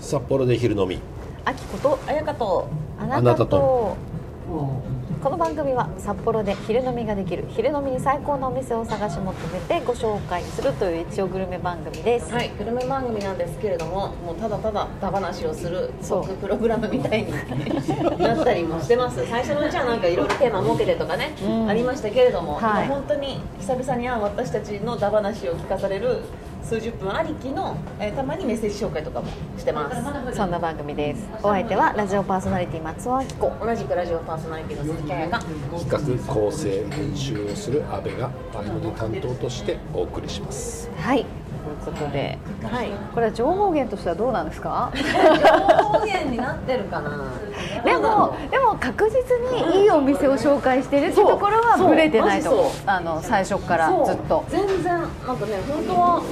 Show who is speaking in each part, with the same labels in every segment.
Speaker 1: 札幌で昼飲み
Speaker 2: あきこと彩香とあなたと
Speaker 1: あなたと
Speaker 2: この番組は札幌で昼飲みができる昼飲みに最高のお店を探し求めてご紹介するという一応グルメ番組です、
Speaker 3: はい、グルメ番組なんですけれども、もうただただダ話をする
Speaker 2: そ
Speaker 3: ト
Speaker 2: う
Speaker 3: ークプログラムみたいに なったりもしてます。最初のうちはなんかいろいろテーマ設けてとかね、
Speaker 2: うん
Speaker 3: ありましたけれども、
Speaker 2: はい
Speaker 3: 今本当に久々に会う私たちのダ話を聞かされる数十分ありきの、えーたまにメッセージ紹介とかもしてます。
Speaker 2: そんな番組ですお相手はラジオパーソナリティ松尾明子
Speaker 3: 同じくラジオパーソナリティの鈴木彩が
Speaker 1: 企画構成編集をする阿部が番組担当としてお送りします
Speaker 2: はいということで
Speaker 3: はい、
Speaker 2: これは情報源としてはどうなんですか
Speaker 3: 情報源になってるかな。
Speaker 2: で もでも確実にいいお店を紹介してるってところは
Speaker 3: そう
Speaker 2: ブレてないと思う
Speaker 3: マジそ
Speaker 2: あの最初からずっと
Speaker 3: そう全然なんかね本当は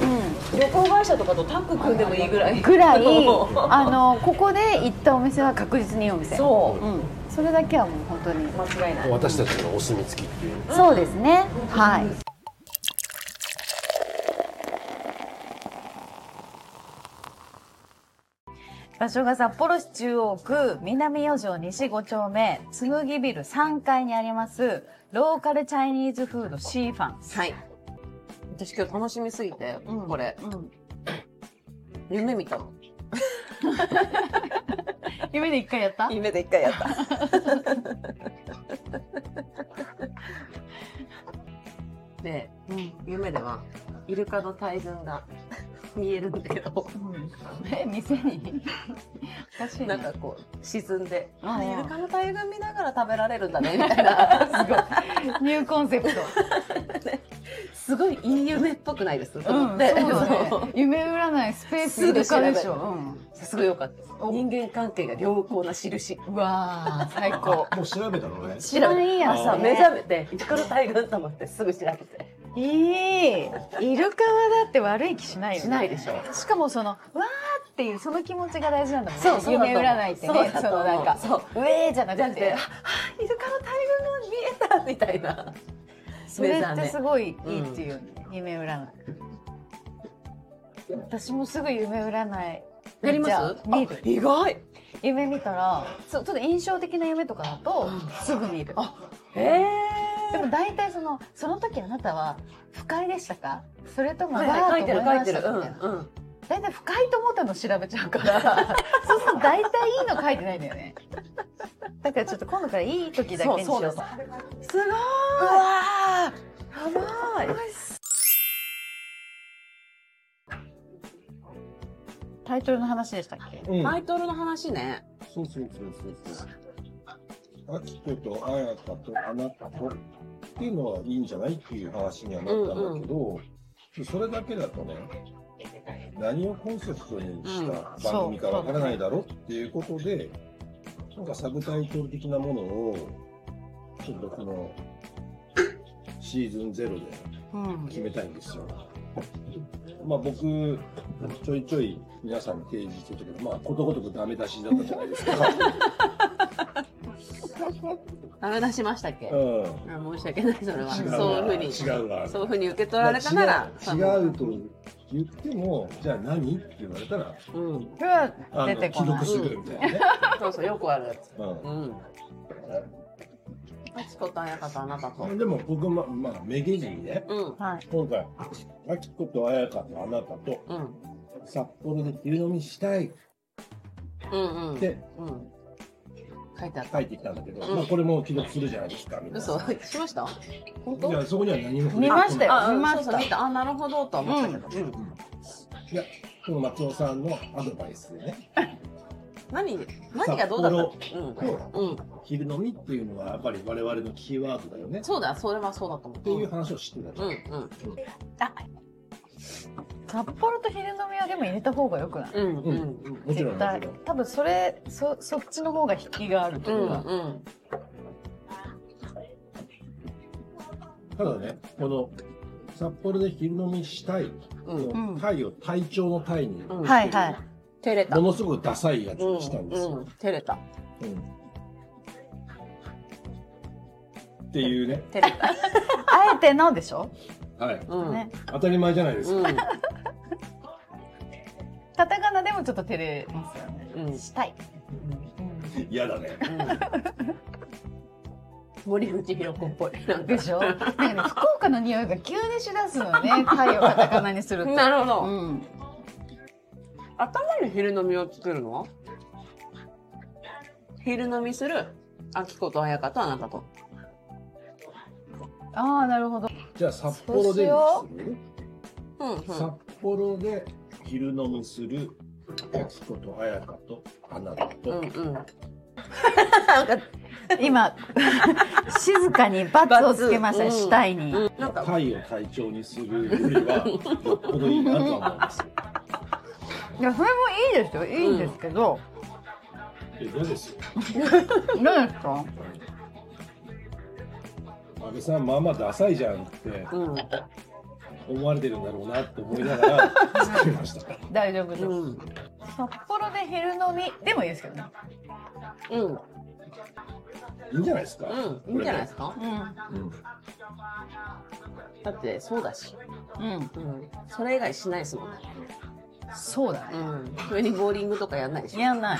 Speaker 3: 旅行会社とかとタッグ組んでもいいぐらい
Speaker 2: ぐらいあ
Speaker 3: あ
Speaker 2: のここで行ったお店は確実にいいお店、、
Speaker 3: そううん
Speaker 2: それだけはもう本当に
Speaker 3: 間違いない
Speaker 1: 私たちのお墨付きっていう
Speaker 2: そうですねはい場所が札幌市中央区南四条西5丁目紬ビル3階にありますローカルチャイニーズフードシーファン
Speaker 3: はい私今日楽しみすぎて、
Speaker 2: うん
Speaker 3: これ
Speaker 2: うん、
Speaker 3: 夢見たの
Speaker 2: 夢で一回やった
Speaker 3: 夢で一回 やったで
Speaker 2: うん
Speaker 3: 夢ではイルカの大群が見えるんだけど
Speaker 2: え店におかしいね
Speaker 3: なんかこう沈んで
Speaker 2: うん
Speaker 3: あイルカの大群見ながら食べられるんだねみた いな
Speaker 2: すごいニューコンセプト
Speaker 3: すごいいい夢っぽくないですと
Speaker 2: う
Speaker 3: 思
Speaker 2: ん、そう
Speaker 3: って、
Speaker 2: だ
Speaker 3: そう
Speaker 2: ね。夢占いスペースイ
Speaker 3: すぐ
Speaker 2: ル
Speaker 3: 調
Speaker 2: カ
Speaker 3: べる
Speaker 2: でしょ。うん
Speaker 3: すごい良かったです人間関係が良好な印
Speaker 2: うわー、最高。
Speaker 1: もう調べたのね
Speaker 2: 一番いいやつだ
Speaker 3: 朝
Speaker 2: ね
Speaker 3: 目覚めてイルカの大群と思ってすぐ調べて
Speaker 2: いい。イルカはだって悪い気しないよ、ね。
Speaker 3: しないでしょ
Speaker 2: しかもその、わーっていう、その気持ちが大事なんだもんね。
Speaker 3: そうそうだと思う
Speaker 2: 夢占いってね。
Speaker 3: そう
Speaker 2: そ
Speaker 3: だと思う
Speaker 2: のなんか、
Speaker 3: そう
Speaker 2: うえーじゃな
Speaker 3: じゃな
Speaker 2: く
Speaker 3: くて
Speaker 2: て
Speaker 3: あ、あイルカの大群が見えたみたいな
Speaker 2: それってすごいい
Speaker 3: 目覚め
Speaker 2: いっていうよね、夢占い。私もすぐ夢占い。
Speaker 3: やりま
Speaker 2: じ
Speaker 3: す
Speaker 2: ゃあ見る
Speaker 3: あ意外
Speaker 2: 夢見たら、そうちょっと印象的な夢とかだと、すぐ見る。
Speaker 3: へえ
Speaker 2: でも大体そのその時あなたは不快でしたかそれとも
Speaker 3: は
Speaker 2: わ
Speaker 3: いはい、
Speaker 2: ー
Speaker 3: 書い
Speaker 2: と
Speaker 3: てる
Speaker 2: 思い
Speaker 3: 書い
Speaker 2: ま
Speaker 3: て
Speaker 2: し
Speaker 3: る
Speaker 2: た
Speaker 3: う
Speaker 2: か
Speaker 3: ん
Speaker 2: みたいな
Speaker 3: うん
Speaker 2: 大体不快と思ったの調べちゃうから そうすると大体いいの書いてないんだよねだからちょっと今度からいい時だけ
Speaker 3: そ
Speaker 2: に
Speaker 3: う
Speaker 2: しよ
Speaker 3: そううですすごいうわーやばい
Speaker 2: タイトルの話でしたっけ
Speaker 4: うん、
Speaker 3: タイトルの話ね
Speaker 4: そうそうそうそうそう。あきことあやかとあなたとっていうのはいいんじゃないっていう話にはなったんだけど、それだけだとね、何をコンセプトにした番組かわからないだろっていうことで、なんかサブタイトル的なものを、ちょっとこの、シーズンゼロで
Speaker 2: うん
Speaker 4: 決めたいんですよ。まあ僕、ちょいちょい皆さんに提示してたけど、まあことごとくダメ出しだったじゃないで すか。
Speaker 3: ダメ出しましたっけ、
Speaker 4: うん
Speaker 3: あ申し訳ないそれは
Speaker 4: 違うわ
Speaker 3: そういうふうに
Speaker 4: 違うわ
Speaker 3: そういうふうに受け取られたなら
Speaker 4: 違う違うと言ってもじゃあ何って言われたら
Speaker 3: うん
Speaker 2: それは
Speaker 4: あ
Speaker 2: 出て
Speaker 4: の
Speaker 2: こ
Speaker 4: 既
Speaker 2: ない
Speaker 4: 読するみたいなね、
Speaker 3: そうそう、よくあるやつ。
Speaker 4: う
Speaker 3: うん。あちことあやかとあなたと。
Speaker 4: ん、でも僕ままあめげずにね
Speaker 3: うん。
Speaker 2: はい
Speaker 4: 今回あきことあやかとあなたと
Speaker 3: うん。
Speaker 4: 札幌で昼飲みしたい
Speaker 3: うん。うん。
Speaker 4: って
Speaker 3: うん。書いてあった。
Speaker 4: 書いてきたんだけど、
Speaker 3: うん
Speaker 4: まあ、これも既読するじゃないですかみたい
Speaker 3: 嘘
Speaker 4: な。
Speaker 3: しました本
Speaker 4: い
Speaker 3: 当
Speaker 4: やそこには何も触れてこない
Speaker 2: 見ましたよ
Speaker 3: あ、
Speaker 2: 見
Speaker 3: 見
Speaker 2: ま
Speaker 3: ま
Speaker 2: し
Speaker 3: したた。見た。あ、なるほどとは思ったけど。うん。
Speaker 4: いやこの松尾さんのアドバイスでね
Speaker 3: 何、何がどうだった
Speaker 4: 札
Speaker 3: の
Speaker 4: 幌
Speaker 3: うん。うん。
Speaker 4: 昼飲みっていうのはやっぱり我々のキーワードだよねっ
Speaker 3: そうだ、それはそうだと
Speaker 4: て
Speaker 3: 思
Speaker 4: いうう。話をしてたじゃん
Speaker 3: うん。うん。
Speaker 2: 札幌と昼飲みはでも入れた方がよくない
Speaker 3: うん。うん。
Speaker 4: もち
Speaker 2: 絶
Speaker 4: ろんも
Speaker 2: 対
Speaker 4: ちろん
Speaker 2: 多分それそそっちの方が引きがあると
Speaker 3: う。
Speaker 2: いうんか、
Speaker 3: うん。
Speaker 4: ただねこの札幌で昼飲みしたい、
Speaker 3: うん。
Speaker 2: ん
Speaker 4: タイを体調のタイに、
Speaker 3: うん。
Speaker 2: はいはい。
Speaker 3: 照れた。
Speaker 4: も
Speaker 3: うん。
Speaker 4: のすごくダサいやつにしたんですよ、
Speaker 3: うん。照れた。
Speaker 4: うんっていうね。
Speaker 2: 照れたあえてのでしょ、
Speaker 4: はい。
Speaker 3: うん
Speaker 2: ね
Speaker 4: 当たり前じゃないですか。
Speaker 3: うん
Speaker 2: カタカナでもちょっと照れますよね、
Speaker 3: うん
Speaker 2: したい
Speaker 4: 嫌だね。
Speaker 3: 森口博子っぽいなんか
Speaker 2: でしょなんかね福岡の匂いが急にしだすのね貝をカタカナにすると
Speaker 3: なるほど、
Speaker 2: うん、
Speaker 3: 頭に昼飲みを作るの昼飲みするあきこと彩香とあなたと
Speaker 2: ああなるほど
Speaker 4: じゃあ札幌でに
Speaker 2: そ
Speaker 4: する。
Speaker 3: うんうん
Speaker 4: 札幌で昼飲みする。やきことあやかとあなた
Speaker 3: う
Speaker 4: と。
Speaker 3: んうん
Speaker 2: 今 静かにバツをつけましたね
Speaker 3: バツうん
Speaker 2: 死体に、
Speaker 3: うんなんか
Speaker 4: 貝を隊長にするよりはよっぽどいいなとは思います。
Speaker 2: いやそれもいいですよいいんですけど、
Speaker 4: えどうです
Speaker 2: どうですか
Speaker 4: 安倍さんまあまあダサいじゃんって
Speaker 3: うん
Speaker 4: 思われてるんだろうなって思いながら作りました。
Speaker 2: 大丈夫です、
Speaker 3: うん
Speaker 2: 札幌で昼飲みでもいいですけどね
Speaker 3: うん
Speaker 4: いいんじゃないですか。
Speaker 3: うんいいんじゃないですか
Speaker 2: う
Speaker 4: う
Speaker 3: だってそうだし、
Speaker 2: んうん
Speaker 3: うん、それ以外しないですもん、
Speaker 2: そうだね
Speaker 3: うん、それにボーリングとかやんないでしょ
Speaker 2: やんな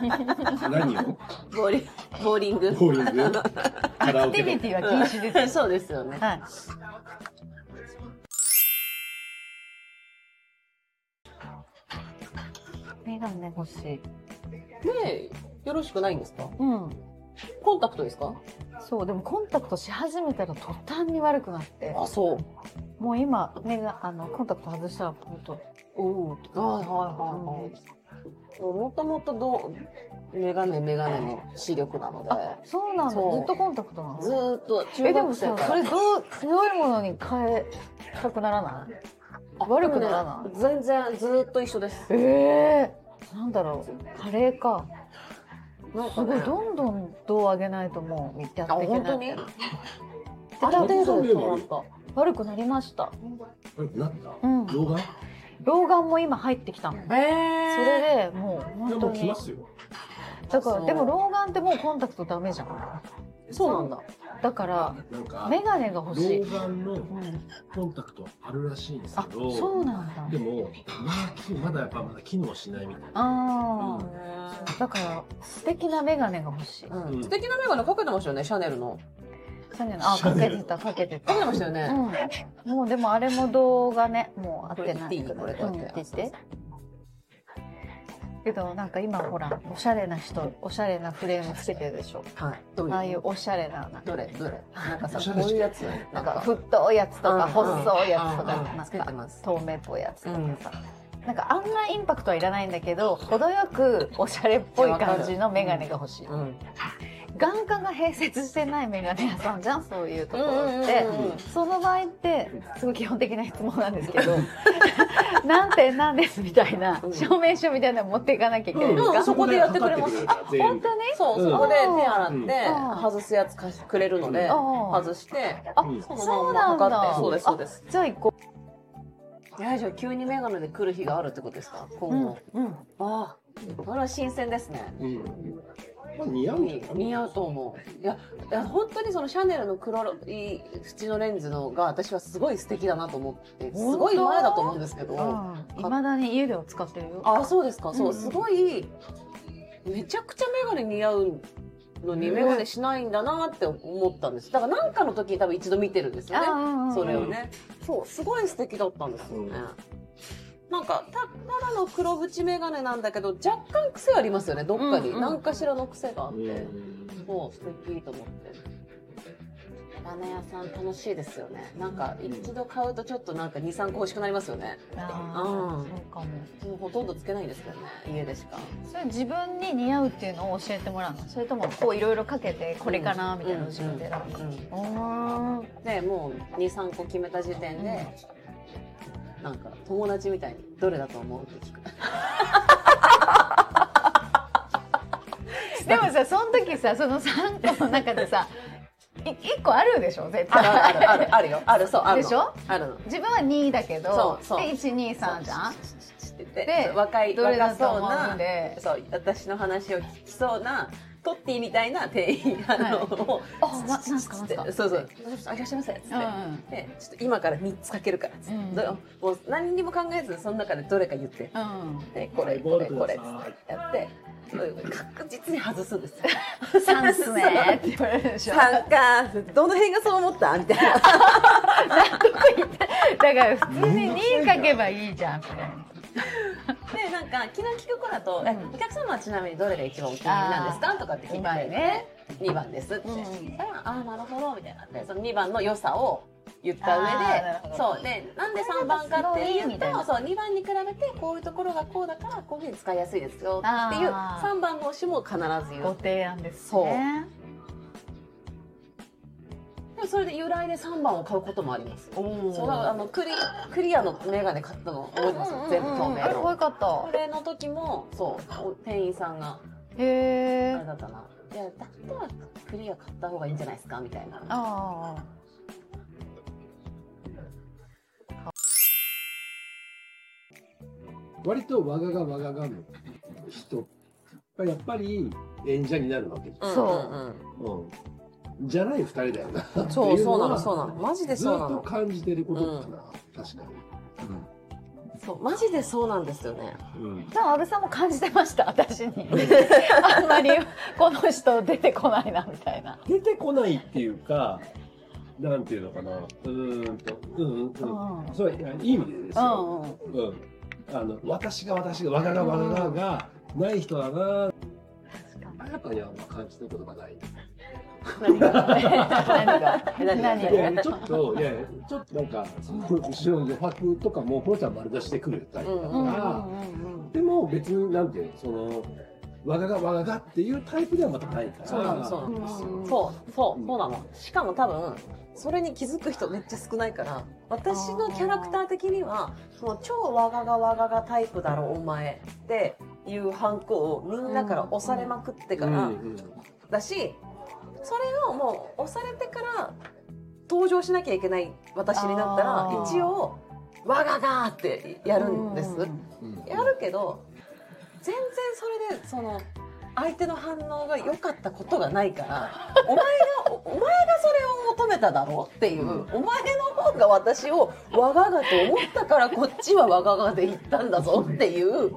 Speaker 2: い
Speaker 4: ん。何を？
Speaker 3: ボーリンボーリング
Speaker 4: ボーリング。カラ
Speaker 2: ア
Speaker 4: オ
Speaker 2: ク
Speaker 4: ケ
Speaker 2: ティビ
Speaker 4: と
Speaker 2: ティは禁止です、
Speaker 3: うんそうですよね
Speaker 2: はいメガネ欲しい
Speaker 3: でよろしくないんですか
Speaker 2: うん
Speaker 3: コンタクトですか
Speaker 2: そうでもコンタクトし始めたら途端に悪くなって
Speaker 3: あそう
Speaker 2: もう今目があのコンタクト外したら本当
Speaker 3: うんはいはいはいはいもともとどうメガネメガネの視力なので
Speaker 2: あそうなんだず
Speaker 3: そう
Speaker 2: っとコンタクトなの
Speaker 3: ずーっと中
Speaker 2: えでも
Speaker 3: 学生
Speaker 2: さ
Speaker 3: か
Speaker 2: そ
Speaker 3: ら
Speaker 2: れどう強いものに変えたくならない
Speaker 3: あ
Speaker 2: 悪くならない
Speaker 3: でもね全然ずーっと一緒です
Speaker 2: ええー、なんだろうカレーか
Speaker 3: なん
Speaker 2: す
Speaker 3: か
Speaker 2: ご
Speaker 3: ね
Speaker 2: いどんどん度を上げないともうやっていけ
Speaker 3: あ
Speaker 2: ない
Speaker 3: 本当にあ
Speaker 2: あ
Speaker 3: る程度
Speaker 4: でもある
Speaker 3: か
Speaker 2: 悪くなりました
Speaker 4: なった。
Speaker 2: うん
Speaker 4: 動画？
Speaker 2: 老眼も今入ってきたのそ
Speaker 3: ええ
Speaker 2: れでもう
Speaker 4: いや
Speaker 2: 本
Speaker 4: も
Speaker 2: 当
Speaker 4: う来
Speaker 2: に
Speaker 4: ますよ。
Speaker 2: だか
Speaker 3: そ
Speaker 2: ら
Speaker 3: う
Speaker 2: でも老眼ってもうコンタクトダメじゃん
Speaker 3: そうなんだ
Speaker 2: だから
Speaker 4: なんか
Speaker 2: メガネが欲しい
Speaker 4: 老眼の
Speaker 2: うん
Speaker 4: コンタクトあるらしいんです
Speaker 2: あ
Speaker 4: けど。
Speaker 2: そうなんだ
Speaker 4: でもまあきまだやっぱまだ機能しないみたいな。
Speaker 2: ああだから素敵なメガネが欲しい
Speaker 3: うん素敵なメガネかけてましたよねシャネルの
Speaker 2: シャネルあかけてたかけてた
Speaker 3: かけてましたよね
Speaker 2: うん、もうでもあれも動画ねもう合ってな
Speaker 3: これ言ってい
Speaker 2: い
Speaker 3: いこれこ
Speaker 2: う
Speaker 3: うんや
Speaker 2: 言
Speaker 3: っ
Speaker 2: ってててけどなんか今ほらおしゃれな人おしゃれなフレームつけてるでしょ
Speaker 3: はいどう
Speaker 2: ああい
Speaker 3: いう
Speaker 2: うおしゃれななんか
Speaker 3: どれどれなんか
Speaker 4: おし
Speaker 3: さ
Speaker 4: ゃれ
Speaker 3: こういうやつ
Speaker 2: なんか太いやつとか細いやつと
Speaker 3: うんうんうん
Speaker 2: かなん
Speaker 3: つけてま
Speaker 2: か
Speaker 3: す
Speaker 2: 透明っぽいやつとかさなんかあんなインパクトはいらないんだけど程よくおしゃれっぽい感じのメガネが欲しい
Speaker 3: うん
Speaker 2: 眼科が併設してないメガネ屋さんじゃんそういうところっ
Speaker 3: う
Speaker 2: て
Speaker 3: んうんうんうん
Speaker 2: その場合ってすごい基本的な質問なんですけど「何点なんです」みたいな
Speaker 3: うん
Speaker 2: 証明書みたいなの持っていかなきゃいけないんです
Speaker 3: う
Speaker 2: か
Speaker 3: んそこでやってくれます
Speaker 4: かかってくれるから
Speaker 2: 本
Speaker 4: 全部
Speaker 2: 当に
Speaker 3: そう、
Speaker 4: うん
Speaker 3: そこで手洗
Speaker 4: うん
Speaker 2: うん
Speaker 3: って外すやつ貸してくれるので
Speaker 2: ん
Speaker 3: 外して
Speaker 2: あ
Speaker 4: うん
Speaker 3: そ
Speaker 2: そ
Speaker 3: の
Speaker 2: う
Speaker 3: ま
Speaker 2: なん
Speaker 3: んま測っ
Speaker 2: だ
Speaker 3: てそうですそうです
Speaker 2: あじゃあ行こ
Speaker 3: 大丈夫急にメガネで来る日があるってことですか
Speaker 2: う、う
Speaker 3: 今
Speaker 2: ん
Speaker 3: 後、ああこれは新鮮ですね
Speaker 4: うん。まあ似合うんじゃない？
Speaker 3: 似合うと思ういやいや本当にそのシャネルの黒い縁のレンズのが私はすごい素敵だなと思ってすごい前だと思うんですけど、
Speaker 2: いまだに家では使ってるよ
Speaker 3: あそうですかそう、
Speaker 2: うん
Speaker 3: すごいめちゃくちゃメガネ似合うのにメガネしないんだなって思ったんですだから何かの時に多分一度見てるんですよね
Speaker 2: あ
Speaker 3: それをね、そうすごい素敵だったんですよね、なんかたただの黒縁眼鏡なんだけど若干癖ありますよねどっかに、
Speaker 2: うんうん
Speaker 3: 何かしらの癖があって、
Speaker 4: うん
Speaker 3: そう素敵と思ってバネ屋さん楽しいですよねなんか一度買うとちょっとなんか23個欲しくなりますよね
Speaker 2: あ
Speaker 3: うん
Speaker 2: ーそうかも
Speaker 3: うんほとんどつけないんですけどね家でしか
Speaker 2: それ自分に似合うっていうのを教えてもらうのそれともこういろいろかけてこれかなみたいなのを自分で選ぶ
Speaker 3: うん
Speaker 2: のうん
Speaker 3: でもう23個決めた時点で、なんか友達みたいに「どれだと思う?」って聞く
Speaker 2: でもさその時さその3個の中で さ1個あるでしょ絶対
Speaker 3: あるあるあるよあるそうあるの
Speaker 2: でしょ
Speaker 3: あるの
Speaker 2: 自分は2だけど
Speaker 3: そうそう
Speaker 2: で123じゃん
Speaker 3: 知ってて
Speaker 2: で
Speaker 3: 若い
Speaker 2: どれだ
Speaker 3: 若
Speaker 2: と
Speaker 3: そう
Speaker 2: 思う
Speaker 3: なん
Speaker 2: で
Speaker 3: そう私の話を聞きそうなトッティみたいな店員あの、を
Speaker 2: あ、ま、なんすかなんす
Speaker 3: つっ
Speaker 2: か
Speaker 3: てそうそう「あいらっしゃいませ」っつって、
Speaker 2: うん
Speaker 3: でちょっと今から3つかけるからっつって、
Speaker 2: うん
Speaker 3: どもう何にも考えずその中でどれか言って
Speaker 2: う
Speaker 3: でこれこれこれっつってやって確実に外すんですよ
Speaker 2: ん三っすねって言われるでしょだ
Speaker 3: 三かどの辺がそう思ったみたいな
Speaker 2: から普通に2書けばいいじゃんみたいな
Speaker 3: でなんか昨日聞く子だと、
Speaker 2: うん
Speaker 3: えお客様はちなみにどれが一番お気に入りなんですかとかって聞
Speaker 2: う
Speaker 3: い
Speaker 2: まい
Speaker 3: て、
Speaker 2: ね
Speaker 3: 2番ですって、
Speaker 2: うん
Speaker 3: そしたら「ああなるほど」みたいなでその2番の良さを言った上
Speaker 2: あーなるほ
Speaker 3: で
Speaker 2: ど
Speaker 3: そうでなんで3番かって
Speaker 2: これがすごい
Speaker 3: い
Speaker 2: み
Speaker 3: う
Speaker 2: たいな
Speaker 3: とそう2番に比べてこういうところがこうだからこういうふうに使いやすいですよっていう
Speaker 2: あー
Speaker 3: 3番の推しも必ず言
Speaker 2: ご
Speaker 3: う
Speaker 2: 提案です
Speaker 3: そう
Speaker 2: ね
Speaker 3: でもそれで由来で3番を買うこともあります
Speaker 2: そう
Speaker 3: そうだからあのクリクリアの眼鏡買ったの覚えてます全部透明
Speaker 2: あれ可
Speaker 3: の
Speaker 2: 愛かった
Speaker 3: これの時もそうお店員さんが
Speaker 2: へえ
Speaker 3: あれだったな。いや、だったらクリア買った方がいいんじゃないですかみたいな。
Speaker 2: ああ
Speaker 5: 割とわががわががの人がやっぱり演者になるわけじゃ
Speaker 2: そうん
Speaker 5: ん、うん、じゃない二人だよな
Speaker 3: うんそう、そうなの、
Speaker 5: ってい
Speaker 3: そううなの。マジで
Speaker 5: ずっ
Speaker 3: そうな
Speaker 5: と
Speaker 3: の。
Speaker 5: 感じてることかな、確か
Speaker 3: そう、マジでそうなんですよね。
Speaker 5: に、うん、
Speaker 2: じゃあ安部さんも感じてました私 にあんまりこの人出てこないなみたいな
Speaker 5: 出てこないっていうかなんていうのかなうーんとうんうんうん
Speaker 2: う
Speaker 5: それいやいい意味でですよ、
Speaker 2: んうん
Speaker 5: うんあの私が私がわががわがががない人だなやっぱりあんま感じたことがない
Speaker 2: 何が何が
Speaker 5: いやいやちょっと、いやいやちょっとなんか、その後ろの余白とかも、ポロちゃん丸出してくれたりと
Speaker 3: う
Speaker 5: か、
Speaker 3: んうん
Speaker 5: でも別に、なんていうの、その、わががわががっていうタイプではまたないから、
Speaker 3: そうなの、そうなの。そう、そう、そうなの。しかも多分、それに気づく人めっちゃ少ないから、私のキャラクター的には、その超わががわががタイプだろ、お前っていうハンコをみんなから押されまくってか
Speaker 5: う
Speaker 3: ら
Speaker 5: ん、うん
Speaker 3: だしそれをもう押されてから登場しなきゃいけない私になった
Speaker 2: あ
Speaker 3: ら
Speaker 2: ー
Speaker 3: 一応「わがが」ってやるんです、
Speaker 5: うん
Speaker 3: やるけど全然それでその相手の反応が良かったことがないから 「お前がおお前がそれを求めただろ」っていう、お前の方が私をわががと思ったからこっちはわががで行ったんだぞっていう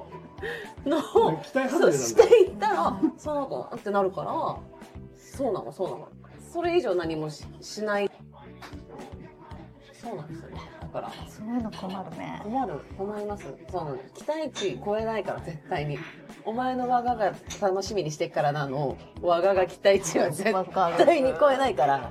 Speaker 3: のを
Speaker 5: 期待外
Speaker 3: そう
Speaker 5: れなん
Speaker 3: し
Speaker 5: だよ。
Speaker 3: ていったらその子ってなるからそうなのそうなのそれ以上何もししないそうなんですよねだから
Speaker 2: そういうの困るね
Speaker 3: 困る困りますそうなの期待値超えないから絶対にお前の我がが楽しみにしてっからなの我がが期待値は絶
Speaker 2: わかる
Speaker 3: 対に超えないから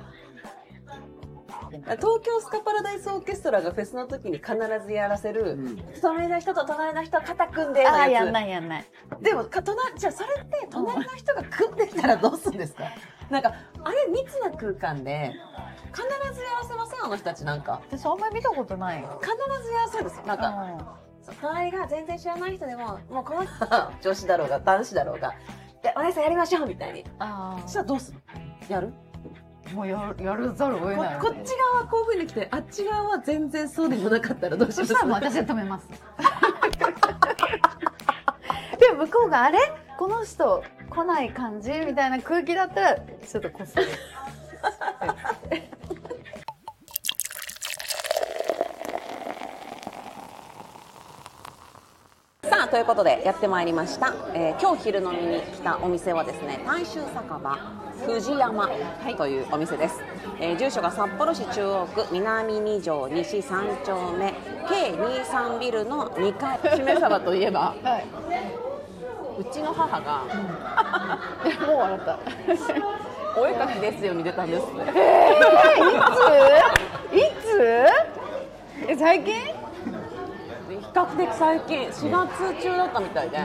Speaker 3: 東京スカパラダイスオーケストラがフェスの時に必ずやらせる、隣の人と隣の人肩組んでの
Speaker 2: あ
Speaker 3: や
Speaker 2: あ
Speaker 3: つ
Speaker 2: やんないやんない
Speaker 3: でもか隣じゃあそれって隣の人が食ってきたらどうするんですかなんかあれ密な空間で必ずやらせませんあの人たちなんか
Speaker 2: 私あんまり見たことないよ
Speaker 3: 必ずやらせるんですよなんかそう隣が全然知らない人でももうこの人 女子だろうが男子だろうがでお姉さんやりましょうみたいに
Speaker 2: あ
Speaker 3: そしたらどうするやる
Speaker 2: あもうやるやるざるを得
Speaker 3: こ
Speaker 2: ないよね
Speaker 3: こっち側はこういうふうに来てあっち側は全然そうでもなかったらどうし
Speaker 2: そ
Speaker 3: ま
Speaker 2: し
Speaker 3: す
Speaker 2: たらもう私で止めますでも向こうがあれこの人来ない感じみたいな空気だったらちょっとこっそり
Speaker 3: さあということでやってまいりました、えー今日昼飲みに来たお店はですね大衆酒場藤山というお店です、えー住所が札幌市中央区南2条西3丁目計23ビルの2階 しめ鯖といえば
Speaker 2: はいう
Speaker 3: ちの母が
Speaker 2: えもう笑った
Speaker 3: 「お絵かきですよ」に出たんです
Speaker 2: えー、いついつえ最近や
Speaker 3: 比較的最近4月中だったみたいで
Speaker 2: ば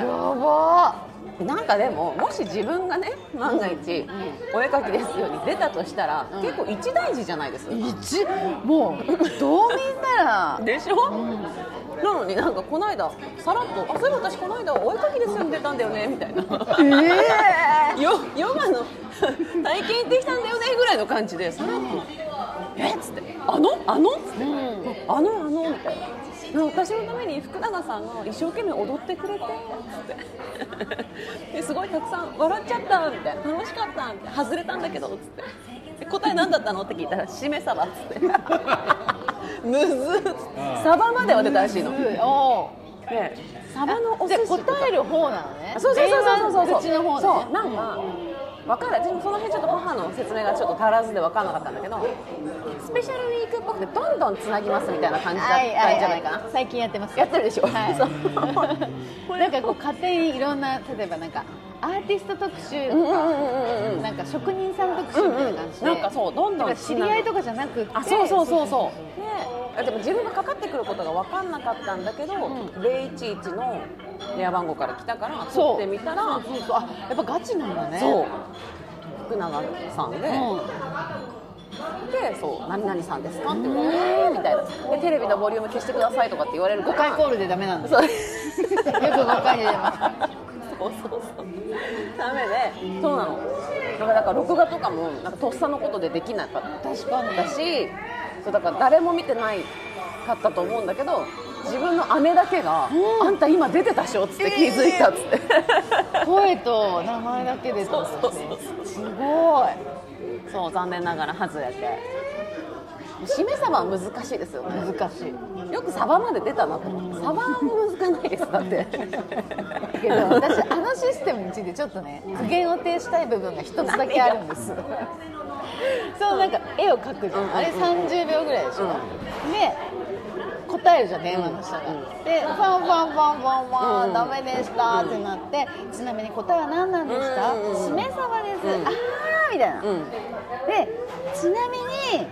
Speaker 3: なんかでももし自分がね万が一「お絵かきですよ」に出たとしたら結構一大事じゃないですか
Speaker 2: 一もうどう見たら
Speaker 3: でしょ、なのになんかこの間さらっと「あそういえば私この間お絵かきですよ」に出たんだよねみたいな
Speaker 2: え
Speaker 3: 「ヨヨガの 体験行ってきたんだよね」ぐらいの感じでさらっと「えっ?」つって「あのあの?」っつって「あのあの」みたいな私のために福永さんが一生懸命踊ってくれてつってですごいたくさん笑っちゃったみたいな楽しかったみたいな外れたんだけどつってで答え何だったのって聞いたら「しめ鯖」っつ って「むずっつって」サバまでは出たらしいの、ね、
Speaker 2: お
Speaker 3: サバのお
Speaker 2: じ
Speaker 3: 寿
Speaker 2: ゃ
Speaker 3: 司とか
Speaker 2: 答える方なのね
Speaker 3: そうそうそうそうそうそう
Speaker 2: 口の方ね
Speaker 3: そうなんかわかんないでもその辺ちょっと母の説明がちょっと足らずで分からなかったんだけどスペシャルウィークっぽくてどんどんつなぎますみたいな感じだったんじゃないかな、
Speaker 2: 最近やってます
Speaker 3: やってるでしょ
Speaker 2: はい
Speaker 3: そう
Speaker 2: なんかこう家庭にいろんな例えばなんかアーティスト特集
Speaker 3: うん
Speaker 2: と
Speaker 3: うん
Speaker 2: か、
Speaker 3: うんうん
Speaker 2: なんか職人さん特集みたいな感じで、
Speaker 3: うんうんなんかそうどんどん
Speaker 2: なんか知り合いとかじゃなくて
Speaker 3: あそうそうそうそうねえでも自分がかかってくることが分かんなかったんだけど、011の電話番号から来たから取ってみたら
Speaker 2: そうそうあやっぱガチなんだね
Speaker 3: そう福永さんで、
Speaker 2: うん
Speaker 3: でそう何々さんですかって言われてえーみたいなでテレビのボリューム消してくださいとかって言われる
Speaker 2: 5回コールでダメなんですよ
Speaker 3: そう
Speaker 2: く5回で出ます
Speaker 3: そうそうそうダメでそうなのだからだから録画とかもなんかとっさのことでできなかった
Speaker 2: 確かに
Speaker 3: だしそうだから誰も見てないかったと思うんだけど自分の姉だけが「あんた今出てたっしょ」っつって気づいたっつって、
Speaker 2: 声と名前だけで
Speaker 3: そうそうそう
Speaker 2: すごい
Speaker 3: そう残念ながら外れてしめ鯖は難しいですよね
Speaker 2: 難しい
Speaker 3: よくサバまで出たなと思ってサバも難しいですだって
Speaker 2: けど私あのシステムについてちょっとね苦言を呈したい部分が一つだけあるんですそうなんか絵を描くじゃん、
Speaker 3: うん
Speaker 2: あれ30秒ぐらいでしょ、で答えるじゃん電話の人が、でファンファンファンファンファン、ダメでしたってなって、ちなみに答えは何なんでした、
Speaker 3: うんうんうん
Speaker 2: しめ鯖です、
Speaker 3: うん
Speaker 2: あーみたいな、
Speaker 3: うん
Speaker 2: でちなみに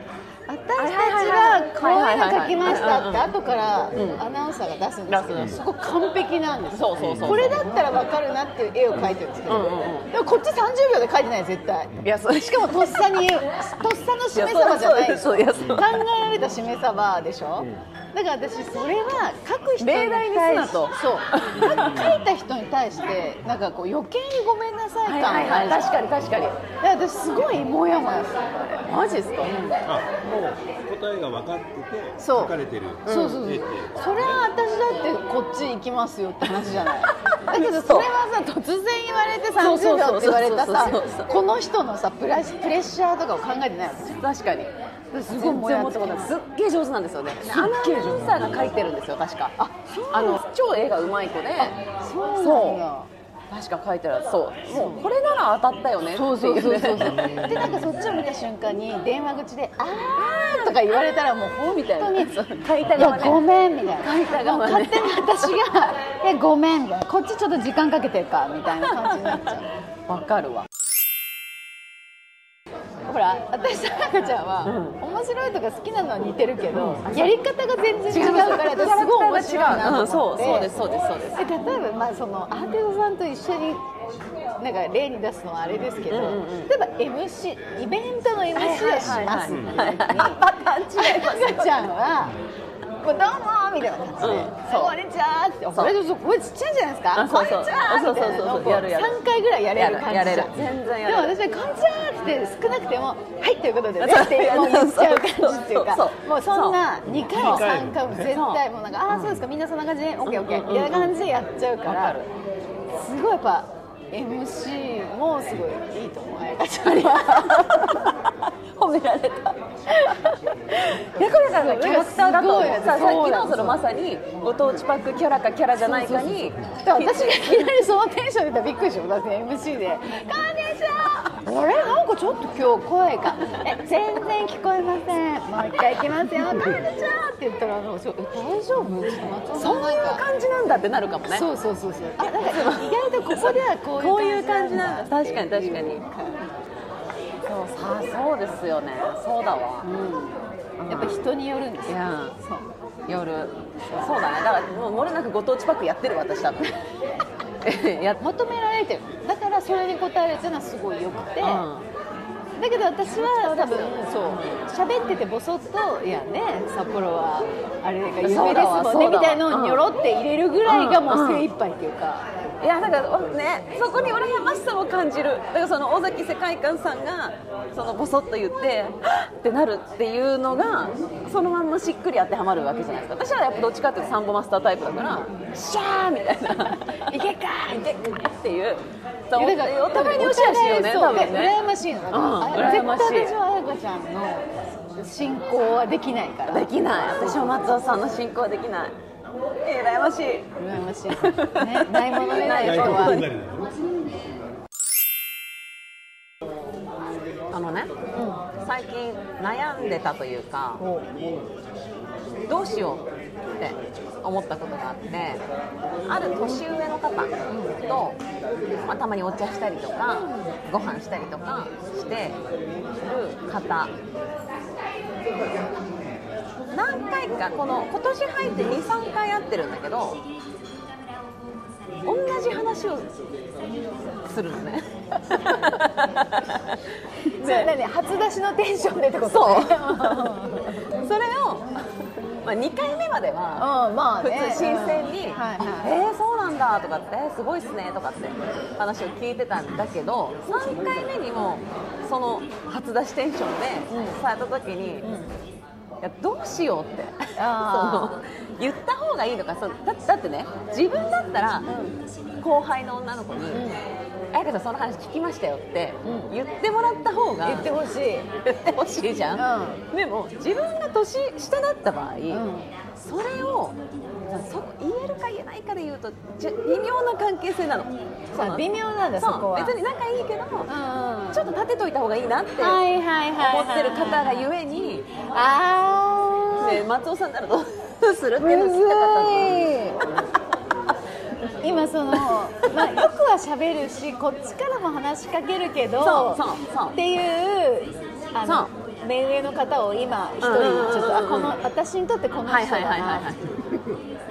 Speaker 2: 私たち
Speaker 3: はいはいはいはい
Speaker 2: がこういうの書きましたって
Speaker 3: は
Speaker 2: 後から
Speaker 3: ん
Speaker 2: アナウンサーが出すんですけ
Speaker 3: 出
Speaker 2: ど
Speaker 3: す
Speaker 2: そこ完璧なんです
Speaker 3: そうそうそう
Speaker 2: これだったら分かるなっていう絵を描いてるんですけ
Speaker 3: うん
Speaker 2: ど
Speaker 3: うん
Speaker 2: でもこっち30秒で描いてない絶対
Speaker 3: いやそれ
Speaker 2: しかもとっさにとっさのしめ鯖じゃないです
Speaker 3: そ
Speaker 2: 考
Speaker 3: ういやそういやそう
Speaker 2: えられたしめ鯖でしょだから私それは書く人に
Speaker 3: 例題にす
Speaker 2: 対
Speaker 3: な
Speaker 2: して
Speaker 3: と
Speaker 2: そう書いた人に対してなんかこう余計にごめんなさい感があるじゃん
Speaker 3: 確かに確かに
Speaker 2: いや私すごいモヤモヤする
Speaker 3: マジですか、
Speaker 6: あもう答えが分かってて
Speaker 2: そう
Speaker 6: 書かれてる
Speaker 2: そうそうそう、
Speaker 6: 絵って
Speaker 2: それは私だってこっち行きますよって話じゃ ないだけどそれはさ突然言われて
Speaker 3: そうそう
Speaker 2: 30
Speaker 3: そう
Speaker 2: 秒って言われたさ
Speaker 3: そうそうそう
Speaker 2: この人のさプラスプレッシャーとかを考えてないわけ
Speaker 3: 確かに
Speaker 2: すごいもやっ
Speaker 3: ってて
Speaker 2: き
Speaker 3: こ
Speaker 2: ま
Speaker 3: と
Speaker 2: す
Speaker 3: すっげえ上手なんですよねアナウンサーが描いてるんですよ確かああの超絵がうまい子で
Speaker 2: そうなんだ
Speaker 3: 確か描いてるそうもうこれなら当たったよねっていうね
Speaker 2: そうそう そうそうでなんかそっちを見た瞬間に電話口で「あー」とか言われたらもうほみたいな
Speaker 3: 本当に書いた
Speaker 2: いや
Speaker 3: 側ね
Speaker 2: ごめんみたいな
Speaker 3: 書いた側ね
Speaker 2: もう勝手に私が 「いやごめん」みたいなこっちちょっと時間かけてるかみたいな感じになっちゃう
Speaker 3: わかるわ
Speaker 2: ほら私と赤ちゃんは、面白いとか好きなのは似てるけど、やり方が全然違うから私すごい面白い
Speaker 3: うん
Speaker 2: なと
Speaker 3: そ
Speaker 2: 思
Speaker 3: う
Speaker 2: って、
Speaker 3: そうですそうですそうです
Speaker 2: え例えば、まあ、そのアーティストさんと一緒になんか例に出すのはあれですけど、例えば MC イベントの MC をしますっていう時に
Speaker 3: パターン違います
Speaker 2: 赤ちゃんは「こうどうも」みたいな感じで
Speaker 3: うん
Speaker 2: 「
Speaker 3: そう
Speaker 2: こんにちは」って「
Speaker 3: う
Speaker 2: これこれちっちゃいじゃないですかこ
Speaker 3: あそ
Speaker 2: ん
Speaker 3: う
Speaker 2: にち
Speaker 3: そう
Speaker 2: は」みたいなのをこう
Speaker 3: そうそうそうやるやる
Speaker 2: 3回ぐらいやれる感じじゃん
Speaker 3: やるやる全然やれる
Speaker 2: でも私は「こんにちは」って少なくても「はいということでね」ってもう言っちゃう感じっていうか
Speaker 3: そうそう
Speaker 2: もうそんな2回も3回も絶対もうなんか「ああそうですかみんなそんな感じねオッケーオッケー」みたいな感じでやっちゃうからすごいやっぱ MC もすごいいいと思うあやかちゃんは。
Speaker 3: 褒められたヤクルさんがキャラクターだと思う
Speaker 2: すごい
Speaker 3: ささっ
Speaker 2: そう
Speaker 3: き
Speaker 2: な
Speaker 3: の
Speaker 2: の
Speaker 3: そのまさにご当地パックキャラかキャラじゃないかに
Speaker 2: だから私がいきなりそのテンションでたらびっくりでしょだって MC で「こんにちは!」あれなんかちょっと今日声が「え全然聞こえませんもう一回行きます よこんにちは!」って言ったらあのそうえ大丈夫?」ちょっと松尾さ
Speaker 3: そ
Speaker 2: ん
Speaker 3: う
Speaker 2: ないん
Speaker 3: う
Speaker 2: か
Speaker 3: 感じなんだってなるかもね
Speaker 2: そうそうそうそうあなんか意外とここではこ
Speaker 3: こう
Speaker 2: う
Speaker 3: い
Speaker 2: いうう
Speaker 3: 感
Speaker 2: 感
Speaker 3: じ
Speaker 2: じ
Speaker 3: な
Speaker 2: なんん
Speaker 3: だ
Speaker 2: だ
Speaker 3: 確かに確かにそうさそうですよねそうだわ、
Speaker 2: やっぱ人によるんです
Speaker 3: い
Speaker 2: よ
Speaker 3: や
Speaker 2: そう
Speaker 3: 夜そうだねだからもう漏れなくご当地パックやってるわ 私多分やっ
Speaker 2: 求められてるだからそれに応えるっていうのはすごいよくて、
Speaker 3: う
Speaker 2: だけど私は多分そう喋っててボソッと「いやね札幌はあれが有名です
Speaker 3: そうだわ
Speaker 2: もん
Speaker 3: そ
Speaker 2: ね」
Speaker 3: うだわ
Speaker 2: みたいのをニョロって入れるぐらいがもう
Speaker 3: うん
Speaker 2: 精一杯っていうか、
Speaker 3: いやだからねそこに羨ましさを感じるだからその尾崎世界観さんがそのボソッと言ってはっってなるっていうのがそのまんましっくり当てはまるわけじゃないですか私はやっぱどっちかっていうとサンボマスタータイプだからシャーみた いないけっかーいけっかーっていうそう
Speaker 2: いやだから
Speaker 3: お互いによしあしよね
Speaker 2: お互
Speaker 3: 多
Speaker 2: いそう
Speaker 3: 分ね
Speaker 2: 羨ましいのだから、
Speaker 3: うん
Speaker 2: あ
Speaker 3: 羨ましい
Speaker 2: 絶対私は彩香ちゃんの進行はできないから
Speaker 3: できない私は松尾さんの進行はできないえー羨ましい
Speaker 2: 羨ましい、ね、ないものねない
Speaker 3: ない
Speaker 2: と
Speaker 3: も
Speaker 2: は
Speaker 3: のねあのね、最近悩んでたというか、どうしようって思ったことがあってある年上の方と、まあ、たまにお茶したりとかご飯したりとかしてる方何回かこの今年入って23回会ってるんだけど同じ話をするのね。
Speaker 2: それ何初出しのテンションでってこと
Speaker 3: そう
Speaker 2: うん
Speaker 3: それを、まあ、2回目までは
Speaker 2: まあ
Speaker 3: 普通
Speaker 2: ね
Speaker 3: 新鮮に「
Speaker 2: うんはいは
Speaker 3: あ
Speaker 2: い
Speaker 3: えー、そうなんだ」とかって「すごいっすね」とかって話を聞いてたんだけど3回目にもその初出しテンションでされた時に、いやどうしようって
Speaker 2: あ
Speaker 3: その言った方がいいのかそうだだってね自分だったら後輩の女の子に「彩香さんその話聞きましたよ」って言ってもらった方が
Speaker 2: 言ってほしい
Speaker 3: 言ってほしいじゃん、でも自分が年下だった場合、それをそ言えるか言えないかで言うとじゃ微妙な関係性なのその
Speaker 2: 微妙なんだ
Speaker 3: そ
Speaker 2: そうこは
Speaker 3: 別に仲いいけど、
Speaker 2: うん
Speaker 3: ちょっと立てといた方がいいなって
Speaker 2: はい
Speaker 3: 思
Speaker 2: はいはいはい
Speaker 3: ってる方がゆえに、
Speaker 2: ああ
Speaker 3: ね、松尾さんならどう するっていうの
Speaker 2: む
Speaker 3: を
Speaker 2: ず
Speaker 3: 聞きたかったの
Speaker 2: い今その、まあ、よくは喋るしこっちからも話しかけるけど
Speaker 3: そうそうそう
Speaker 2: っていうあの目上の方を今一人ち
Speaker 3: うんうんうんうん
Speaker 2: ょっとあこの私にとってこの
Speaker 3: はい
Speaker 2: 人
Speaker 3: はい
Speaker 2: だ
Speaker 3: はいはいは
Speaker 2: ない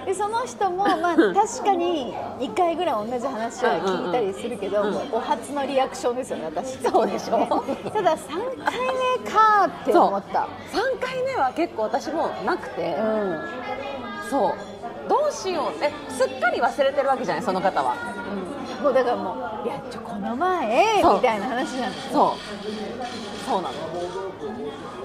Speaker 2: でその人も、まあ、確かに2回ぐらい同じ話は聞いたりするけど、もうお初のリアクションですよね私
Speaker 3: そうでしょ
Speaker 2: ただ3回目かーって思った
Speaker 3: 3回目は結構私もなくて、そうどうしようえすっかり忘れてるわけじゃないその方は
Speaker 2: もうだからもう「いやちょこの前」
Speaker 3: そう
Speaker 2: みたいな話なんです
Speaker 3: そうそうなの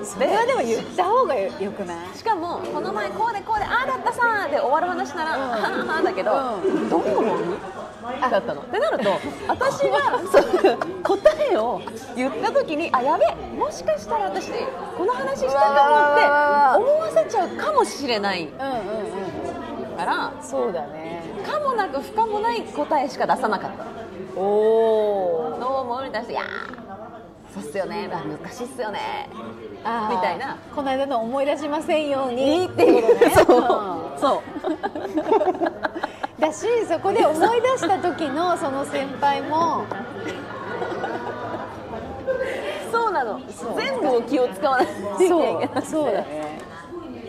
Speaker 2: それはでも言った方がよよくない
Speaker 3: しかもこの前こうでこうでああだったさーで終わる話なら、はあはあだけど、どう思うだったのってなると私が そう答えを言った時にあやべえもしかしたら私この話したかもって思わせちゃうかもしれない
Speaker 2: うんうん
Speaker 3: から
Speaker 2: うんそうだね
Speaker 3: 可もなく不可もない答えしか出さなかった
Speaker 2: おお
Speaker 3: どう思うに対して「いやーそうっすよねまあ難しいっすよね」
Speaker 2: み
Speaker 3: みたいな
Speaker 2: この間の思い出しませんように
Speaker 3: いいっていうね
Speaker 2: そう
Speaker 3: そう
Speaker 2: だしそこで思い出した時のその先輩も
Speaker 3: そうなの全部を気を使わないといけないから
Speaker 2: そうだね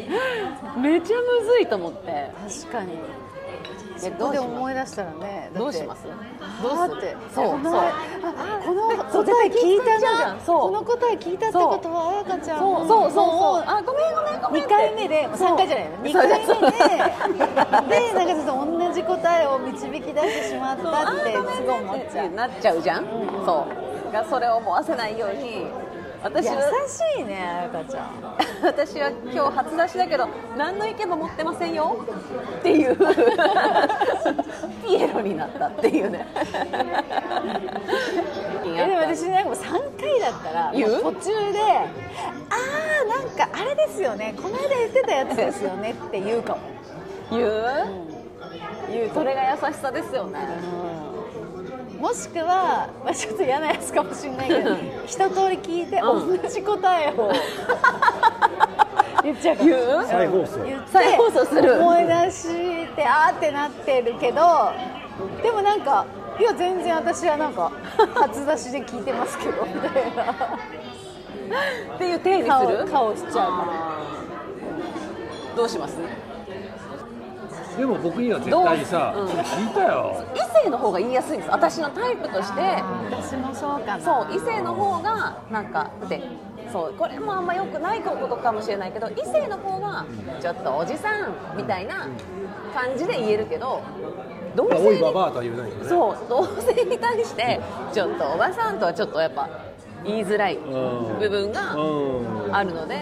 Speaker 3: めちゃむずいと思って
Speaker 2: 確かに
Speaker 3: え
Speaker 2: そこ
Speaker 3: ど
Speaker 2: で
Speaker 3: うします
Speaker 2: 思い出したらね
Speaker 3: どうします
Speaker 2: ど
Speaker 3: ど
Speaker 2: う
Speaker 3: う
Speaker 2: っ
Speaker 3: す
Speaker 2: て
Speaker 3: る
Speaker 2: そ
Speaker 3: そうう
Speaker 2: この
Speaker 3: そう
Speaker 2: あこの
Speaker 3: そう絶
Speaker 2: 答え
Speaker 3: 対
Speaker 2: 聞い
Speaker 3: 気遣
Speaker 2: た
Speaker 3: っちゃうじゃ
Speaker 2: なん
Speaker 3: そう
Speaker 2: この答え聞いたってことは彩香ちゃん
Speaker 3: そうそうそうそうあごめんごめんごめん
Speaker 2: 2回目で3回じゃないの2回
Speaker 3: そう
Speaker 2: 目ででなんかちょっと同じ答えを導き出してしまったってすごい思っちゃう
Speaker 3: なっちゃうじゃん、そうがそれを思わせないように私
Speaker 2: 優
Speaker 3: は
Speaker 2: しいね彩香ちゃん
Speaker 3: 私は今日初出しだけど何の意見も持ってませんよっていう ピエロになったっていうね
Speaker 2: えでも私なんかもう3回だったら
Speaker 3: 言う
Speaker 2: もう途中でああなんかあれですよねこの間言ってたやつですよねって言うかも
Speaker 3: 言う、言うそれが優しさですよね、
Speaker 2: もしくは、まあ、ちょっと嫌なやつかもしれないけど一通り聞いて同
Speaker 3: う
Speaker 2: じ答え を言っちゃうかも
Speaker 3: 言う
Speaker 6: 再放送
Speaker 2: 言って
Speaker 3: 再放送する
Speaker 2: 思い出してあーってなってるけどでもなんかいや全然私はなんか初出しで聞いてますけどみたいな
Speaker 3: っていう定義す
Speaker 2: 顔
Speaker 3: る
Speaker 2: 顔しちゃうか
Speaker 3: どうします
Speaker 5: でも僕には絶対にさ、
Speaker 3: どううん
Speaker 5: 聞いたよ
Speaker 3: 異性の方が言いやすいんです私のタイプとして
Speaker 2: ら私もそうかな
Speaker 3: そう異性の方がなんかってそうこれもあんま良くないことかもしれないけど異性の方がちょっとおじさんみたいな感じで言えるけど同
Speaker 6: 多い
Speaker 3: 性
Speaker 6: バ
Speaker 3: に
Speaker 6: バアとは言えないよね
Speaker 3: そう同性に対してちょっとおばさんとはちょっとやっぱ言いづらい
Speaker 6: ん
Speaker 3: 部分が
Speaker 6: うん
Speaker 3: あるので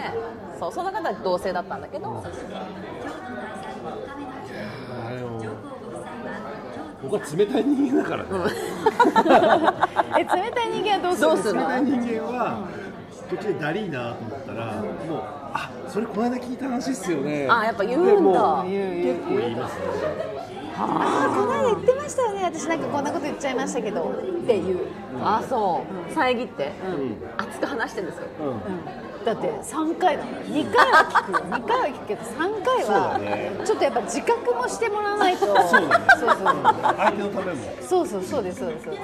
Speaker 3: そうその方は同性だったんだけど
Speaker 6: あれも僕は冷たい人間だからね、
Speaker 2: え冷たい人間はどうするんですか
Speaker 3: どうする
Speaker 6: 冷たい人間は途中でだりーなと思ったらもうあそれこの間聞いた話っすよね
Speaker 3: あやっぱ言うんだ
Speaker 6: 結構言いますね
Speaker 2: あーこの間言ってましたよね私なんかこんなこと言っちゃいましたけどっていう
Speaker 3: あそう遮って熱く話してるんですよ
Speaker 2: だって3回なの2回は聞くよ2回は聞くけど3回は、ちょっとやっぱ自覚もしてもらわないとそう
Speaker 6: 相手のためも
Speaker 2: そうそうそうそうですそうですそうで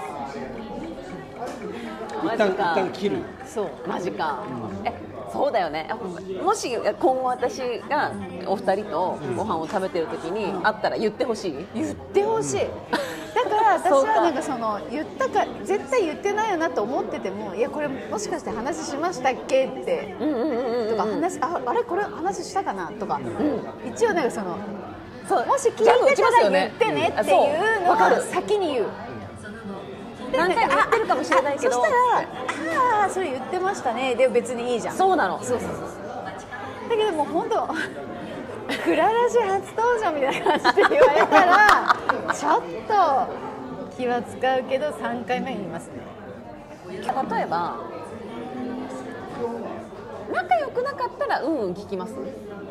Speaker 3: マ
Speaker 6: 一
Speaker 3: ジ
Speaker 6: 旦一旦
Speaker 3: か
Speaker 6: 切る
Speaker 2: すそう
Speaker 3: マジかえそうだよねもし今後私がお二人とご飯を食べてる時に会ったら言ってほしい
Speaker 2: 言ってほしい、だから私
Speaker 3: そう
Speaker 2: は
Speaker 3: か
Speaker 2: なんかその言ったか絶対言ってないよなと思っててもいやこれもしかして話しましたっけって
Speaker 3: うんうんうんうん
Speaker 2: とか話ああれこれ話したかなとか、一応なんかその
Speaker 3: そう
Speaker 2: もし聞いて
Speaker 3: ジャブ打ちます
Speaker 2: た
Speaker 3: よ
Speaker 2: ら言
Speaker 3: ね
Speaker 2: ってねってい
Speaker 3: そうう
Speaker 2: の
Speaker 3: わかる
Speaker 2: を先に言う。
Speaker 3: 何回か言ってるかもしれないけど
Speaker 2: そしたら「ああーそれ言ってましたね」で別にいいじゃんだ
Speaker 3: そうなのそう
Speaker 2: けどもう本当クララジ初登場みたいな感じで言われたらちょっと気は使うけど3回目言いますね
Speaker 3: 例えば仲良くなかったらうんうん聞きます
Speaker 2: う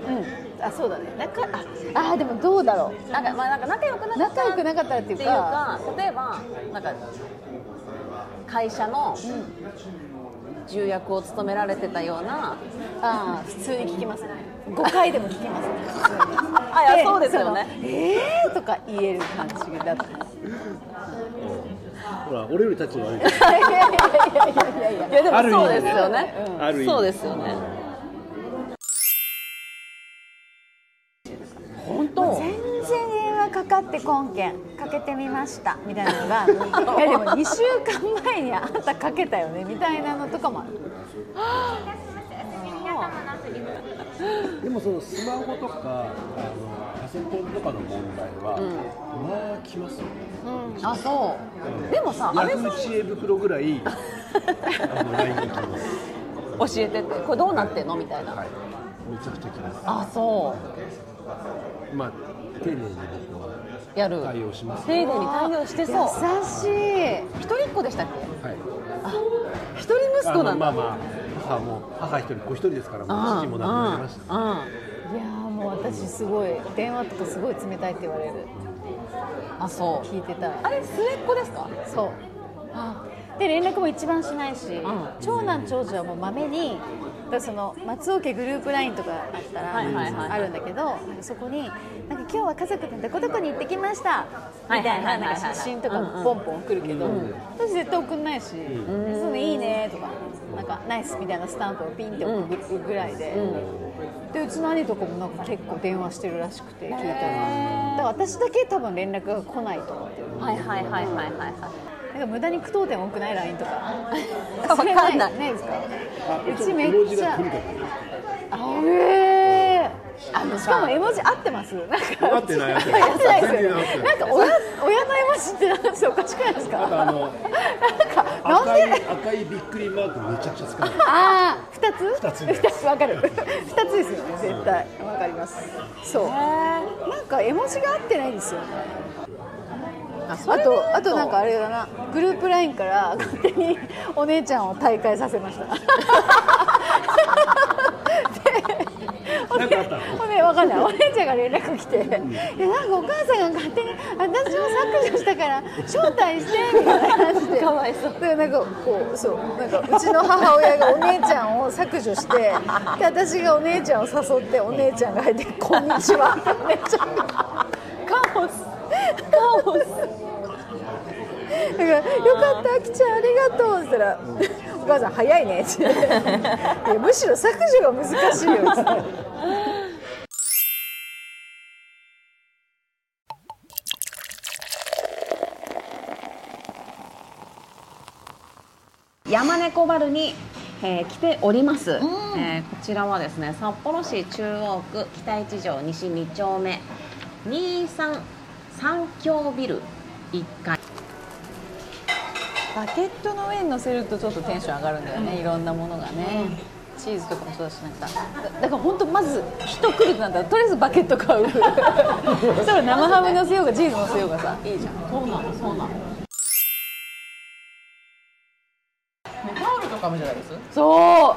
Speaker 2: んあそうだね仲ああーでもどうだろう
Speaker 3: なんかまあなんか仲良くなかっ
Speaker 2: 仲
Speaker 3: た
Speaker 2: 良くなかったらって
Speaker 3: っ
Speaker 2: いう
Speaker 3: て
Speaker 2: か
Speaker 3: いうか例えばなんか会社の重役を務められてたような
Speaker 2: あー普通に聞きますね5回でも聞きますね
Speaker 3: あ いやそうですよね
Speaker 2: そのえーとか言える感じだ った
Speaker 6: ほら俺より立ち悪い
Speaker 2: いやいやいやいやいや
Speaker 3: いやでも
Speaker 6: ある意味
Speaker 3: そうですよね
Speaker 6: うんある意味
Speaker 3: そうですよね本当
Speaker 2: 全然電話かかってこんけんかけてみましたみたいなのが いやでも2週間前にあんたかけたよねみたいなのとかもある
Speaker 6: でもそのスマホとかあのパソコンとかの問題は、まあ来ますよね
Speaker 3: あそうでもさ
Speaker 6: ヤ
Speaker 3: 安倍
Speaker 6: フ
Speaker 3: さん
Speaker 6: ー知恵袋ぐらいあの LINE が来ます
Speaker 3: 教えてってこれどうなってんのみたいな、
Speaker 6: はいめちゃくちゃ来ま
Speaker 3: あそ
Speaker 6: すまあ丁寧に僕は
Speaker 3: うやる
Speaker 6: 対応します
Speaker 3: 丁寧に対応してそう
Speaker 2: 優しい
Speaker 3: 一人っ子でしたっけ
Speaker 6: はい
Speaker 3: 一人息子な
Speaker 6: あの
Speaker 3: ん
Speaker 6: ま
Speaker 3: だ
Speaker 6: あまあ母も母一人子一人ですからもう父も亡くなりましたね
Speaker 3: うんうん
Speaker 2: いやーもう私すごい電話とかすごい冷たいって言われる
Speaker 3: あそう
Speaker 2: 聞いてたら
Speaker 3: あれ末っ子ですか
Speaker 2: そうで連絡も一番しないし、
Speaker 3: ん
Speaker 2: 長男長女はもうまめにだからその松尾家グループ LINE とかあったら
Speaker 3: はいはいはい
Speaker 2: あるんだけどなんかそこになんか今日は家族でどこどこに行ってきました
Speaker 3: い
Speaker 2: みたい
Speaker 3: は
Speaker 2: ない
Speaker 3: はい
Speaker 2: な
Speaker 3: は
Speaker 2: んか
Speaker 3: い
Speaker 2: 写真と
Speaker 3: うんう
Speaker 2: か
Speaker 3: ん
Speaker 2: ポンポン送るけど、私絶対送んないし、でそのいいねとかなんかナイスみたいなスタンプをピンって送るぐらいで、でうちの兄とかもなんか結構電話してるらしくて聞いたらだから私だけ多分連絡が来ないと思ってる。
Speaker 3: はいはいはいはいはいはい
Speaker 2: なんか無駄に句読点多くないラインと か。
Speaker 3: わかんない
Speaker 2: それないですか。うちめ
Speaker 6: 絵文
Speaker 2: っ
Speaker 6: 字
Speaker 2: ち
Speaker 6: が
Speaker 2: ゃ
Speaker 6: と。にかく
Speaker 2: あえーあのしかも絵文字合ってます。なんか
Speaker 6: 合ってない
Speaker 2: 合
Speaker 6: 合
Speaker 2: っ
Speaker 6: ってて
Speaker 2: な
Speaker 6: ない
Speaker 2: いですよ
Speaker 6: 全然合って
Speaker 2: ね。
Speaker 6: な
Speaker 2: ないんか親親の絵文字ってなんかおかしくないです
Speaker 6: あとあの
Speaker 2: か。なん
Speaker 6: 赤い
Speaker 2: で。
Speaker 6: 赤いびっくりマークめちゃくちゃ使う
Speaker 2: ああ二つ。
Speaker 6: 二つね
Speaker 2: 二つわかる。二つですよね絶対わかります。そう。なんか絵文字が合ってないんですよね。
Speaker 3: あそ
Speaker 2: あ
Speaker 3: れで言う
Speaker 2: とあとなんかあれだなグループラインから勝手にお姉ちゃんを退会させましたで お
Speaker 6: なん
Speaker 2: ね
Speaker 6: かあったの
Speaker 2: おねわかんないお姉ちゃんが連絡来て「いやなんかお母さんが勝手に私を削除したから招待して」みたいな感じで
Speaker 3: かわいそう
Speaker 2: だからなんかこうそうなんかうちの母親がお姉ちゃんを削除してで私がお姉ちゃんを誘ってお姉ちゃんが入って「こんにちは」ってお姉ちゃんがカオスカオスだから「よかったあきちゃんありがとう」っつったら「お母さん早い ね」って言っていやむしろ削除が難しいよ」っつって
Speaker 3: 山猫バルに、えー来ております、えーこちらはですね札幌市中央区北一条西2丁目233三峡ビル1階
Speaker 2: バケットの上に乗せるとちょっとテンション上がるんだよね、いろんなものがね、チーズとかもそうだしなんかだだから本当まず人来るとなったらとりあえずバケット買 うそしたら生ハム乗せようがチーズ乗せようがさいいじゃん
Speaker 3: そうなのそうなのタオルとかもじゃないです
Speaker 2: そ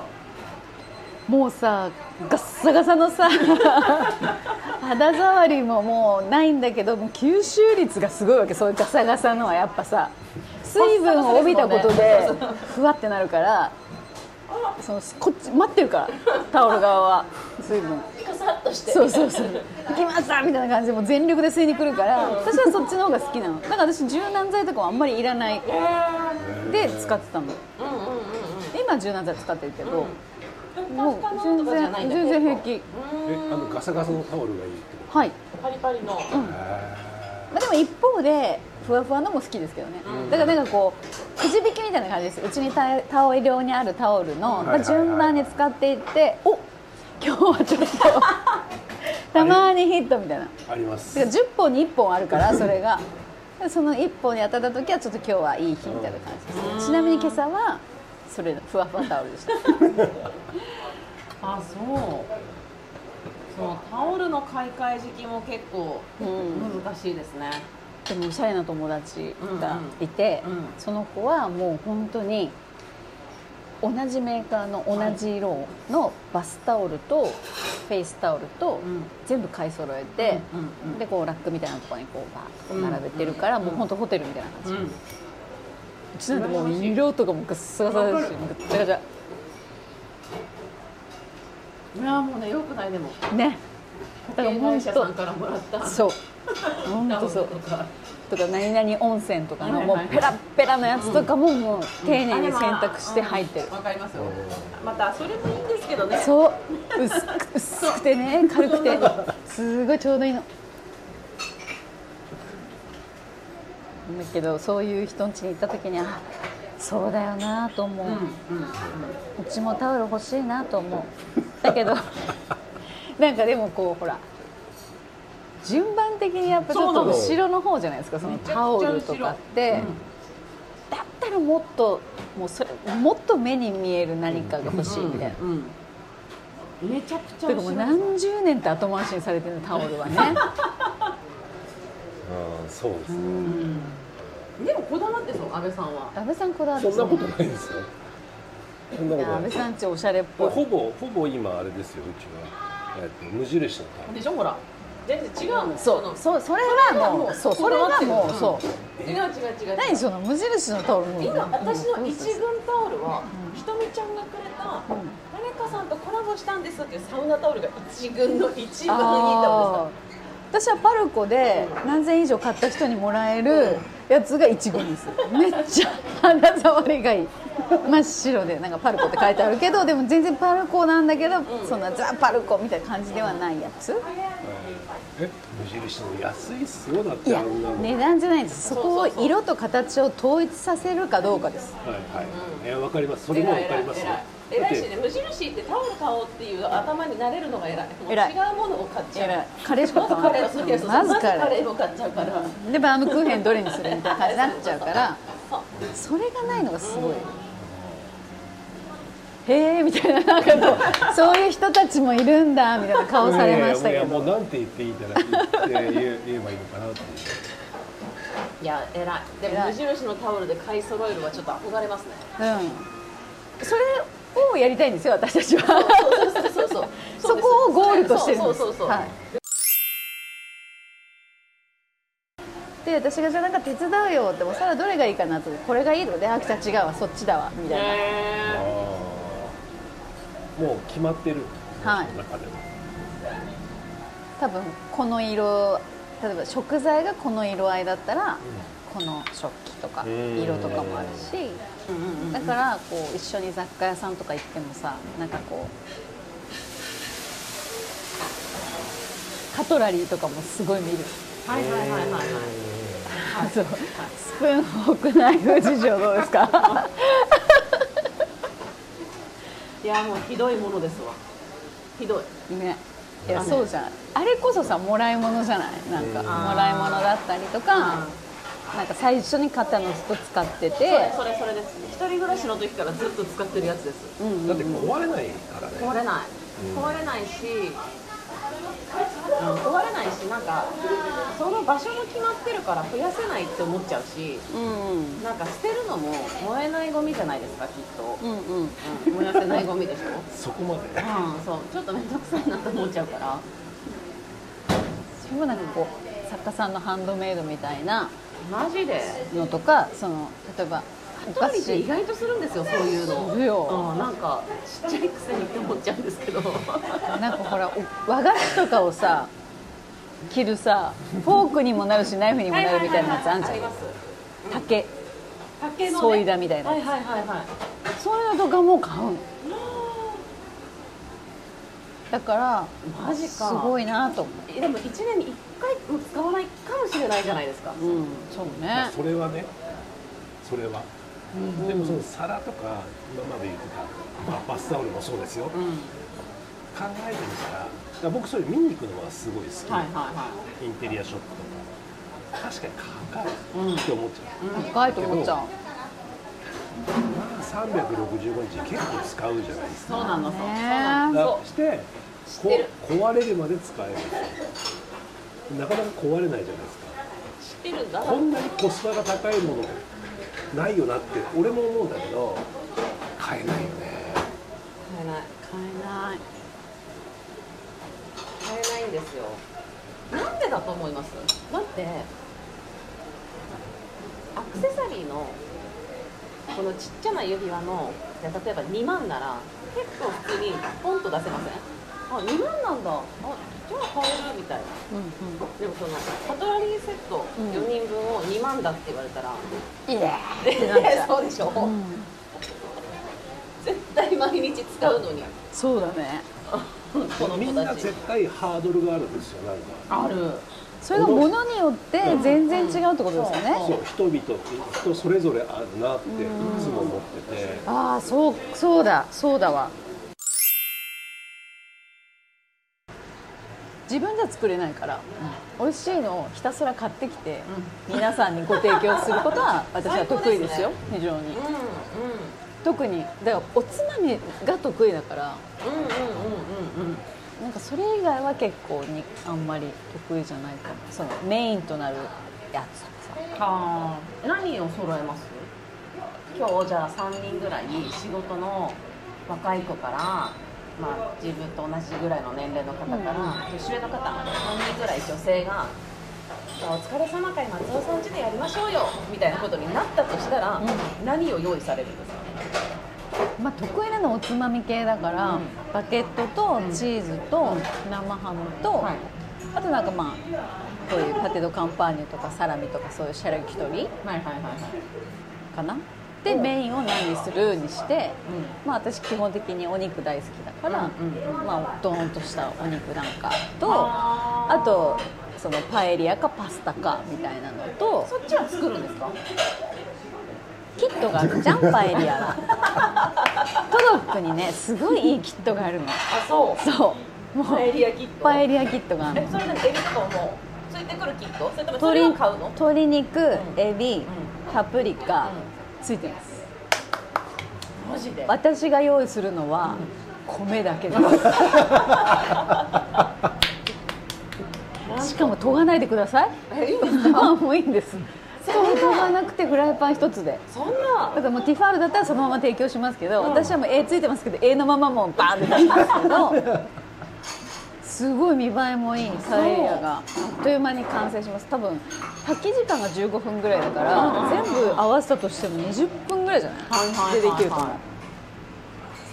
Speaker 2: うもうさガッサガサのさ 肌触りももうないんだけどもう吸収率がすごいわけそういうガサガサのはやっぱさ水分を帯びたことでふわってなるからそのこっち待ってるからタオル側は水分
Speaker 3: カサッとして
Speaker 2: そうそうそう行きましたみたいな感じでもう全力で吸いに来るから私はそっちの方が好きなのだから私柔軟剤とかはあんまりいらないで使ってたの今柔軟剤使ってるけど、もう全
Speaker 3: じ
Speaker 2: 然
Speaker 3: ゃないんだ
Speaker 2: 全然平気
Speaker 6: えあのガサガサのタオルがいいってこ
Speaker 2: はい、
Speaker 3: パリパリの
Speaker 2: まあ、でも一方でふわふわのも好きですけどね、だからなんかこうくじ引きみたいな感じですうちにタタオル量にあるタオルの、まあ、順番に使っていってお今日はちょっ とたまにヒットみたいな
Speaker 6: とあります
Speaker 2: だから10本に1本あるからそれがでその1本に当たった時はちょっと今日はいい日みたいな感じですちなみに今朝はそれのふわふわタオルでした
Speaker 3: あそうそのタオルの買い替え時期も結構
Speaker 2: ん
Speaker 3: 難しいですね、
Speaker 2: でもおしゃれな友達がいて、
Speaker 3: うんうんうん
Speaker 2: その子はもう本当に同じメーカーの同じ色のバスタオルとフェイスタオルと
Speaker 3: ん
Speaker 2: 全部買い揃えて、
Speaker 3: うんうんうん
Speaker 2: でこうラックみたいなところにこうバーッとこう並べてるから、もう本当ホテルみたいな感じ、う
Speaker 3: うん
Speaker 2: ちなんてもう色とかもガッサガサだしなんかガチャガチ
Speaker 3: いやもうねよくないでも
Speaker 2: ャねだから本
Speaker 3: 保険会社さん
Speaker 2: 当
Speaker 3: からもらった
Speaker 2: そう本
Speaker 3: タオ
Speaker 2: 当
Speaker 3: ル
Speaker 2: そう
Speaker 3: とか
Speaker 2: とか何々温泉とかの
Speaker 3: はい
Speaker 2: も
Speaker 3: は
Speaker 2: う
Speaker 3: いはい
Speaker 2: ペラッペラのやつとかももう丁寧に洗濯して入ってる
Speaker 3: わかりますよまたそれもいいんですけどね
Speaker 2: そう薄く薄くてね軽くてすごいちょうどいいのだけどそういう人ん家に行った時にあそうだよなと思う、うちもタオル欲しいなと思うだけど なんかでもこうほら順番的にやっぱちょっと後ろの方じゃないですかそのタオルとかって、だったらもっともうそれもっと目に見える何かが欲しいみたいな、
Speaker 3: うんめちゃくちゃ
Speaker 2: てかもう何十年って後回しにされてるタオルはね
Speaker 6: あーそうですね
Speaker 3: でもこだわってそう安倍さんは
Speaker 2: 安倍さんこだわって
Speaker 6: そんな
Speaker 2: そう
Speaker 6: ことないですよそんなこと
Speaker 2: 安
Speaker 6: ない
Speaker 2: 倍さんちおしゃれっぽい
Speaker 6: ほぼほぼ今あれですようちは、えっと、無印のタオル
Speaker 3: でしょほら全然違うもん
Speaker 2: そうそうそれがもうそうそれがもうそう
Speaker 3: う違う違う違う
Speaker 2: 何その無印のタオルも
Speaker 3: 今私
Speaker 2: う
Speaker 3: の一
Speaker 2: ん
Speaker 3: 軍タオルは、ひとみちゃんがくれた、誰かさんとコラボしたんですっていうサウナタオルが一軍の一番いいタオ
Speaker 2: あー私はパルコで何千以上買った人にもらえるやつが一軍ですめっちゃ肌触り がいい真っ白でなんかパルコって書いてあるけどでも全然パルコなんだけどそんなザ・パルコみたいな感じではないやつ
Speaker 6: 無印の安いっすよだっ
Speaker 2: い
Speaker 6: て
Speaker 2: や
Speaker 6: あんなの、
Speaker 2: 値段じゃないですそこを色と形を統一させるかどうかです
Speaker 6: はいはいいやわかりますそ
Speaker 3: ル
Speaker 6: れ
Speaker 3: です
Speaker 6: も
Speaker 3: よ
Speaker 6: わかりますよ
Speaker 3: 偉い偉い偉いし
Speaker 6: だ
Speaker 3: ね無印ってタオル買おうっていう頭になれるのが偉いもう
Speaker 2: 偉い
Speaker 3: 違うものを買っちゃう
Speaker 2: 偉いカレーしか
Speaker 3: ま
Speaker 2: 買
Speaker 3: ず
Speaker 2: わな
Speaker 3: カレーをそうそう
Speaker 2: い
Speaker 3: そう
Speaker 2: ま
Speaker 3: ま
Speaker 2: ず
Speaker 3: ず
Speaker 2: カ
Speaker 3: カ
Speaker 2: レ
Speaker 3: レーを買っちゃうから、
Speaker 2: ーでバームクーヘンどれにするみたいな感じになっちゃうからそれがないのがすごいへえみたいななんかこうそういう人たちもいるんだみたいな顔されました
Speaker 6: い
Speaker 2: け
Speaker 6: やいやもう
Speaker 2: ど
Speaker 6: なんて言っていいんだろう言って言え言えばいいのかなっていう
Speaker 3: いや偉いでも
Speaker 2: 偉い
Speaker 3: 無印のタオルで買い揃えるはちょっと憧れますね
Speaker 2: うんそれをやりたいんですよ私 たちは
Speaker 3: そうそうそう
Speaker 2: そこをゴールとしてるんです
Speaker 3: そうそうそうそう、
Speaker 2: はいで私がじゃあなんか手伝うよってもうさらどれがいいかなとこれがいいのであきちゃん違うわそっちだわみたいな、
Speaker 6: あーもう決まってる
Speaker 2: はい
Speaker 6: 中でも
Speaker 2: 多分この色例えば食材がこの色合いだったら、この食器とか
Speaker 6: うん
Speaker 2: 色とかもあるし、だからこう一緒に雑貨屋さんとか行ってもさなんかこうカトラリーとかもすごい見る
Speaker 3: はいはいはいはいはい
Speaker 2: あそうスプーン北内風事情どうですか
Speaker 3: いやもうひどいものですわひどい
Speaker 2: ねいやそうじゃんあれこそさもらい物じゃないなんかもらい物だったりとかなんか最初に買ったのずっと使ってて
Speaker 3: それそれです一人暮らしの時からずっと使ってるやつです
Speaker 5: だって壊れないからね
Speaker 3: 壊れない壊れないし、うん壊れないしなんかその場所も決まってるから増やせないって思っちゃうし
Speaker 2: うん
Speaker 3: なんか捨てるのも燃えないゴミじゃないですかきっと、
Speaker 2: うんうん
Speaker 3: うん燃やせないゴミでしょ、
Speaker 5: そこまで
Speaker 3: うん、そうちょっと面倒くさいなと思っちゃうから
Speaker 2: それもなんかこう作家さんのハンドメイドみたいな
Speaker 3: マジで
Speaker 2: のとかその例えばお
Speaker 3: 一
Speaker 2: 菓
Speaker 3: 人って意
Speaker 2: 子
Speaker 3: 外とするんですよそういうの
Speaker 2: するよ
Speaker 3: うん、なんかちっちゃいくせにって思っちゃうんですけど
Speaker 2: なんかほらお和菓子とかをさ切るさフォークにもなるしナイフにもなるみたいなやつあんじゃん
Speaker 3: ります
Speaker 2: 竹
Speaker 3: 竹の、ね、
Speaker 2: ソイダみたいな
Speaker 3: はい
Speaker 2: や
Speaker 3: はいはいはい
Speaker 2: つそういうのとかも買うのだから
Speaker 3: マジか
Speaker 2: すごいなと思
Speaker 3: えでも1年に1回も使わないかもしれないじゃないですか、
Speaker 2: う、うん、そうね
Speaker 5: まあそれはねそれは、でもその皿とか今まで言ってた、まあ、バスタオルもそうですよ、考えてみたらだから僕それ見に行くのはすごい好き、
Speaker 3: はいはいは
Speaker 5: インテリアショップとか確かに高いって思っちゃう、
Speaker 2: 高いと思っちゃう
Speaker 5: まあ365日結構使うじゃないです
Speaker 3: い
Speaker 5: か
Speaker 3: そうなのそう
Speaker 2: ね
Speaker 5: だしてこ壊れるまで使えるんですよなかなか壊れないじゃないですか
Speaker 3: 知ってるんだ
Speaker 5: こんなにコスパが高いものないよなって俺も思うんだけど買えないよね
Speaker 3: 買えない
Speaker 2: 買えない
Speaker 3: 買えないんですよなんでだと思いますだってアクセサリーのこのちっちゃな指輪のじゃあ例えば2万なら結構普通にポンと出せませんあ2万なんだあじゃあ買えるみたいな
Speaker 2: うん
Speaker 3: でもそのカトラリーセット
Speaker 2: うん
Speaker 3: 4人分を2万だって言われたら、
Speaker 2: うんいやってなっち
Speaker 3: え
Speaker 2: ゃう
Speaker 3: そうでしょ、
Speaker 2: うん
Speaker 3: 絶対毎日使うのに
Speaker 2: そうだね
Speaker 3: この
Speaker 5: み
Speaker 3: 子
Speaker 5: ん
Speaker 3: た
Speaker 5: な
Speaker 3: ち
Speaker 5: 絶対ハードルがあるんですよなんか
Speaker 3: ある
Speaker 2: それがものによって全然違うってことですよね
Speaker 5: そう人々人それぞれあるなっていつも思ってて
Speaker 2: ああそうそうだそうだわ自分じゃ作れないから、美味しいのをひたすら買ってきて、皆さんにご提供すること は私は得意ですよ非常に
Speaker 3: うんうん
Speaker 2: 特にだからおつまみが得意だから
Speaker 3: うんうんうんうんうん
Speaker 2: なんかそれ以外は結構にあんまり得意じゃないかもそのメインとなるやつとかさ
Speaker 3: あー何を揃えます今日じゃあ3人ぐらい仕事の若い子から、まあ、自分と同じぐらいの年齢の方から、年上の方3人ぐらい女性が「じゃあお疲れ様会松尾さん家でやりましょうよ」みたいなことになったとしたら、何を用意されるんですか
Speaker 2: まあ、得意なのはおつまみ系だから、
Speaker 3: うん
Speaker 2: バケットとチーズと生ハムと、
Speaker 3: はい
Speaker 2: あとなんかまあこういうパテ・ド・カンパーニュとかサラミとかそういうシャラキトリ
Speaker 3: はいはいはいはい
Speaker 2: かなでメインを何にするにして、まあ、私基本的にお肉大好きだから、
Speaker 3: うん
Speaker 2: まあ、ドーンとしたお肉なんかと
Speaker 3: あ
Speaker 2: あとそのパエリアかパスタかみたいなのと
Speaker 3: そっちは作るんですか
Speaker 2: キットがあるじゃんパエリアはトロップにねすごいいいキットがあるの
Speaker 3: あそ
Speaker 2: そうもう
Speaker 3: パエリアキット
Speaker 2: パエリアキットがある
Speaker 3: え
Speaker 2: の
Speaker 3: それでエビとかもついてくるキットそれともそれを
Speaker 2: 鶏
Speaker 3: 買うの
Speaker 2: 鶏肉エビ、
Speaker 3: ん
Speaker 2: パプリカ、ついてます
Speaker 3: マジで
Speaker 2: 私が用意するのは米だけですしかも研がないでください
Speaker 3: えいいんですか
Speaker 2: あ もういいんです研がなくてフライパン一つで
Speaker 3: そんな
Speaker 2: だからもうティファールだったらそのまま提供しますけど、私はもう絵ついてますけど絵のままもうバーンって出しますけどすごい見栄えもいいパエリアがあっという間に完成します多分炊き時間が15分ぐらいだから全部合わせたとしても20分ぐらいじゃない,、
Speaker 3: はいはいはいは
Speaker 2: で
Speaker 3: い
Speaker 2: できると思う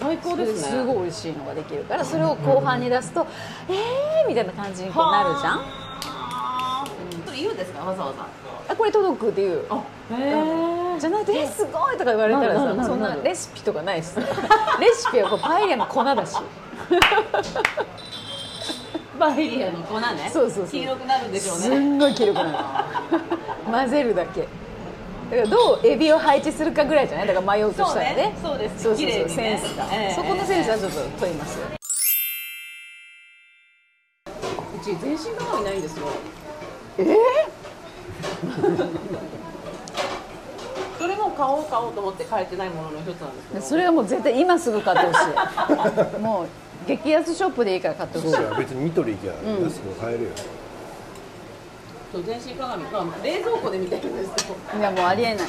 Speaker 3: 最高ですね
Speaker 2: すごい美味しいのができるからそれを後半に出すと「えー!」みたいな感じにこうなるじゃん
Speaker 3: あーそれ言うんですかわざわざ
Speaker 2: あこれ届くっていううんじゃないと「えすごい!」とか言われたら
Speaker 3: なるな
Speaker 2: さ
Speaker 3: る
Speaker 2: そん
Speaker 3: な
Speaker 2: な
Speaker 3: る
Speaker 2: レシピとかないしさ レシピはこうパエリアの粉だし
Speaker 3: バイリアの粉ね
Speaker 2: そうそうそう
Speaker 3: 黄色くなるんでしょう
Speaker 2: す
Speaker 3: ね
Speaker 2: んごい黄色くなる混ぜるだけだからどうエビを配置するかぐらいじゃないだから迷うとしたらね
Speaker 3: そうねそ
Speaker 2: そう
Speaker 3: うです
Speaker 2: そう
Speaker 3: 綺麗に
Speaker 2: そう
Speaker 3: ね
Speaker 2: センスが
Speaker 3: ええ
Speaker 2: そこのセンスはちょっと問いますよ
Speaker 3: ち全身鏡ないんですよ
Speaker 2: え
Speaker 3: それも買おう買おうと思って買えてないものの一つなんですけ
Speaker 2: ー、
Speaker 3: ど
Speaker 2: それはもう絶対今すぐ買ってほ しいもう激安ショップでいいから買ってほ
Speaker 5: そ
Speaker 2: し
Speaker 5: う
Speaker 2: い
Speaker 5: だよ別にニトリ行きゃ安く買えるよ、
Speaker 3: そう全身鏡、まあ、冷蔵庫で見てるんですけど
Speaker 2: いやもうありえない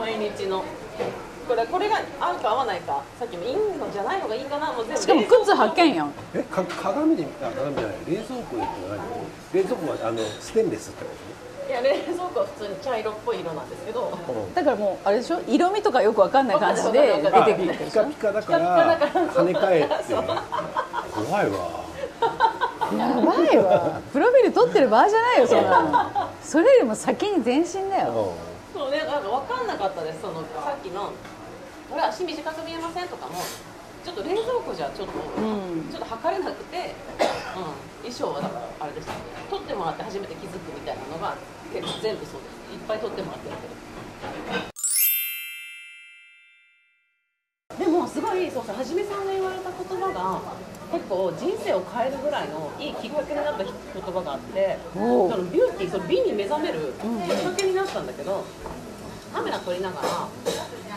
Speaker 3: 毎日のこれこれが合うか合わないかさっきもいいのじゃないのがいいかなもう全部
Speaker 2: しかも靴発見やん
Speaker 5: えか鏡であ鏡じゃない冷蔵庫でって何冷蔵庫はあのステンレスってこ
Speaker 3: いや冷蔵庫は普通に茶色っぽい色なんですけど
Speaker 5: と、うん
Speaker 2: だからもうあれでしょ色味とかよくわかんない感じで出
Speaker 3: あ
Speaker 2: てくる
Speaker 5: ピカピカだから跳ね返って怖いわ
Speaker 2: やばいわプロフィール撮ってる場合じゃないよそんなのそれよりも先に全身だよ
Speaker 5: う
Speaker 3: そうねなんか分かんなかったですそのさっきの「これ足短く見えません」とかもちょっと冷蔵庫じゃちょっと、
Speaker 2: ん
Speaker 3: ちょっと測れなくて、うん、衣装はだからあれでしたね撮ってもらって初めて気づくみたいなのが結構全部そうですいっぱい撮ってもらってるけどでもすごいそうそうはじめさんが言われた言葉が結構人生を変えるぐらいのいいきっかけになった言葉があってそ
Speaker 2: おう
Speaker 3: のビューティーその美に目覚めるきっかけになったんだけど、カメラ撮りながら「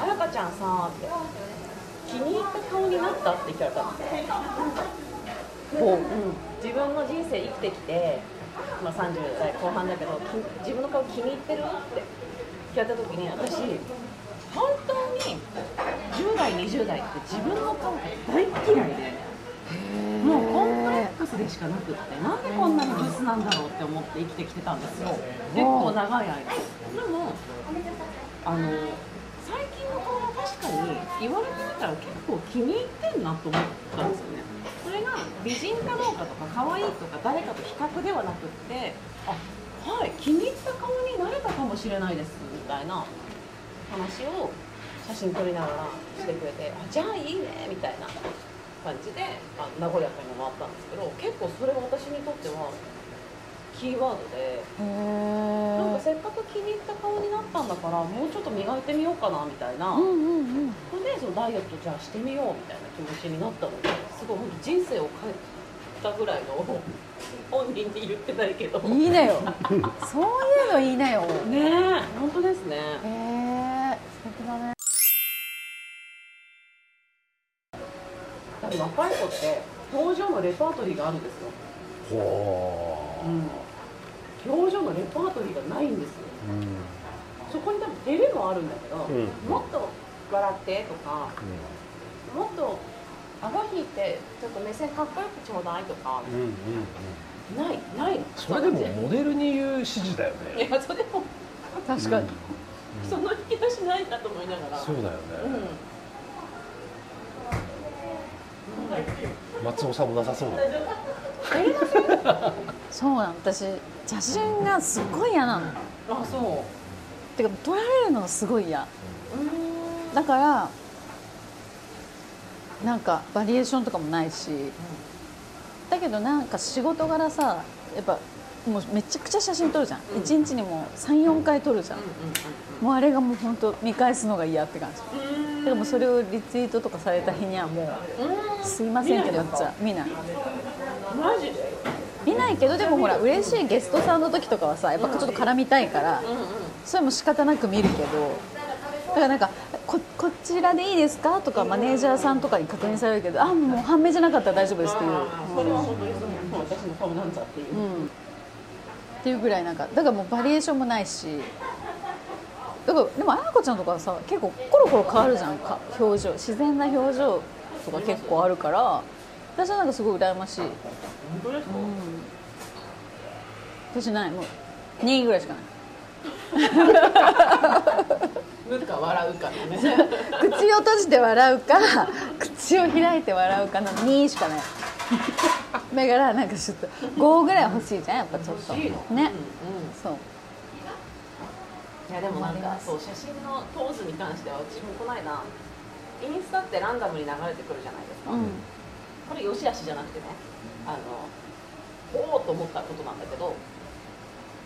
Speaker 3: あやかちゃんさ」って「気に入った顔になった?」って聞かれたんですよ
Speaker 2: おう
Speaker 3: 自分の人生生きてきて、まあ、30代後半だけどき自分の顔気に入ってるって聞かれた時に私本当に10代20代って自分の顔が大嫌いで。もうコンプレックスでしかなくってなんでこんなにブスなんだろうって思って生きてきてたんですよ結構長い間でもあの最近の顔は確かに言われてみたら結構気に入ってんなと思ったんですよねそれが美人かどうかとか可愛いとか誰かと比較ではなくってあはい気に入った顔になれたかもしれないですみたいな話を写真撮りながらしてくれてあじゃあいいねみたいな感じで、まあ、和やかに回ったんですけど結構それは私にとってはキーワード
Speaker 2: へ
Speaker 3: で。なんか
Speaker 2: え
Speaker 3: せっかく気に入った顔になったんだからもうちょっと磨いてみようかなみたいな、
Speaker 2: うんうんうん
Speaker 3: それでそのダイエットじゃあしてみようみたいな気持ちになったのですごい本当人生を変えたぐらいの本人に言ってないけど
Speaker 2: いいなよそういうのいいなよ
Speaker 3: ねえ本当ですね
Speaker 2: へえ素敵だね
Speaker 3: だって若い子って表情のレパートリーがあるんですよ、
Speaker 5: んほ
Speaker 3: 表情のレパートリーがないんですよ
Speaker 5: う、うん
Speaker 3: そこに多分照れもあるんだけど、
Speaker 5: ん
Speaker 3: もっと笑ってとかもっと顎引いてちょっと目線かっこよくちょうだいとか
Speaker 5: うんうんうん、
Speaker 3: ないない
Speaker 5: それでもモデルに言う指示だよ
Speaker 3: い
Speaker 5: ね
Speaker 3: やそれも
Speaker 2: 確かに、
Speaker 3: その引き出しないなと思いながら
Speaker 5: そうだよ
Speaker 3: うん
Speaker 5: ね、松尾さんもなさそうだね
Speaker 2: そうなの私写真がすっごい嫌なの
Speaker 3: あそ
Speaker 2: てか撮られるのがすごい嫌
Speaker 3: ううん
Speaker 2: だからなんかバリエーションとかもないし、だけどなんか仕事柄さやっぱもうめちゃくちゃ写真撮るじゃん、
Speaker 3: うん
Speaker 2: 一1日にも34回撮るじゃん、もうあれがもう本当見返すのが嫌って感じ、
Speaker 3: うん
Speaker 2: でもそれをリツイートとかされた日にはもう
Speaker 3: うん
Speaker 2: すいませんけどやっちゃう見ない
Speaker 3: マジで
Speaker 2: 見ないけどでもほら嬉しいゲストさんの時とかはさやっぱちょっと絡みたいから、
Speaker 3: うんうん
Speaker 2: それも仕方なく見るけどだからなんかここちらでいいですかとかマネージャーさんとかに確認されるけどあもう判明じゃなかったら大丈夫ですっていう、
Speaker 3: あそれは本当にそうもう私の顔なんだっていう
Speaker 2: うん、っていうぐらいなんかだからもうバリエーションもないしだからでもあやこちゃんとかはさ結構コロコロ変わるじゃんか表情自然な表情とか結構あるから私はなんかすごい羨ましい
Speaker 3: 本当ですか
Speaker 2: 私ないもう2位ぐらいしかない
Speaker 3: 無か笑うかのね
Speaker 2: 口を閉じて笑うか口を開いて笑うかの2しかないだからなんかちょっと5ぐらい欲しいじゃんやっぱちょっと
Speaker 3: 欲しいの
Speaker 2: ね
Speaker 3: うんうん
Speaker 2: そう
Speaker 3: いやでもなんかそう写真のポーズに関しては私もこの間インスタってランダムに流れてくるじゃないですか、これ良し悪しじゃなくてねあのおおと思ったことなんだけど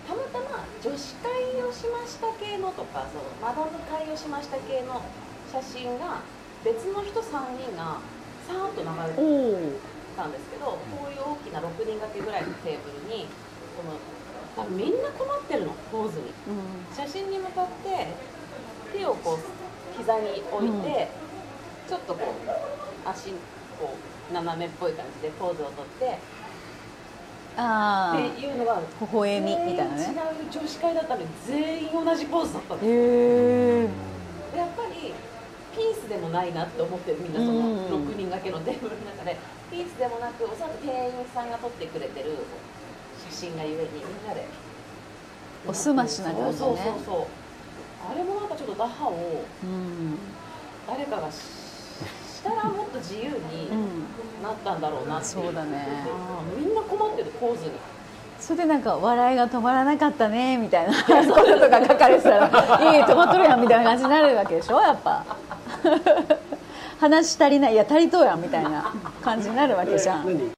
Speaker 3: たまたま女子会をしました系のとかそのマダム会をしました系の写真が別の人3人がさーっと流れて
Speaker 2: おお
Speaker 3: たんですけどこういう大きな6人掛けぐらいのテーブルにこの多分みんな困ってるのポーズに写真に向かって手をこう膝に置いて、
Speaker 7: うん
Speaker 3: ちょっとこう足こう斜めっぽい感じでポーズをとって
Speaker 7: ああ
Speaker 3: っていうのが
Speaker 7: 微笑みみたいな
Speaker 3: 全員違
Speaker 7: ね
Speaker 3: う女子会だったのに全員同じポーズだったの
Speaker 7: へえ
Speaker 3: でやっぱりピースでもないなって思ってるみんなそ
Speaker 7: うん
Speaker 3: の6人掛けのテーブルの中でピースでもなくおそらく店員さんが撮ってくれてる写真がゆえにみんなで
Speaker 7: おすましな感じね
Speaker 3: そうそうそうそうあれもなんかちょっと打破を
Speaker 7: うん
Speaker 3: 誰かがししたらもっと自由に
Speaker 7: うん
Speaker 3: なったんだろうなっていう
Speaker 7: そうだね
Speaker 3: うんみんな困ってるポーズに
Speaker 7: それでなんか笑いが止まらなかったねみたいなこととか書かれてたら「いい止まっとるやん」みたいな感じになるわけでしょやっぱ話足りないいや足りとうやんみたいな感じになるわけじゃん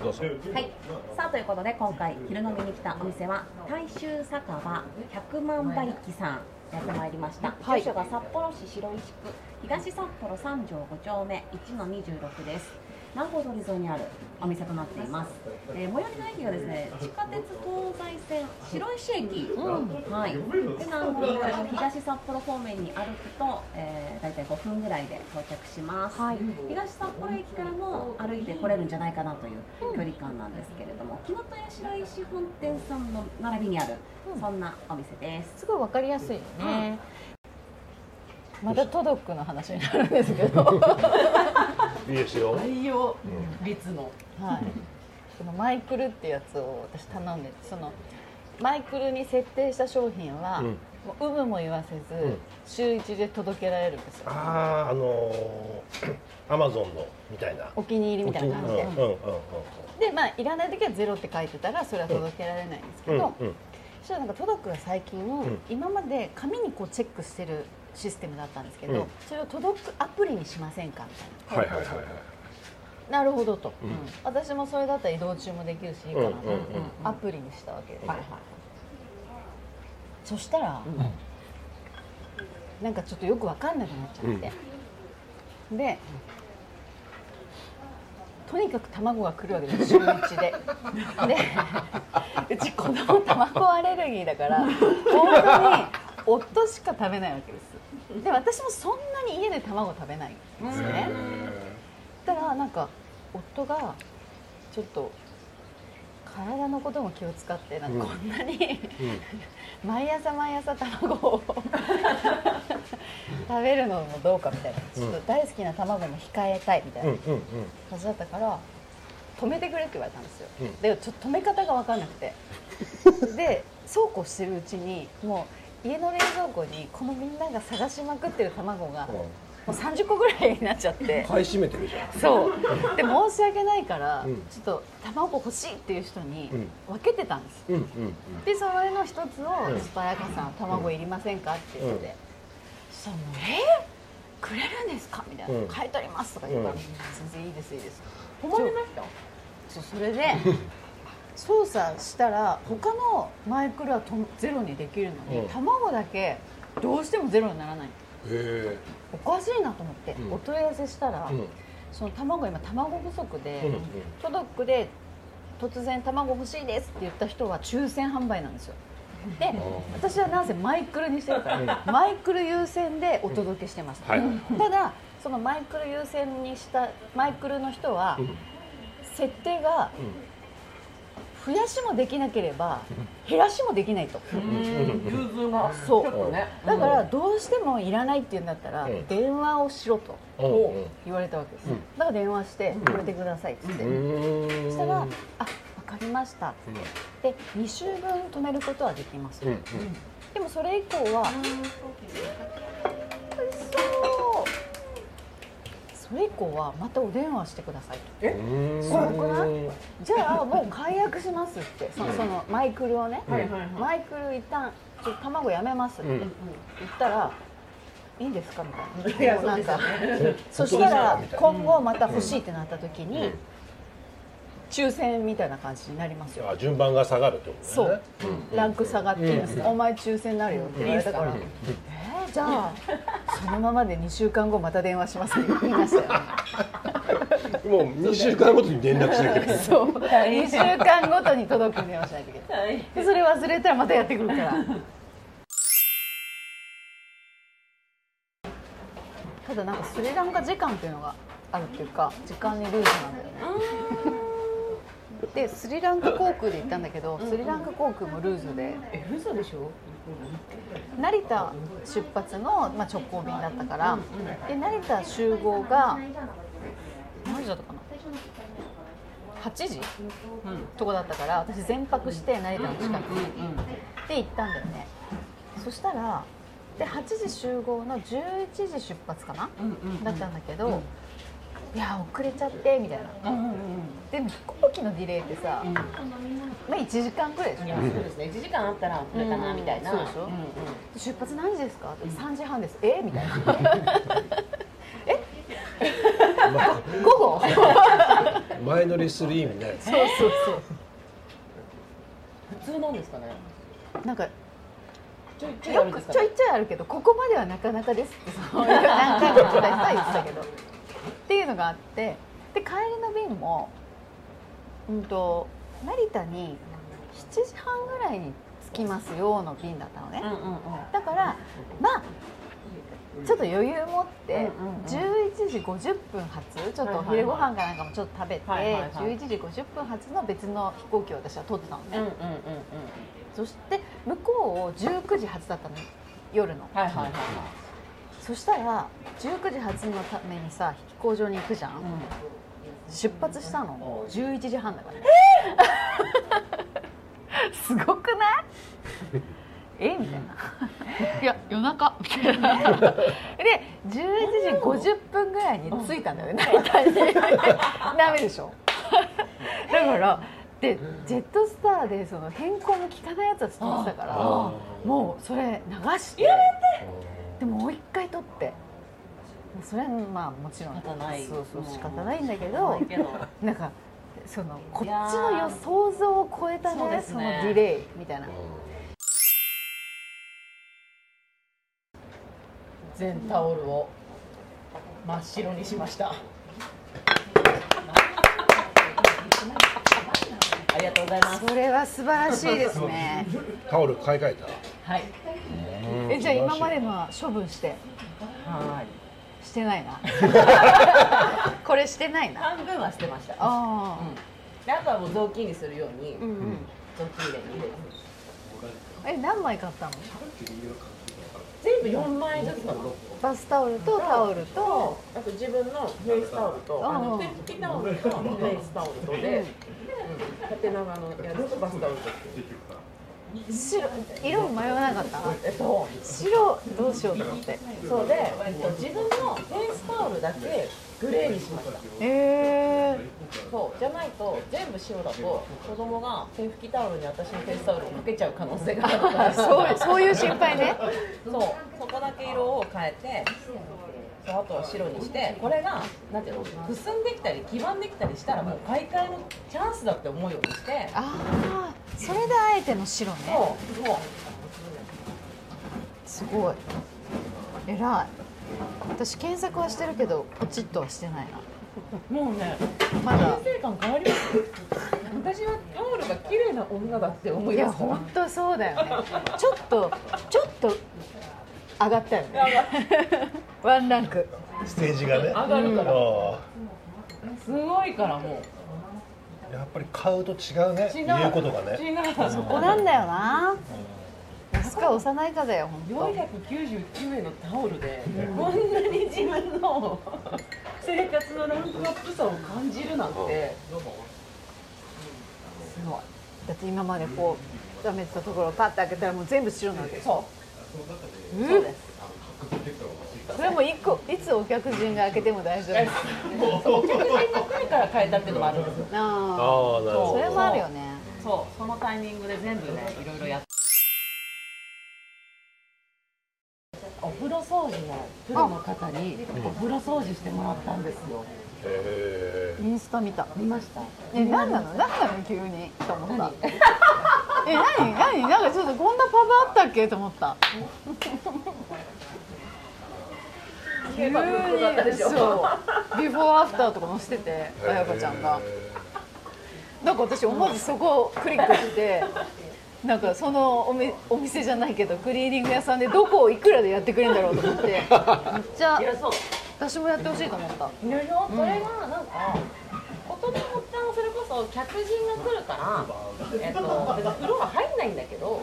Speaker 8: はい、さあということで今回昼飲みに来たお店は大衆酒場百万馬力さんやってまいりました、
Speaker 7: はい
Speaker 8: 住所が札幌市白石区東札幌三条5丁目1の26です南方通り沿いにあるお店となっています、えー最寄りの駅がですね地下鉄東西線白石駅、はい、で南方通りの東札幌方面に歩くと、えー、大体5分ぐらいで到着します、東札幌駅からも歩いて来れるんじゃないかなという距離感なんですけれども紀の戸屋白石本店さんの並びにある、そんなお店です
Speaker 2: すごいわかりやすいよね、またトドックの話になるんですけど
Speaker 4: いいですよ
Speaker 2: 愛用率の、はい、そのマイクルってやつを私頼んでてそのマイクルに設定した商品は、
Speaker 4: うん
Speaker 2: もう有無も言わせず、
Speaker 4: うん
Speaker 2: 週一で届けられるんですよ
Speaker 4: あああの アマゾンのみたいな
Speaker 2: お気に入りみたいな感じで、
Speaker 4: うんうんうん
Speaker 2: でまあいらない時はゼロって書いてたらそれは届けられないんですけど、
Speaker 4: うんうん
Speaker 2: そしたらなんかトドックが最近、
Speaker 4: ん
Speaker 2: 今まで紙にこうチェックしてるシステムだったんですけど、
Speaker 4: うん
Speaker 2: それをトドックアプリにしませんかみたいな
Speaker 4: はいはいはいはい
Speaker 2: なるほどと、私もそれだったら移動中もできるしいいかなと思って、
Speaker 4: うんうん
Speaker 2: アプリにしたわけですよ、そしたら、なんかちょっとよくわかんなくなっちゃって、でとにかく卵が来るわけですよ週一で でうち子供卵アレルギーだから本当に夫しか食べないわけですで私もそんなに家で卵食べないんですよね、そしたらなんか夫がちょっと体のことも気を使ってなんかこんな に、毎朝毎朝卵 を食べるのもどうかみたいな、ちょっと大好きな卵も控えたいみたいな感じだったから止めてくれって言われたんですよ、でちょっと止め方が分かんなくて でそうこうしてるうちにもう家の冷蔵庫にこのみんなが探しまくってる卵がもう30個ぐらいになっちゃって
Speaker 4: 買い占めてるじゃん
Speaker 2: そうで申し訳ないから、ちょっと卵欲しいっていう人に分けてたんです、
Speaker 4: うんうん
Speaker 2: でそれの一つを「ちょっと彩香さん卵いりませんか?」って言って、そしたらもう「えー、くれるんですか?」みたいな「買い取ります」とか言ったら「全然いいですいいです」困りましたそうそれで 操作したら他のマイクルはとゼロにできるのに、卵だけどうしてもゼロにならない
Speaker 4: へ
Speaker 2: おかしいなと思って、
Speaker 4: うん
Speaker 2: お問い合わせしたら、
Speaker 4: うん
Speaker 2: その卵今卵不足で、
Speaker 4: えうんうん
Speaker 2: トドックで突然卵欲しいですって言った人は抽選販売なんですよで私はなんせマイクルにしてるからマイクル優先でお届けしてます、
Speaker 4: はい
Speaker 2: ただそのマイクル優先にしたマイクルの人は、
Speaker 4: ん
Speaker 2: 設定が増やしもできなければ減らしもできないと、
Speaker 9: 融通が
Speaker 2: そう
Speaker 9: ちょっとね
Speaker 2: だからどうしてもいらないって言うんだったら、
Speaker 4: うん
Speaker 2: 電話をしろと
Speaker 4: うんうん
Speaker 2: 言われたわけです、だから電話してこれでくださいって言って、そしたら「あわかりました」ってで2週分止めることはできます、
Speaker 4: うんうん
Speaker 2: でもそれ以降はそうそれ以降はまたお電話してくださいと
Speaker 4: うん
Speaker 2: 怖くないじゃあもう解約しますってそのそのマイクルをね、マイクル一旦ちょっと卵やめますって
Speaker 4: うん
Speaker 2: 言ったら、いいんですかみたいない
Speaker 9: や
Speaker 2: もうなんか
Speaker 9: そう
Speaker 2: そしたら今後また欲しいってなった時に、
Speaker 10: 抽選みたいな感じになりますよ
Speaker 11: あ順番が下がるってことね
Speaker 10: そうランク下がってます、お前抽選になるよって言われたから、えーじゃあそのままで2週間後また電話しますって言いましたよね
Speaker 11: もう2週間ごとに連絡しなきゃいけない
Speaker 10: そう2週間ごとに届く電話しないといけない
Speaker 3: はい
Speaker 10: でそれ忘れたらまたやってくるから ただなんかスリランカ時間っていうのがあるっていうか時間にルールなんだよねでスリランカ航空で行ったんだけどスリランカ航空もルーズで
Speaker 3: え嘘でしょ
Speaker 10: 成田出発の、まあ、直行便だったから、で成田集合が何時だったかな8時、とこだったから私全泊して成田の近くに、で行ったんだよねそしたらで8時集合の11時出発かな、だったんだけど、いや遅れちゃってみたいな、でも飛行機のディレイってさ、まあ1時間くらいでしょ、
Speaker 3: そうですね1時間あったらこれかなみたいな
Speaker 10: そうでしょ
Speaker 3: うんうん
Speaker 10: 出発何時ですか?」って「3時半です」えみたいな「え午後?」そう
Speaker 11: 前乗りする意味ないです
Speaker 10: そうそ
Speaker 3: 普通なんですかね
Speaker 10: うなんかよ
Speaker 3: ちょいちょいあるんで
Speaker 10: く
Speaker 3: すか
Speaker 10: ちょいちょいあるけどここまではなかなかですってそういう何回も答えたい言ってたけどっていうのがあってで帰りの便もうんと成田に7時半ぐらいに着きますよの便だったのね、
Speaker 3: うんうんうん
Speaker 10: だからまあちょっと余裕持って
Speaker 3: うんうんうん
Speaker 10: 11時50分発ちょっとお昼ご飯かなんかもちょっと食べて
Speaker 3: はいはいはい
Speaker 10: 11時50分発の別の飛行機を私は取ってたのね、
Speaker 3: うんうんうんうん
Speaker 10: そして向こうを19時発だったのよ夜の
Speaker 3: はいはいはいはい
Speaker 10: そしたら19時発のためにさ飛行場に行くじゃん、出発したの11時半だからえ すごくない えみたいないや夜中みたいな で11時50分ぐらいに着いたんだよね大 体ダメでしょだからでジェットスターでその変更の効かないやつは勤めてたからもうそれ流してでももう一回取ってそれはまあもちろん
Speaker 3: 仕方ない
Speaker 10: そうそう
Speaker 3: うん
Speaker 10: 仕方ないんだけ
Speaker 3: は
Speaker 10: ど
Speaker 3: いけど
Speaker 10: なんかそのこっち
Speaker 3: いや
Speaker 10: の予
Speaker 3: ー
Speaker 10: 想像を超えた
Speaker 3: そう
Speaker 10: ね
Speaker 3: で
Speaker 10: そ
Speaker 3: す
Speaker 10: の
Speaker 3: ね
Speaker 10: ディレイみたいな
Speaker 3: 全タオルを真っ白にしました。ありがとうございます。
Speaker 10: それは素晴らしいですね
Speaker 11: タオル買い替え
Speaker 3: はい。
Speaker 10: えじゃあ今までのは処分して
Speaker 3: はい。
Speaker 10: してないな これしてないな
Speaker 3: 半分は捨てました。
Speaker 10: あ
Speaker 3: であとはもう雑巾にするように、
Speaker 10: あ、うんうん、
Speaker 3: 雑巾入れに入れて。
Speaker 10: え何枚買ったの
Speaker 3: 全部四枚ずつなの。
Speaker 10: バスタオルとタオルと
Speaker 3: あと自分のフェイスタオルと、あの
Speaker 10: うん
Speaker 3: 手拭きタオルとフェイスタオルとで、うん縦長のやつとバスタオルと。
Speaker 10: 白色迷わなかった
Speaker 3: えっと。
Speaker 10: 白どうしようと思って
Speaker 3: そうで、えっと、自分のフェイスタオルだけグレーにしました
Speaker 10: えー、
Speaker 3: そうじゃないと全部白だと子供が手拭きタオルに私のフェイスタオルをかけちゃう可能性があるから
Speaker 10: そうそういう心配ね
Speaker 3: そうそこだけ色を変えてそうあとは白にしてこれがなんていうのくすんできたり黄ばんできたりしたらもう買い替えのチャンスだって思うようにして
Speaker 10: ああそれであえての白
Speaker 3: そう
Speaker 10: ね
Speaker 3: そう
Speaker 10: すごい偉い私検索はしてるけどポチッとはしてないな
Speaker 3: もうね
Speaker 10: まだ
Speaker 3: 人生観変わります私はタオルが綺麗な女だって思
Speaker 10: い
Speaker 3: い
Speaker 10: や
Speaker 3: ました
Speaker 10: 本当そうだよねちょっとちょっと上がったよね ワンランク
Speaker 11: たステージがね
Speaker 3: 上がるから、
Speaker 11: あ
Speaker 3: すごいからもう
Speaker 11: ーやっぱり買うと違うね
Speaker 3: 違う
Speaker 11: 言うことがね
Speaker 3: 違うそ
Speaker 10: ここなんだよな押すか押さないかだよ本
Speaker 3: 499円のタオルでこんなに自分の生活のランクアップさを感じるなんてすごい
Speaker 10: 当だって今までこうダメてたところをパッと開けたらもう全部白に なって
Speaker 3: そ
Speaker 10: うん
Speaker 3: うそうです
Speaker 10: それも一個いつお客人が開けても大丈夫
Speaker 3: お客人が来るから変えたっていうのもあるんですよ
Speaker 10: ああ
Speaker 11: ああなる
Speaker 10: そ
Speaker 11: ほ
Speaker 10: れもあるよね
Speaker 3: そうそのタイミングで全部ねいろいろやってお風呂掃除のプロの方にお風呂掃除してもらったんですよ
Speaker 2: インスタ見た
Speaker 3: 見ました
Speaker 2: え何なの何なの急にと思った え何何なんかちょっとこんなパブあったっけと思った急にそうビフォーアフターとか載せてて彩香ちゃんがなんか私思わずそこをクリックしてなんかそのおみお店じゃないけどクリーニング屋さんでどこをいくらでやってくれるんだろうと思ってめっちゃ
Speaker 3: いやそう
Speaker 2: 私もやってほしいと思った
Speaker 3: いろいろそれがなんかことの発端はそれこそ客人が来るから、えっと、別に風呂は入んないんだけど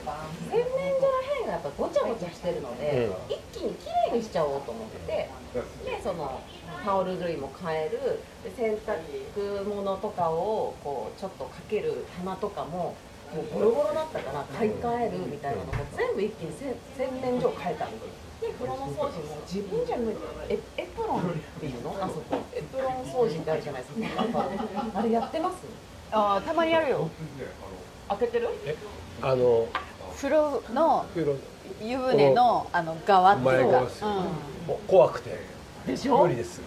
Speaker 3: 洗面所らへんがやっぱごちゃごちゃしてるので、一気にきれいにしちゃおうと思ってでそのタオル類も変えるで洗濯物とかをこうちょっとかける棚とかも。もうボロボロだったから買い替えるみたいなのも全部一気にせ洗面所を変えたので風呂の掃除も自分じゃ無理エエプロンっていうのあそこエプロン掃除ってあるじゃないですかなんかあれやってます
Speaker 2: ああたまにやるよ
Speaker 3: 開けてる
Speaker 11: あの
Speaker 2: 風呂の
Speaker 11: 風呂
Speaker 2: 湯船のあの側っていう
Speaker 11: 前
Speaker 2: か、
Speaker 11: 側ですよもう怖くて
Speaker 3: でし
Speaker 11: 無
Speaker 3: ょ
Speaker 11: 理です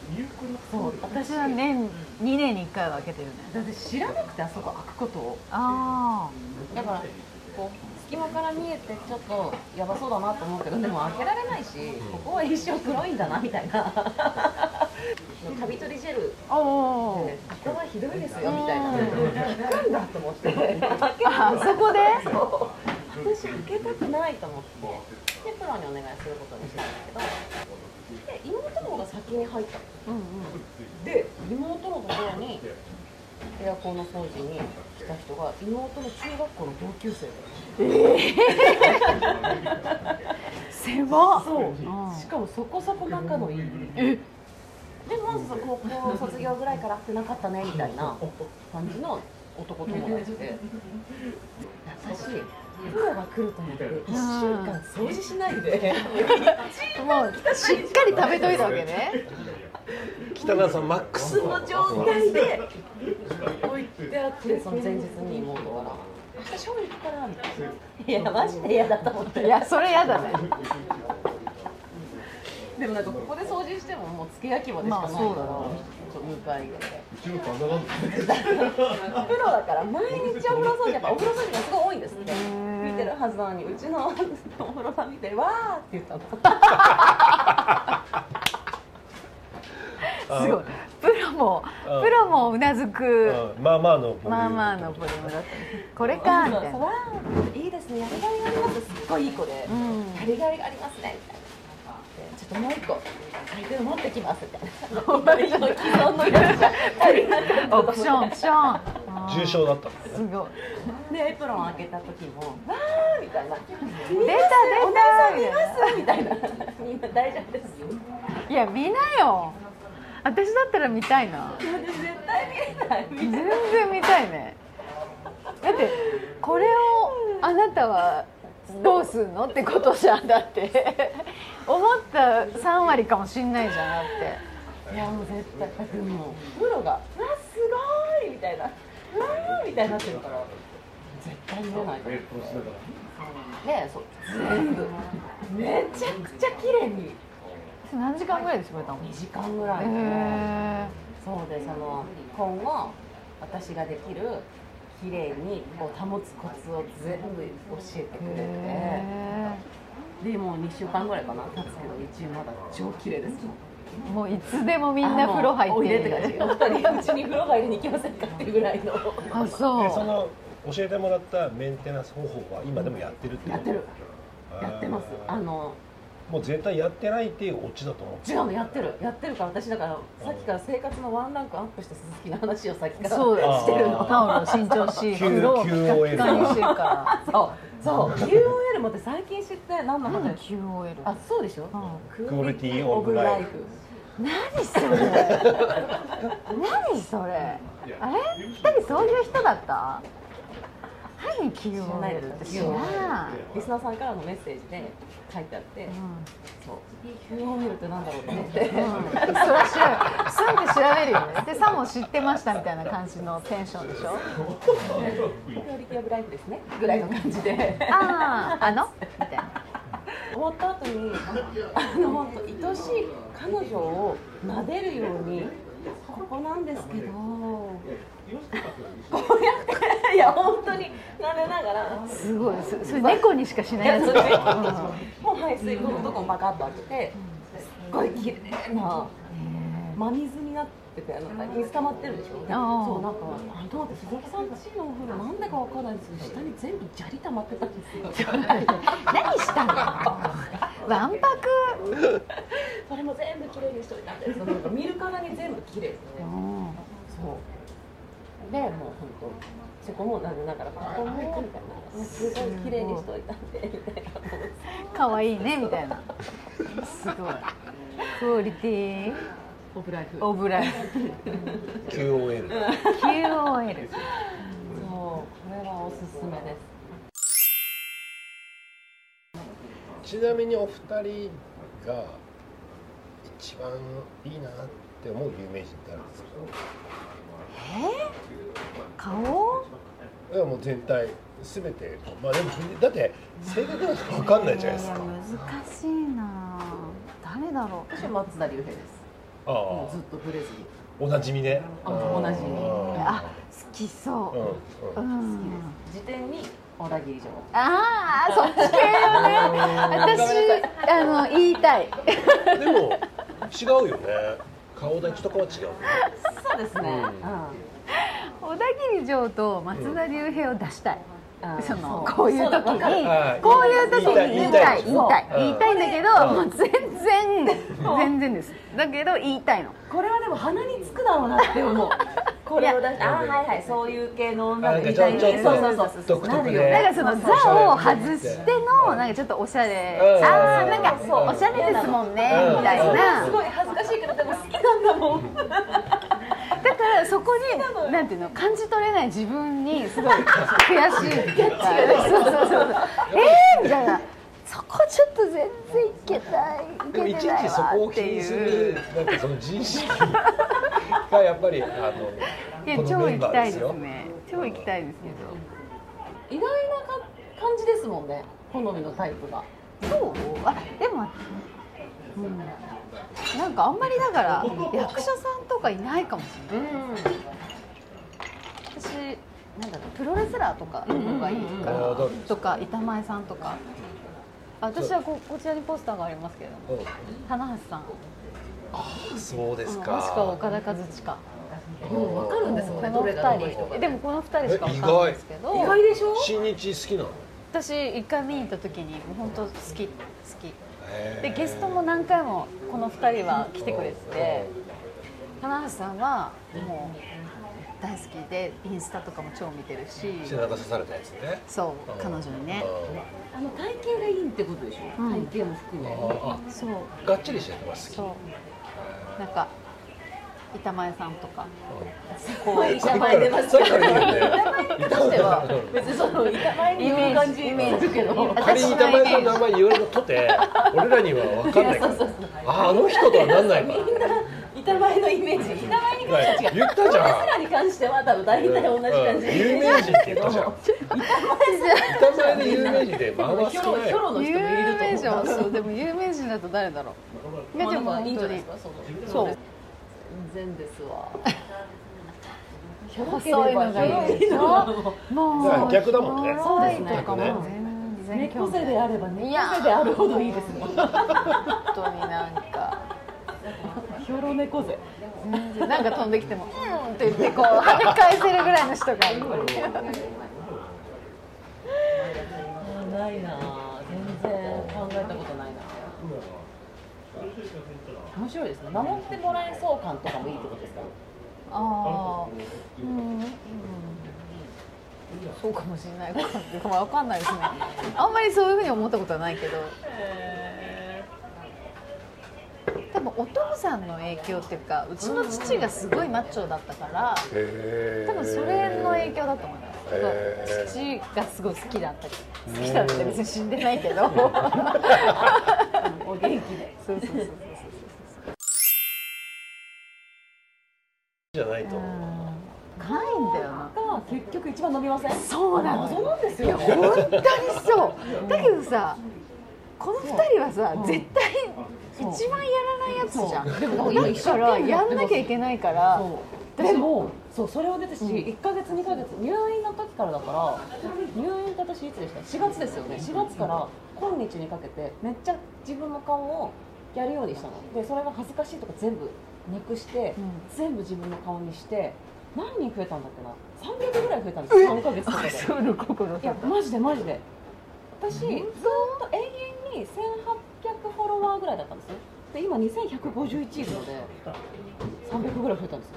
Speaker 3: そう
Speaker 2: 私は年2年に1回は開けてるね
Speaker 3: だって知らなくてあそこ開くことを
Speaker 2: あ
Speaker 3: だからこう隙間から見えてちょっとやばそうだなと思うけどでも開けられないしここは一生黒いんだなみたい なカビ取りジェル
Speaker 2: あおー
Speaker 3: ここはひどいですよみたいな効くんだと思って開けた
Speaker 2: あそこで
Speaker 3: そう私開けたくないと思ってでプロにお願いすることにしたんだけどで妹の方が先に入ったので妹のところにエアコンの掃除に来た人が妹の中学校の同級生だった
Speaker 2: 狭っ
Speaker 3: そう、しかもそこそこ仲のいいでもそ高校卒業ぐらいから会ってなかったねみたいな感じの男友達で私プロが来ると思って1週間掃除しない
Speaker 2: も
Speaker 3: で
Speaker 2: うしっかり食べといたわけね
Speaker 11: 北川さんマックス
Speaker 3: 素の状態で置いてあってその前日に妹から「明日勝負行くから」みたいな「いやマジで嫌だ」と思って
Speaker 2: いやそれやだね
Speaker 3: でもなんかここで掃除してももうつけ焼き場でしかないから、
Speaker 2: まあそうだな
Speaker 3: ちょっと向かいがプロだから毎日お風呂掃除やっぱお風呂掃除がすごい多いんですって見てるはずなのにうちのお風呂さん見て「わー」って言ったの
Speaker 2: すごいプロもプロもうなずく
Speaker 11: まあまあのボリューム
Speaker 2: まあまあのボリュームだったこれかみたい
Speaker 3: そう
Speaker 2: な
Speaker 3: わーっていいですねやりがいがありますすっごいいい子で、
Speaker 2: ん
Speaker 3: やりがいがありますねみたいなでちょっともう一個相手を持ってき ますみたいな既存のやつじゃ
Speaker 2: オプションオプション
Speaker 11: 重症だったの
Speaker 2: すごい
Speaker 3: でエプロン開けた時も「わー」みたいな
Speaker 2: 出た出たみたいな
Speaker 3: みたいな。みんな大丈夫です。
Speaker 2: いや見なよ私だったら見たいな
Speaker 3: 絶対見れない。
Speaker 2: 全然見たいねだってこれをあなたはどうすんのってことじゃんだって思った3割かもしんないじゃんだって
Speaker 3: いやもう絶対。だってもうプロがうわすごいみたいな。うわーみたいになってるから。絶対見れないと思って。で、そう全部めちゃくちゃ綺麗に
Speaker 2: それ何時間ぐらいで絞れたの
Speaker 3: 2時間ぐらい。
Speaker 2: へ
Speaker 3: そうでその今後私ができる綺麗にこう保つコツを全部教えてくれて。
Speaker 2: え
Speaker 3: でもう2週間ぐらいかな経つけどうちまだ超綺麗です
Speaker 2: もういつでもみんな風呂入
Speaker 3: おいでっ
Speaker 2: ってて
Speaker 3: 感じ
Speaker 2: る
Speaker 3: お二人うちに風呂入りに行きませんかっていうぐらいの
Speaker 2: あそ
Speaker 4: でそうの教えてもらったメンテナンス方法は今でもやってるっていう
Speaker 3: やってる
Speaker 4: あー
Speaker 3: やってますあの
Speaker 4: もう絶対やってないっていうオチだと思
Speaker 3: 違うのやってるやってるから私だからさっきから生活のワンランクアップした鈴木の話をさっきから
Speaker 2: そうだよ
Speaker 4: してるの
Speaker 2: タオルを新調し
Speaker 4: 急
Speaker 2: 風呂をピカピカに
Speaker 4: QOL
Speaker 2: してるか
Speaker 3: そうそう QOL もって最近知って何の
Speaker 2: ら何
Speaker 3: 話
Speaker 2: QOL
Speaker 3: あそうでしょ
Speaker 2: う
Speaker 4: クオリティオブライフ
Speaker 2: 何それ 何それあれ二人そういう人だった何気を入れるって知らない、
Speaker 3: リスナーさんからのメッセージで書いてあって、
Speaker 2: うん、
Speaker 3: そう QOL ってなんだろうと思って
Speaker 2: それは調べ住んで調べるよねでさも知ってましたみたいな感じのテンションでしょ
Speaker 3: クオリティオブライフですねぐらいの感じで
Speaker 2: あああのみたいな
Speaker 3: 終わった後にあの本当愛しい彼女を撫でるようにここなんですけどこうやっていや本当に撫でながら
Speaker 2: すごいそそれ猫にしかしないいや
Speaker 3: や
Speaker 2: つ
Speaker 3: それでもう排水口のとこもバカッと開けてすっごい綺麗な真水になっててなんか水溜まってるでしょ
Speaker 2: あー
Speaker 3: そうなんかあの鈴木さんちのお風呂なんだかわかんないんですけど下に全部砂利溜まってたんですよ
Speaker 2: 何した のわんぱく
Speaker 3: それも全部綺麗にしといたんですなんか見るからに全部綺麗ですねそうでもう本当そこもなでながらここもみたいなすごい綺麗にしといたんでみたいな
Speaker 2: 可愛いねみたいなすごいクオリティ
Speaker 3: オブライフ
Speaker 2: オブライフ
Speaker 12: QOL
Speaker 2: QOL
Speaker 3: そうこれはおすすめです
Speaker 11: ちなみにお二人が一番いいなって思う有名人ってあるんですか
Speaker 2: 顔
Speaker 11: いやもう全体全てまあでもだって性格なんか分かんないじゃないですか
Speaker 2: いや難しいな誰だろう
Speaker 13: 私は松田龍平です
Speaker 11: あ
Speaker 13: もう
Speaker 11: あ
Speaker 13: ずっとブレずに
Speaker 11: おなじみね
Speaker 13: あおなじみ
Speaker 2: あ好きそうう、うんん、
Speaker 13: 時点に小田切城
Speaker 2: ああそっち系よね私あの言いたい
Speaker 11: うんでも違うよね顔立ちとかは違うよね
Speaker 13: そうですね、
Speaker 2: 小田切城と松田龍平を出したい、
Speaker 13: うん
Speaker 2: その
Speaker 13: そう
Speaker 2: こういう時に
Speaker 11: はい
Speaker 2: こういう時に言いたい
Speaker 11: 言
Speaker 2: 言
Speaker 11: い
Speaker 2: い
Speaker 11: たいうん
Speaker 2: たい言いたいんだけどもう全然全然ですだけど言いたいの
Speaker 13: これはでも鼻につくだろうなって思 うこれを出してあーはいはいそういう系の女みたい
Speaker 11: あ
Speaker 13: に
Speaker 11: なんかちょ
Speaker 13: そうそ
Speaker 11: っと
Speaker 13: うそう
Speaker 11: 独特で
Speaker 13: なるよね
Speaker 2: だからその座を外してのなんかちょっとおしゃれ
Speaker 11: うん
Speaker 2: ああなんかそうおしゃれですもんね
Speaker 11: うん
Speaker 2: みたいな
Speaker 3: すごい恥ずかしいけどでも好きなんだもん
Speaker 2: だからそこになんていうの感じ取れない自分にす ごい悔しいっていうかそうそうそうそうえーみたいなそこちょっと全然いけ
Speaker 11: でも
Speaker 2: ないい
Speaker 11: いち
Speaker 2: けて
Speaker 11: い
Speaker 2: ない
Speaker 11: ちそ
Speaker 2: わ
Speaker 11: こを
Speaker 2: っ
Speaker 11: 気
Speaker 2: て
Speaker 11: にす
Speaker 2: い
Speaker 11: る
Speaker 2: う
Speaker 11: なんかその人意識がやっぱりあの
Speaker 2: いや
Speaker 11: この
Speaker 2: 超
Speaker 11: メ
Speaker 2: 行
Speaker 11: ンバ
Speaker 2: き
Speaker 11: ー
Speaker 2: た
Speaker 11: で
Speaker 2: い
Speaker 11: す
Speaker 2: で
Speaker 11: よ
Speaker 2: すね超行きたいです
Speaker 3: 意外なか感じですもんね好みのタイプが
Speaker 2: けどそうあでも、うん、なんかあんまりだから役者さんとかいないかもしれない、私なんだろうプロレスラーとかの方がいいから、
Speaker 11: あー誰です
Speaker 2: とか板前さんとかあ私はここちらにポスターがありますけれども棚橋さん
Speaker 11: そうですか
Speaker 2: もしくは岡田和親か
Speaker 13: わかるんですよ
Speaker 2: こ
Speaker 13: ね
Speaker 2: の
Speaker 13: ど
Speaker 2: 二
Speaker 13: れがどの人
Speaker 2: 人えでもこの二人しかわかんないですけど
Speaker 13: 意外でしょ
Speaker 11: 新日好きなの
Speaker 2: 私一回見に行った時にもう本当好き好きで
Speaker 11: へー
Speaker 2: ゲストも何回もこの二人は来てくれてて棚橋さんはもう大好きでインスタとかも超見てるし
Speaker 11: 背中刺されたやつね
Speaker 2: そう彼女にね
Speaker 13: あの体型がいいってことでしょ、
Speaker 2: うん
Speaker 13: 体型も含め
Speaker 11: あ
Speaker 2: そう
Speaker 11: あがっちりしてるのが好き
Speaker 2: そうなんか板前さんとか
Speaker 13: 可愛い名前出ます
Speaker 11: さっきから言うよね
Speaker 13: としては別にその板前に言う感じイメージけど
Speaker 11: 仮に板前さんの名前言われるとて俺らには分かんないからああの人とはなんないから
Speaker 13: 板前のイメージ板前に関しては違う
Speaker 11: 言ったじゃん
Speaker 13: 僕らに関しては多分大体同じ感じ
Speaker 11: うん有名人って言ったじゃ ん板前で有名人でまあまあ
Speaker 13: ヒ
Speaker 11: 少
Speaker 13: ョロ
Speaker 11: ない
Speaker 13: ヒョロの人もい
Speaker 2: 有
Speaker 13: る
Speaker 2: 名
Speaker 13: と思
Speaker 2: 人
Speaker 13: う
Speaker 2: そうでも有名人だと誰だろういやでも
Speaker 13: いい
Speaker 2: 本
Speaker 13: んじ
Speaker 2: 当
Speaker 13: ゃないで
Speaker 2: に
Speaker 13: すかその
Speaker 2: そう
Speaker 13: 全然ですわ
Speaker 2: 細いのがいいでしょ
Speaker 11: だか
Speaker 2: も
Speaker 11: ら
Speaker 2: う
Speaker 11: 逆だもんね
Speaker 2: そうですねとかも
Speaker 11: ね
Speaker 2: 全然
Speaker 13: 猫背であればね
Speaker 2: いや
Speaker 13: 猫背であるほどいいですね
Speaker 2: 本当になんか
Speaker 13: ヒョロ猫背
Speaker 2: 全然なんか飛んできてもうんって言ってこう跳ね返せるぐらいの人がいい
Speaker 13: ないなあ全然考えたことないな面白いですね守ってもらえそう感とかもいいってことですか
Speaker 2: ああうん、うん、そうかもしれないわかんないわかんないですねあんまりそういうふうに思ったことはないけど多分お父さんの影響っていうかうちの父がすごいマッチョだったから多分それの影響だと思いますだから父がすごい好きだった好きだったって別に死んでないけど
Speaker 13: お元気で
Speaker 2: そうそうそうそう
Speaker 11: じゃないと
Speaker 2: ないんだよな
Speaker 13: が結局一番伸びません
Speaker 2: そうなの
Speaker 13: 謎なんです
Speaker 2: いや
Speaker 13: よ
Speaker 2: 本当にそうだけどさこの2人はさ絶対一番やらないやつじゃんでもだからやんなきゃいけないから
Speaker 3: そうでもそうそれは出てし1か月2か月入院の時からだから入院って私いつでした4月ですよね4月から今日にかけてめっちゃ自分の顔をやるようにしたのでそれが恥ずかしいとか全部なくして、全部自分の顔にして何人増えたんだっけな300ぐらい増えたんですよ3か月とかで
Speaker 2: そうの心
Speaker 3: いやマジでマジで私ずっと永遠に1800フォロワーぐらいだったんですよで今2151いるので300ぐらい増えたんですよ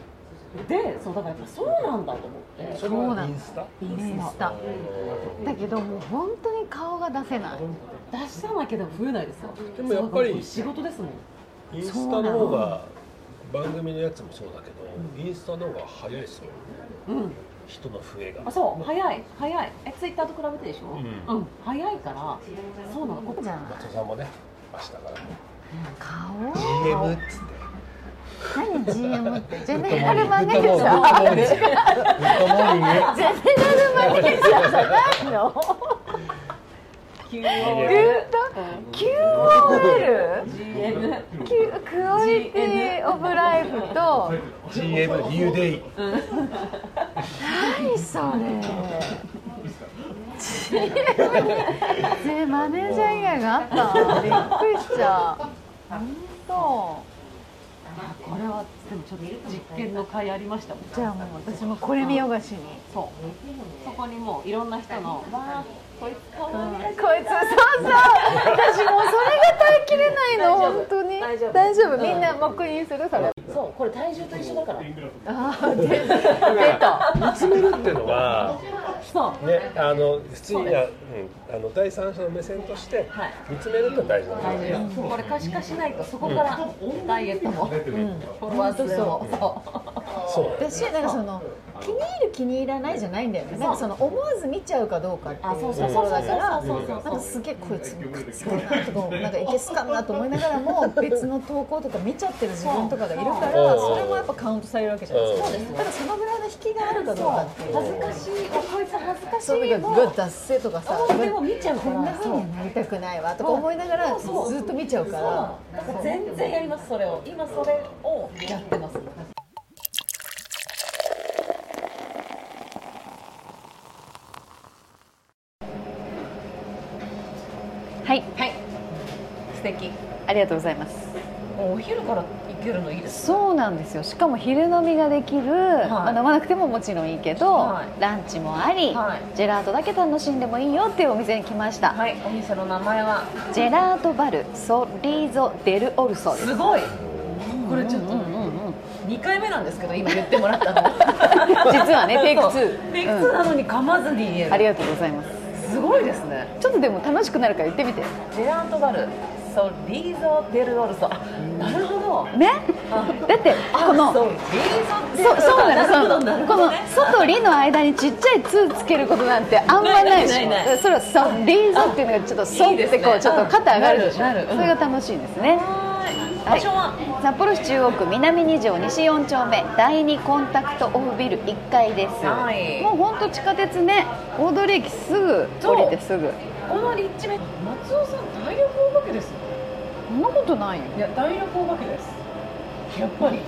Speaker 3: でそうだからやっぱそうなんだと思って
Speaker 5: それはインスタ
Speaker 2: インスタだけどもう本当に顔が出せない
Speaker 3: 出さなきゃでも増えないですよ
Speaker 5: でもやっぱり
Speaker 3: 仕事ですもん
Speaker 5: インスタの方が番組のやつもそうだけどインスタの方が早いですよ
Speaker 3: うん
Speaker 5: 人の増えが
Speaker 3: あそう早い早いえツイッターと比べてでしょ
Speaker 5: うん
Speaker 3: うん、早いからそうなのこ
Speaker 2: じゃ
Speaker 5: 松尾さんもね明日から
Speaker 2: 顔
Speaker 5: DM っつって
Speaker 2: 何 GM ってジェネラルマネージャー
Speaker 5: グ
Speaker 2: ジ
Speaker 5: ッドモーニンググッドモーニング
Speaker 2: ェネラルマネージャーじゃないの
Speaker 3: 急
Speaker 2: グッ
Speaker 3: に
Speaker 2: ド QOL
Speaker 3: GM
Speaker 2: ククオリティオブライフと
Speaker 5: GM ニューデイ
Speaker 2: 何それね マネージャー以外があったのびっくりしちゃう本
Speaker 3: これはでもちょっと実験の回ありましたもん
Speaker 2: 当じゃあもう私もこれ見よがしに
Speaker 3: そうそこにもういろんな人の「わあこいつかわいい」
Speaker 2: こいつそうそう私もうそれが耐えきれないの本当に
Speaker 3: 大
Speaker 2: 大
Speaker 3: 丈
Speaker 2: 丈
Speaker 3: 夫
Speaker 2: 夫みんな黙飲するそれ
Speaker 3: そうこれ体重と一緒だから
Speaker 2: あー出 出た
Speaker 5: 見つめるっていうのは
Speaker 3: そう
Speaker 5: ねあの普通には、うん、あの第三者の目線として
Speaker 3: はい
Speaker 5: 見つめるって大事なんだ
Speaker 3: 大
Speaker 5: よね
Speaker 3: 事これ可視化しないとそこからダイエットも、フォロワー数もそう
Speaker 5: そうだよ
Speaker 10: 私なんかその気に入る気に入らないじゃないんだよねなんかその思わず見ちゃうかどうかっていう
Speaker 3: あ
Speaker 10: と
Speaker 3: そうそう
Speaker 10: こ
Speaker 3: そう
Speaker 10: ろ
Speaker 3: そう
Speaker 10: だから
Speaker 3: そうそう
Speaker 10: な
Speaker 3: そ
Speaker 10: ん
Speaker 3: う
Speaker 10: かすげえこいつムカつくなとかなんかいけすかんなと思いながらも別の投稿とか見ちゃってる自分とかがいるから
Speaker 5: そう
Speaker 10: それもやっぱカウントされるわけじゃないですか
Speaker 5: そう
Speaker 10: だからそのぐらいの引きがあるかどうかっていう
Speaker 3: 恥ずかしいこいつ恥ずかし
Speaker 10: そう
Speaker 3: い
Speaker 10: だ
Speaker 3: も
Speaker 10: から脱せとかさ
Speaker 3: 思っても見ちゃうか
Speaker 10: こんな
Speaker 3: ら
Speaker 10: ふうにはなりたくないわとか思いながらずっと見ちゃうから
Speaker 3: だから全然やりますそれを今それをやってます
Speaker 2: はい
Speaker 3: はい素敵
Speaker 2: ありがとうございます
Speaker 3: お昼から行けるのいいです
Speaker 2: そうなんですよしかも昼飲みができる、まあ飲まなくてももちろんいいけど、
Speaker 3: はい
Speaker 2: ランチもあり、
Speaker 3: はい
Speaker 2: ジェラートだけ楽しんでもいいよっていうお店に来ました、
Speaker 3: はいお店の名前は
Speaker 2: ジェラートバルソリーゾデルオル ソです
Speaker 3: すごいこれちょっと2回目なんですけど今言ってもらったの
Speaker 2: 実 はねテイクツー
Speaker 3: そうテイク2なのに噛まずに言える
Speaker 2: ありがとうございます
Speaker 3: すごいですね
Speaker 2: ちょっとでも楽しくなるから言ってみて
Speaker 3: ジェラートバルソリーゾデルオルソあなるほど
Speaker 2: ねだってこの
Speaker 3: そ
Speaker 2: そう
Speaker 3: リーゾデル
Speaker 2: うそうなの
Speaker 3: そ
Speaker 2: そううな
Speaker 3: なる
Speaker 2: の
Speaker 3: ほ
Speaker 2: こ
Speaker 3: ど
Speaker 2: の
Speaker 3: ね
Speaker 2: 「外と「り」の間にちっちゃい「つ」つけることなんてあんまないでし
Speaker 3: ない
Speaker 2: ょ
Speaker 3: ないない
Speaker 2: それは「そうリーゾ」っていうのがちょっと「そ」
Speaker 3: い
Speaker 2: っ
Speaker 3: いです
Speaker 2: て
Speaker 3: ね
Speaker 2: こうちょっと肩上がるでしょ
Speaker 3: なるなるうん
Speaker 2: それが楽しいですね
Speaker 3: 場所は
Speaker 2: 札幌市中央区南2条西4丁目第2コンタクトオフビル1階です、
Speaker 3: はい
Speaker 2: もう本当地下鉄ね大通り駅すぐ降りてすぐ
Speaker 3: この立地面松尾さん大力お化けですよ
Speaker 2: そんなことないよ
Speaker 3: いや大力お化けですやっぱり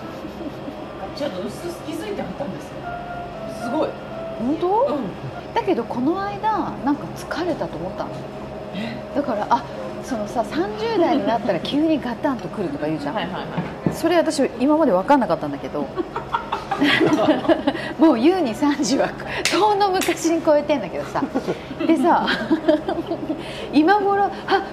Speaker 3: ちょっと薄々気づいてあったんですよすごい
Speaker 2: 本当、
Speaker 3: うん
Speaker 2: だけどこの間なんか疲れたと思ったのだからあそのさ30代になったら急にガタンとくるとか言うじゃん、
Speaker 3: はいはいはい
Speaker 2: それ私今まで分かんなかったんだけ どもう優に30は遠の昔に超えてんだけどさでさ今頃あ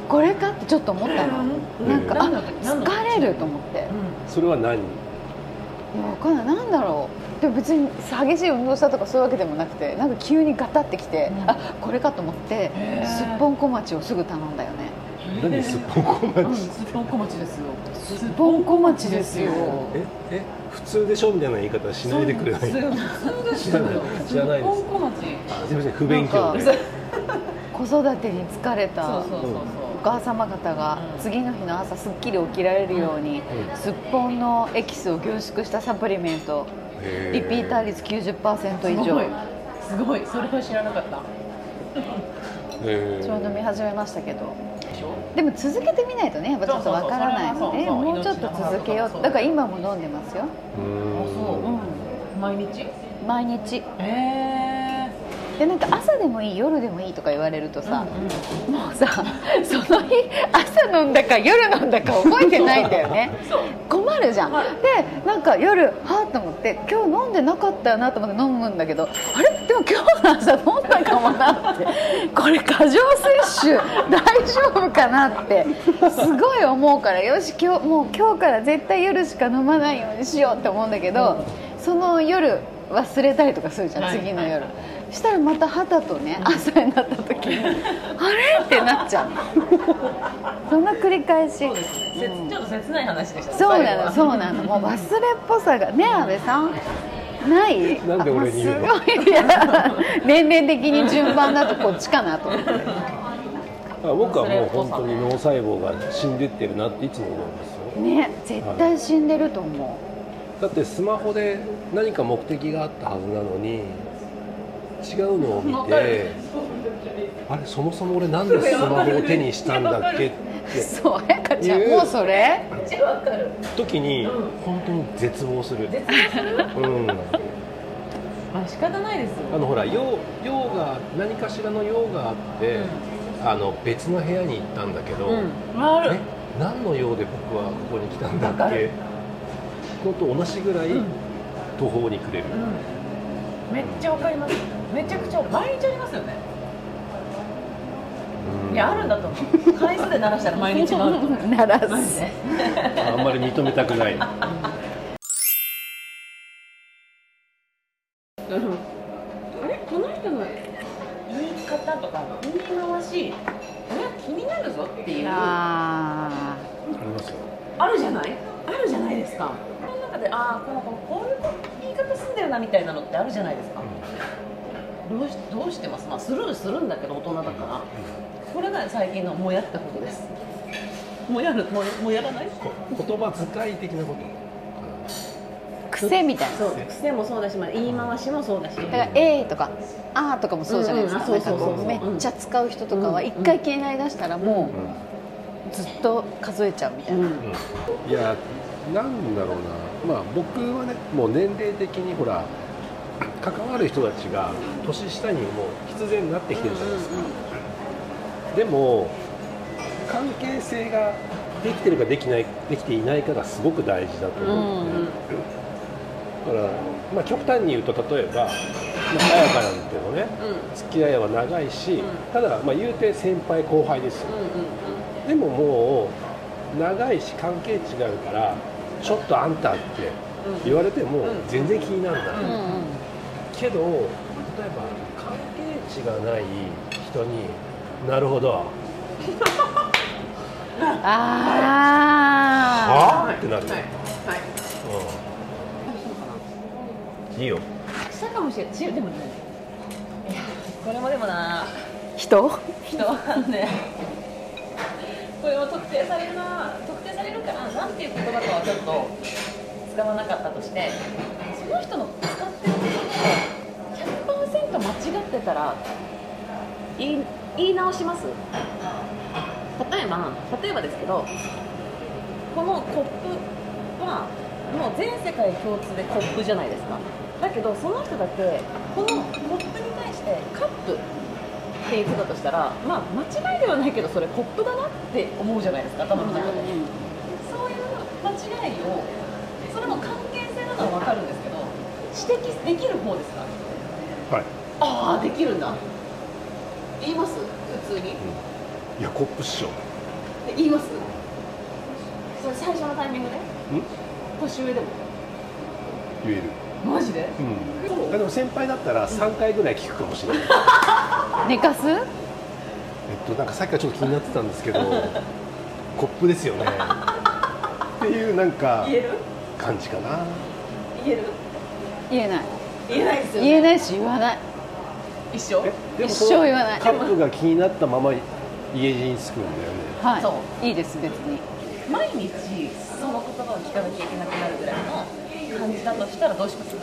Speaker 2: これかってちょっと思ったのなんかあ疲れると思って
Speaker 5: それは何
Speaker 2: いや分かんないなんだろうでも別に激しい運動したとかそういうわけでもなくてなんか急にガタってきて、あこれかと思ってすっぽん小町をすぐ頼んだよね
Speaker 5: 何すっぽんこま
Speaker 3: うん
Speaker 5: ち
Speaker 3: すっぽんこ餅ですよすっ
Speaker 2: ぽん小町ですよ
Speaker 5: ええ普通でしょみたいな言い方しないでくれない
Speaker 3: 普通です
Speaker 5: 知らない
Speaker 3: よ
Speaker 5: 知らないです
Speaker 3: すっぽんこ餅
Speaker 5: すみません不
Speaker 2: なん
Speaker 5: 勉
Speaker 2: か
Speaker 5: 強で
Speaker 2: 子育てに疲れた
Speaker 3: そうそうそうそう
Speaker 2: お母様方が次の日の朝すっきり起きられるようにすっぽんのエキスを凝縮したサプリメントリピーター率90%以
Speaker 3: すごい
Speaker 2: 上
Speaker 3: すごいそれは知らなかった
Speaker 11: へー
Speaker 2: ちょうど見始めましたけどでも続けてみないとねやっぱちょっとわからないので
Speaker 3: そうそうそうそれはそうそう
Speaker 2: もうちょっと続けようだから今も飲んでますよ
Speaker 3: そう毎日
Speaker 2: 毎日
Speaker 3: へえ
Speaker 2: でなんか朝でもいい夜でもいいとか言われるとさ、もうさ その日朝飲んだか夜飲んだか覚えてないんだよ ね困るじゃんでなんか夜はあと思って今日飲んでなかったよなと思って飲むんだけどあれでも今日の朝飲んだかもなって これ過剰摂取 大丈夫かなってすごい思うからよし今日もう今日から絶対夜しか飲まないようにしようって思うんだけど、その夜忘れたりとかするじゃん、次の夜。したらまた肌とね朝になった時 にあれってなっちゃうそんな繰り返しそう
Speaker 3: せつちょっと切ない話でしたね
Speaker 2: なのそうなのもう忘れっぽさがね安倍さんない
Speaker 11: なんで俺に言うの
Speaker 2: あもすごいいや年齢的に順番だとこっちかなと思って
Speaker 11: あ僕はもう本当に脳細胞が死んでってるなっていつも思いますよ
Speaker 2: ね絶対死んでると思
Speaker 11: だってスマホで何か目的があったはずなのに違うのを見てあれそもそも俺なんでスマホを手にしたんだっけって
Speaker 2: う、そう彩香ちゃんもうそれ
Speaker 11: 時に本当に絶望するうん、
Speaker 3: まあ仕方ないですよ
Speaker 11: あのほら用用が何かしらの用があって、あの別の部屋に行ったんだけど、
Speaker 3: あ
Speaker 11: え何の用で僕はここに来たんだっけのと同じぐらい途方に暮れる、
Speaker 3: めっちゃわかりますめちゃくちゃ毎日ありますよねいやあるんだと思う回数で鳴らしたら毎日もあると 思う
Speaker 2: ならず
Speaker 11: あんまり認めたくない
Speaker 3: あれこの人の言い方とか言い回しこれは気になるぞっていうあ
Speaker 2: あ
Speaker 3: るじゃないあるじゃないですかこの中でああこの子こういう言い方すんだよなみたいなのってあるじゃないですかどうしどうしてますまあスルーするんだけど大人だからこれが最近のもやったことですもやるもやもやらない
Speaker 14: 言葉遣い的なこと
Speaker 2: あ癖みたいな
Speaker 3: そう癖もそうだし、まあ、言い回しもそうだし
Speaker 2: だから「えー」とか「あー」とかもそうじゃないですか
Speaker 3: うん
Speaker 2: な
Speaker 3: う
Speaker 2: んんかこ
Speaker 3: そうそうそう
Speaker 2: うめっちゃ使う人とかは
Speaker 3: うん
Speaker 2: 一回携帯出したらもうずっと数えちゃうみたいな、
Speaker 11: いやなんだろうなまあ僕はねもう年齢的にほら関わる人たちが年下にもう必然になってきてるじゃないですか、でも関係性ができてるかできないできていないかがすごく大事だと思うんですね、だから、まあ、極端に言うと例えば、まあ、彩香なんてもね、付き合いは長いし、ただ、まあ、言うて先輩後輩ですよ、でももう長いし関係値があるからちょっとあんたって言われても全然気にならない、けど例えば関係値がない人になるほど
Speaker 2: ああ
Speaker 11: ああってなるよ、うんいいよ
Speaker 3: したかもしれないでもねいやこれもでもな
Speaker 2: 人
Speaker 3: 人はねこれも特定されるな特定されるからなんていう言葉かはちょっと使わなかったとしてその人の使ってる言葉を100%間違ってたら言い言い直します例えば例えばですけどこのコップはもう全世界共通でコップじゃないですかだけどその人だけこのコップに対してカップって言ってたとしたら、まあ、間違いではないけどそれコップだなって思うじゃないですか頭の中で、そういう間違いをそれも関係性なのは分かるんですけど指摘できる方ですか
Speaker 11: はい
Speaker 3: ああできるんだ言います普通に
Speaker 11: いやコップ師匠
Speaker 3: え言いますそれ最初のタイミングで年上でも
Speaker 11: 言える
Speaker 3: マジで
Speaker 11: うん、でも先輩だったら3回ぐらい聞くかもしれない、
Speaker 2: 寝かす
Speaker 11: えっと、なんかさっきからちょっと気になってたんですけど コップですよねっていうなんか
Speaker 3: 言える
Speaker 11: 感じかな
Speaker 3: 言える
Speaker 2: 言えない
Speaker 3: 言えないですよね
Speaker 2: 言えないし言わない
Speaker 3: 一緒
Speaker 11: でも
Speaker 2: 一
Speaker 11: そ
Speaker 2: 生
Speaker 11: の
Speaker 2: 言わない
Speaker 11: カップが気になったまま家路に着くんだよね
Speaker 2: はい
Speaker 3: そ
Speaker 2: いいです別に
Speaker 3: 毎日その言葉を聞かなきゃいけなくなるぐらいの感じだとしたらどうします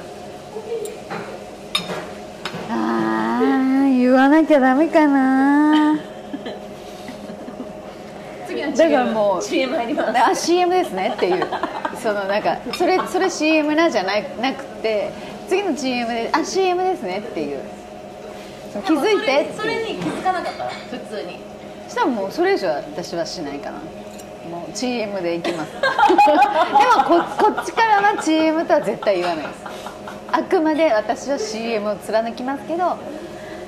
Speaker 2: ああ言わなきゃダメかな だからもう
Speaker 3: CM 入ります
Speaker 2: あ CM ですねっていうそのなんかそれそれ CM なじゃななくて次の CM であ CM ですねっていうその気づいてっていう
Speaker 3: それに気づかなかったら普通に
Speaker 2: したらもうそれ以上は私はしないかなもう CM でいきます でもここっちからは CM とは絶対言わないですあくまで私は CM を貫きますけど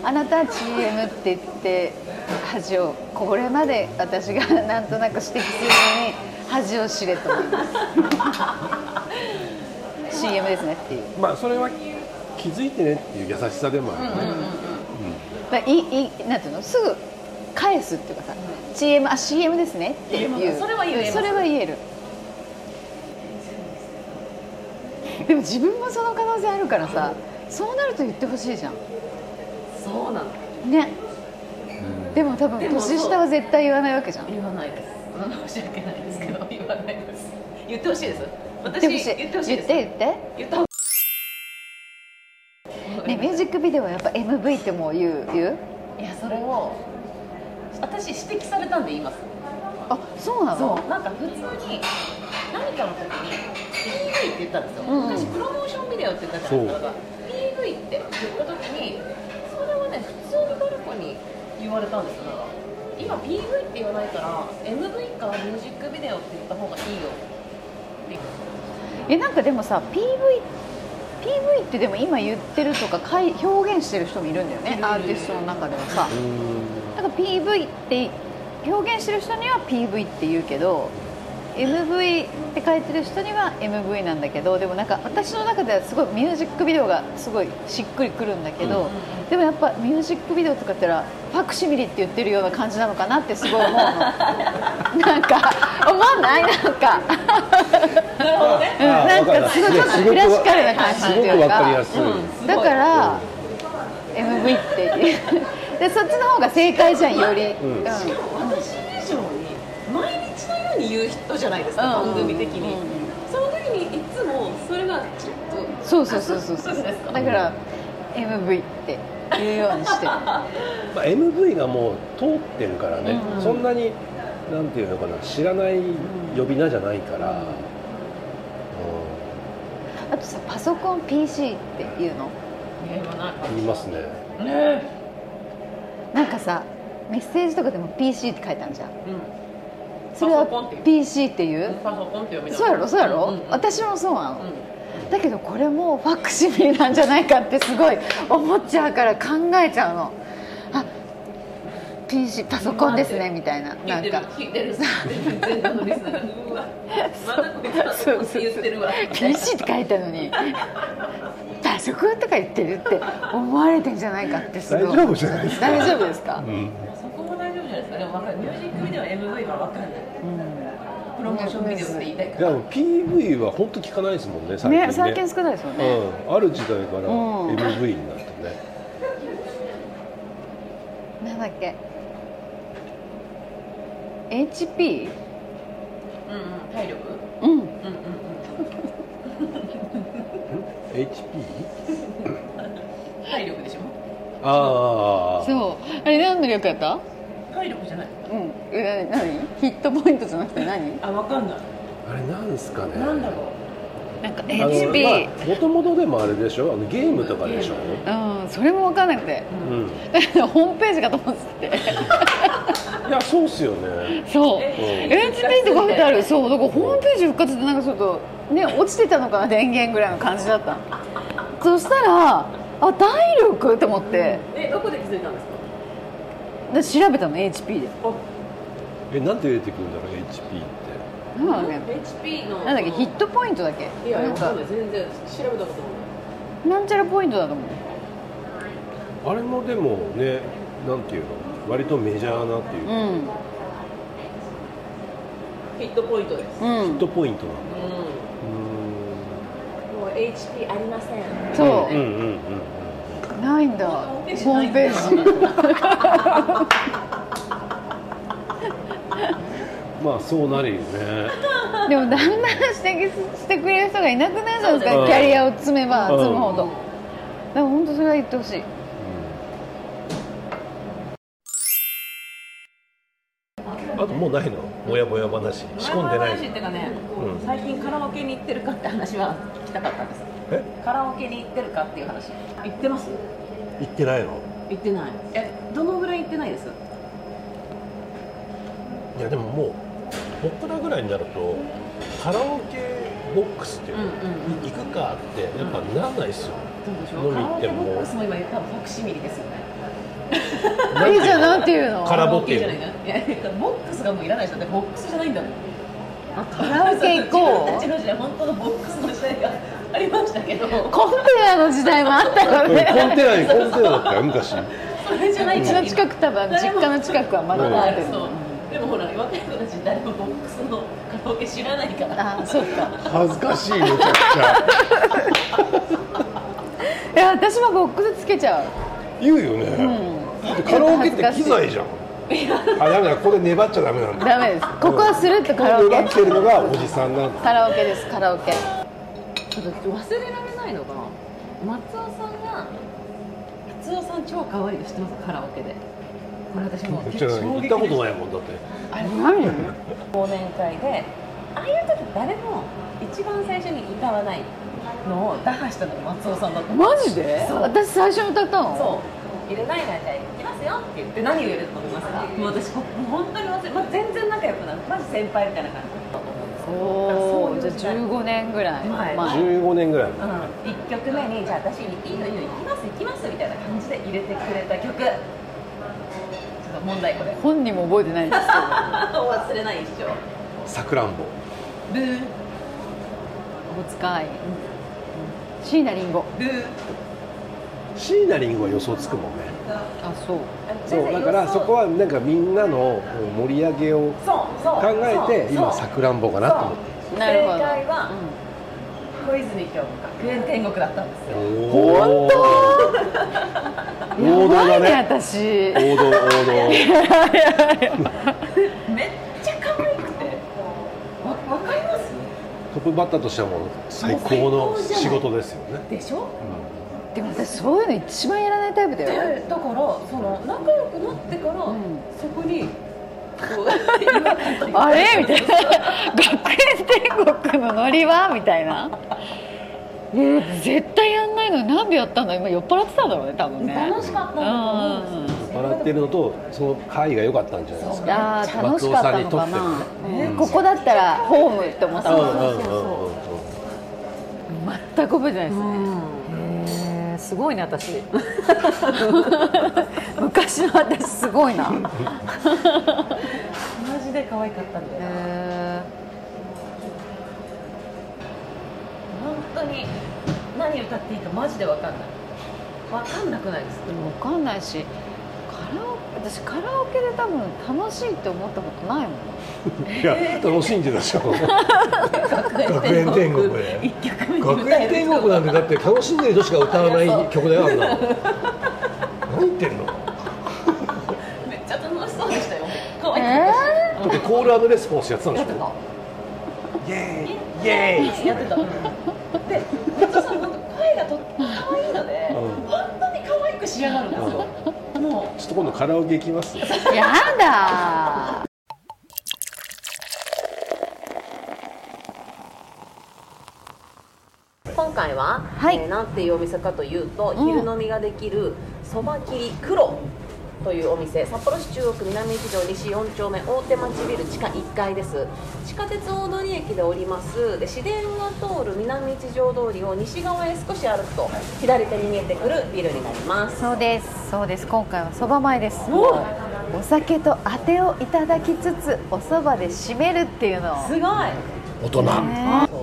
Speaker 2: あなたは CM って言って恥をこれまで私がなんとなく指摘するのに恥を知れと思います CM です ねっていう
Speaker 4: まあそれは気づいてねっていう優しさでもあるよね、
Speaker 2: まあ、いいなんていうのすぐ返すっていうかさ CM あ CM ですねっていう
Speaker 3: それは言えます
Speaker 2: それは言えるでも自分もその可能性あるからさそうなると言ってほしいじゃん
Speaker 3: そうなの
Speaker 2: ねでも多分
Speaker 3: でもそう
Speaker 2: 年下は絶対言わないわけじゃん
Speaker 3: 言わないですうん申し訳ないですけど言わないです言ってほしいです私
Speaker 2: 言ってほしい
Speaker 3: 言ってほしい
Speaker 2: 言って
Speaker 3: です
Speaker 2: 言って
Speaker 3: 言った方が
Speaker 2: ねミュージックビデオはやっぱ MV ってもう言う言う
Speaker 3: いやそれを私指摘されたんで言います
Speaker 2: あそうなの
Speaker 3: そうなんか普通に何かの時に PV って言ったんですよ、
Speaker 2: うん
Speaker 3: 私プロモーションビデオって言ったじゃないですか PV って言った時にそれはね普通に誰かに言われたんですよなんか今 PV って言わないから MV かミュージックビデオって言った方がいいよっていう
Speaker 2: えなんかでもさ PV PV ってでも今言ってるとかかい表現してる人もいるんだよねアーティストの中ではさなんか PV って表現してる人には PV って言うけど MV って書いてる人には MV なんだけどでもなんか私の中ではすごいミュージックビデオがすごいしっくりくるんだけど、でもやっぱミュージックビデオとかって言ったらファクシミリって言ってるような感じなのかなってすごい 思うのなんか思わないなんかうんなんかすごいちょっとクラシカルな感じ
Speaker 4: す
Speaker 2: って
Speaker 4: ごく
Speaker 2: いう
Speaker 4: わ
Speaker 2: か
Speaker 4: かりやすい、
Speaker 2: だから、MV っていう でそっちの方が正解じゃんより、うん
Speaker 4: ん
Speaker 3: しかも私以上に毎日のように言う人じゃないですか、番組的に、その時にいつもそれがちょっと
Speaker 2: そうそうそうそうそう
Speaker 3: そうですか
Speaker 2: だから MV って言うようにしてる
Speaker 4: まあ、MV がもう通ってるからね、そんなになんていうのかな知らない呼び名じゃないから、
Speaker 2: あとさパソコン PC っていうの
Speaker 3: 言わない
Speaker 4: うん言いますね
Speaker 2: なんかさメッセージとかでも PC って書いてあるじゃん、それ
Speaker 3: パソコンっ
Speaker 2: は
Speaker 3: ていう
Speaker 2: PC っていう
Speaker 3: パソコンって読みな
Speaker 2: そうやろそうやろ、
Speaker 3: んんん
Speaker 2: 私もそうなの、
Speaker 3: うん
Speaker 2: だけどこれもファクシミリなんじゃないかってすごい思っちゃうから考えちゃうのあ PC パソコンですねみたいな
Speaker 3: 聞
Speaker 2: ない
Speaker 3: て
Speaker 2: ん
Speaker 3: る
Speaker 2: か
Speaker 3: 聞いてる全然のリスナーがうわまたこいつら
Speaker 2: そうそうそう
Speaker 3: 言ってるわ
Speaker 2: PC って書いたのにパソコンとか言ってるって思われてんじゃないかってすごい
Speaker 4: 大丈夫じゃないですか
Speaker 2: 大丈夫ですか、
Speaker 3: そこも大丈夫じゃないですかでも分かるミュージックビデオ MV は分かんない、プロモーションビデオって言いたいから
Speaker 4: でも PV は本当聞かないですもんね最近ね
Speaker 2: ね最近少ないですよね、
Speaker 4: うん、ある時代から
Speaker 2: うん
Speaker 4: MV になってね、
Speaker 2: なんだっけ HP?
Speaker 3: うんうん体力
Speaker 2: うん
Speaker 3: うんうんうん
Speaker 4: HP?
Speaker 3: 体力でしょ
Speaker 4: ああ
Speaker 2: そうあれ何の略やった
Speaker 3: 体力じゃない
Speaker 2: うんえな何ヒットポイントじゃなくて何
Speaker 3: あ分かんない
Speaker 4: あれなんですかね
Speaker 3: なんだろう
Speaker 2: なんか
Speaker 4: あの
Speaker 2: HP、
Speaker 4: まあもともとでもあれでしょあのゲームとかでしょ、
Speaker 2: うん、それも分かんなくて
Speaker 4: うん、い
Speaker 2: だからホームページかと思って て
Speaker 4: やそうっすよね
Speaker 2: そう
Speaker 4: え
Speaker 2: HP って書いてあるそうだからホームページ復活ってなんかちょっとね落ちてたのかな電源ぐらいの感じだったのそしたらあ体力と思って
Speaker 3: えどこで気づいたんですか
Speaker 2: で調べたの HP で
Speaker 4: えなんて入れてくるんだろう HP って
Speaker 2: なんだっ
Speaker 3: HP の
Speaker 2: けなんだっけヒットポイントだっけ
Speaker 3: いや
Speaker 2: なん
Speaker 3: 分か
Speaker 2: か
Speaker 3: んない全然調べたことも
Speaker 2: なんちゃらポイントだと思う
Speaker 4: あれもでもねなんていうの割とメジャーなっていう
Speaker 2: う
Speaker 4: か、
Speaker 2: ん
Speaker 3: ないヒットポイントです
Speaker 2: う
Speaker 4: ヒッ
Speaker 2: ん
Speaker 4: トポイントなん
Speaker 3: う
Speaker 4: だ
Speaker 3: ん
Speaker 4: う
Speaker 3: もう HP ありません
Speaker 2: そ
Speaker 4: ーんうんうんうん
Speaker 2: うないんだホームページ
Speaker 4: うんまあそうなるよね
Speaker 2: でもだんだん指摘してくれる人がいなくなるじゃないです
Speaker 4: う
Speaker 2: か
Speaker 4: ん
Speaker 2: キャリアを詰めば
Speaker 4: うん
Speaker 2: 詰むほどだから本当それは言ってほしい
Speaker 4: あともうないのもやもや話仕込んでない
Speaker 3: 話っていうかね、
Speaker 4: うん
Speaker 3: 最近カラオケに行ってるかって話は聞きたかったんです
Speaker 4: え
Speaker 3: カラオケに行ってるかっていう話行ってます
Speaker 4: 行ってないの
Speaker 3: 行ってないえどのぐらい行ってないです
Speaker 4: いやでももう僕らぐらいになるとカラオケボックスっていうの、行くかってやっぱならないですよ、飲み行っても
Speaker 3: カラオケボックスも今多分ボクシミリですよね
Speaker 4: なんていう
Speaker 2: えじゃあなんていうの
Speaker 4: カラボっ
Speaker 3: ボ
Speaker 4: ていうの
Speaker 3: ボックスがもういらない人だってボックスじゃないんだもん
Speaker 2: カラオケ行こ
Speaker 3: 自
Speaker 2: う
Speaker 3: 分たちの時代本当のボックスの時代がありましたけど
Speaker 2: コンテナの時代もあったよ
Speaker 11: コン
Speaker 2: ね
Speaker 11: テナにコンテナだったよ昔
Speaker 3: それじゃないう
Speaker 2: ちの近く多分実家の近くはまだ
Speaker 3: ま
Speaker 2: な
Speaker 3: あ
Speaker 2: いけ
Speaker 3: そ
Speaker 2: ど
Speaker 3: うでもほら若い子たち誰もボックスのカラオケ知らないから
Speaker 2: あそうか
Speaker 11: 恥ずかしいめちゃくちゃ
Speaker 2: いや私もボックスつけちゃう
Speaker 11: 言うよね、だってカラオケって機材じゃんあダメだこれ粘っちゃダメなんだ
Speaker 2: ダメですここはスルッとカラオ
Speaker 11: 粘
Speaker 2: ケ
Speaker 11: ってるのがおじさんなんだ
Speaker 2: カラオケですカラオケ
Speaker 3: ちょっと忘れられないのが松尾さんが松尾さん超可愛いの知ってますカラオケでこれ私もう
Speaker 11: 知らない
Speaker 4: 行ったことないもんだって
Speaker 3: 忘年会でああいう時誰も一番最初に歌わないのを打破したのが松尾さんだった
Speaker 2: マジで
Speaker 3: そう
Speaker 2: 私最初に歌ったの
Speaker 3: そう入れないなじゃあ行きますよって言って何を入れると思いますかもう私こもう本当に忘れ、まあ、全然仲良くなるマジ先輩みたいな感じだったと思うんです
Speaker 2: お
Speaker 3: よそういう
Speaker 2: ーじ
Speaker 3: 時代
Speaker 2: ゃあ15年ぐらい
Speaker 3: 前
Speaker 2: 前
Speaker 11: 15年ぐらい
Speaker 3: うん、1曲目にじゃあ私いいのいいの行きます行きますみたいな感じで入れてくれた曲ちょっと問題これ
Speaker 2: 本人も覚えてないんですけ
Speaker 3: 忘れない一生
Speaker 11: さくらんぼ
Speaker 3: ブー
Speaker 2: どお使い椎名林檎
Speaker 3: ブー
Speaker 11: 椎名林檎は予想つくもんね
Speaker 2: あそう
Speaker 11: そうだからそこはなんかみんなの盛り上げを
Speaker 3: そうそう
Speaker 11: 考えて今さくらんぼかなと思っ
Speaker 3: そう
Speaker 2: なるほど
Speaker 3: 正解は、小泉今日学園天国だったんですよ
Speaker 11: て本当王道
Speaker 2: 怖
Speaker 11: だ
Speaker 2: いね
Speaker 11: ね
Speaker 2: 私
Speaker 11: 王 道王道
Speaker 3: めっちゃ可愛くてわわかります
Speaker 11: トップバッターとしてはもう最高の仕事ですよね
Speaker 3: でしょ
Speaker 2: でも私そういうの一番やらないタイプだ
Speaker 3: で
Speaker 2: よ
Speaker 3: だからその仲良くなってから、
Speaker 2: ん
Speaker 3: そこにこう
Speaker 2: あれみたいな学園天国のノリはみたいなえー絶対やんないのに何秒やったんだ今酔っ払ってたんだろうね多分ね
Speaker 3: 楽しかったんだと思うんですよ
Speaker 11: 笑ってるのとその会が良かったんじゃないです
Speaker 2: い
Speaker 11: か
Speaker 2: やー楽しかっ
Speaker 11: 松尾さ
Speaker 2: たのか
Speaker 11: んに
Speaker 2: な
Speaker 11: とっ、
Speaker 2: ねここだったらホームって思ってた
Speaker 11: うん
Speaker 2: の
Speaker 11: うんうんうん
Speaker 2: 全く覚えてないですね
Speaker 15: えーすごいね私
Speaker 2: 昔の私すごいな
Speaker 3: マジで可愛かったんだよな
Speaker 15: え
Speaker 3: 本当に何歌っていいかマジで分かんない分かんなくないですか
Speaker 2: でも分かんないしカラオケ私カラオケで多分楽しいって思ったことないもん
Speaker 11: いや楽しんでたでしょ
Speaker 3: 学
Speaker 11: 園天国で
Speaker 3: 一曲目に
Speaker 11: 学
Speaker 3: 歌え
Speaker 11: 園
Speaker 3: る
Speaker 11: 天
Speaker 3: 人
Speaker 11: 国なんてだって楽しんでる人しか歌わない曲だよあんなの何言ってんの
Speaker 3: めっちゃ楽しそうでしたよ可愛い、
Speaker 11: だってコールレスポンスやってたんでしょイエーイイエーイ
Speaker 3: やってたで松尾さん本当声がとっても可愛いので、
Speaker 11: うん
Speaker 3: 本当に可愛く仕上がるんですよ、も
Speaker 11: ちょっと今度カラオケ行きますよ
Speaker 2: やだ
Speaker 16: う今回は、
Speaker 2: はい
Speaker 16: えーなんていうお店かというと、
Speaker 2: ん
Speaker 16: 昼飲みができるそば切り黒というお店札幌市中央区南一条西4丁目大手町ビル地下1階です地下鉄大通駅で降りますで市電が通る南一条通りを西側へ少し歩くと左手に見えてくるビルになります
Speaker 2: そうですそうです今回はそば前ですお酒とあてをいただきつつおそばで締めるっていうの
Speaker 3: う
Speaker 2: を
Speaker 3: すごい
Speaker 4: 大人
Speaker 16: 12
Speaker 2: ね
Speaker 16: 月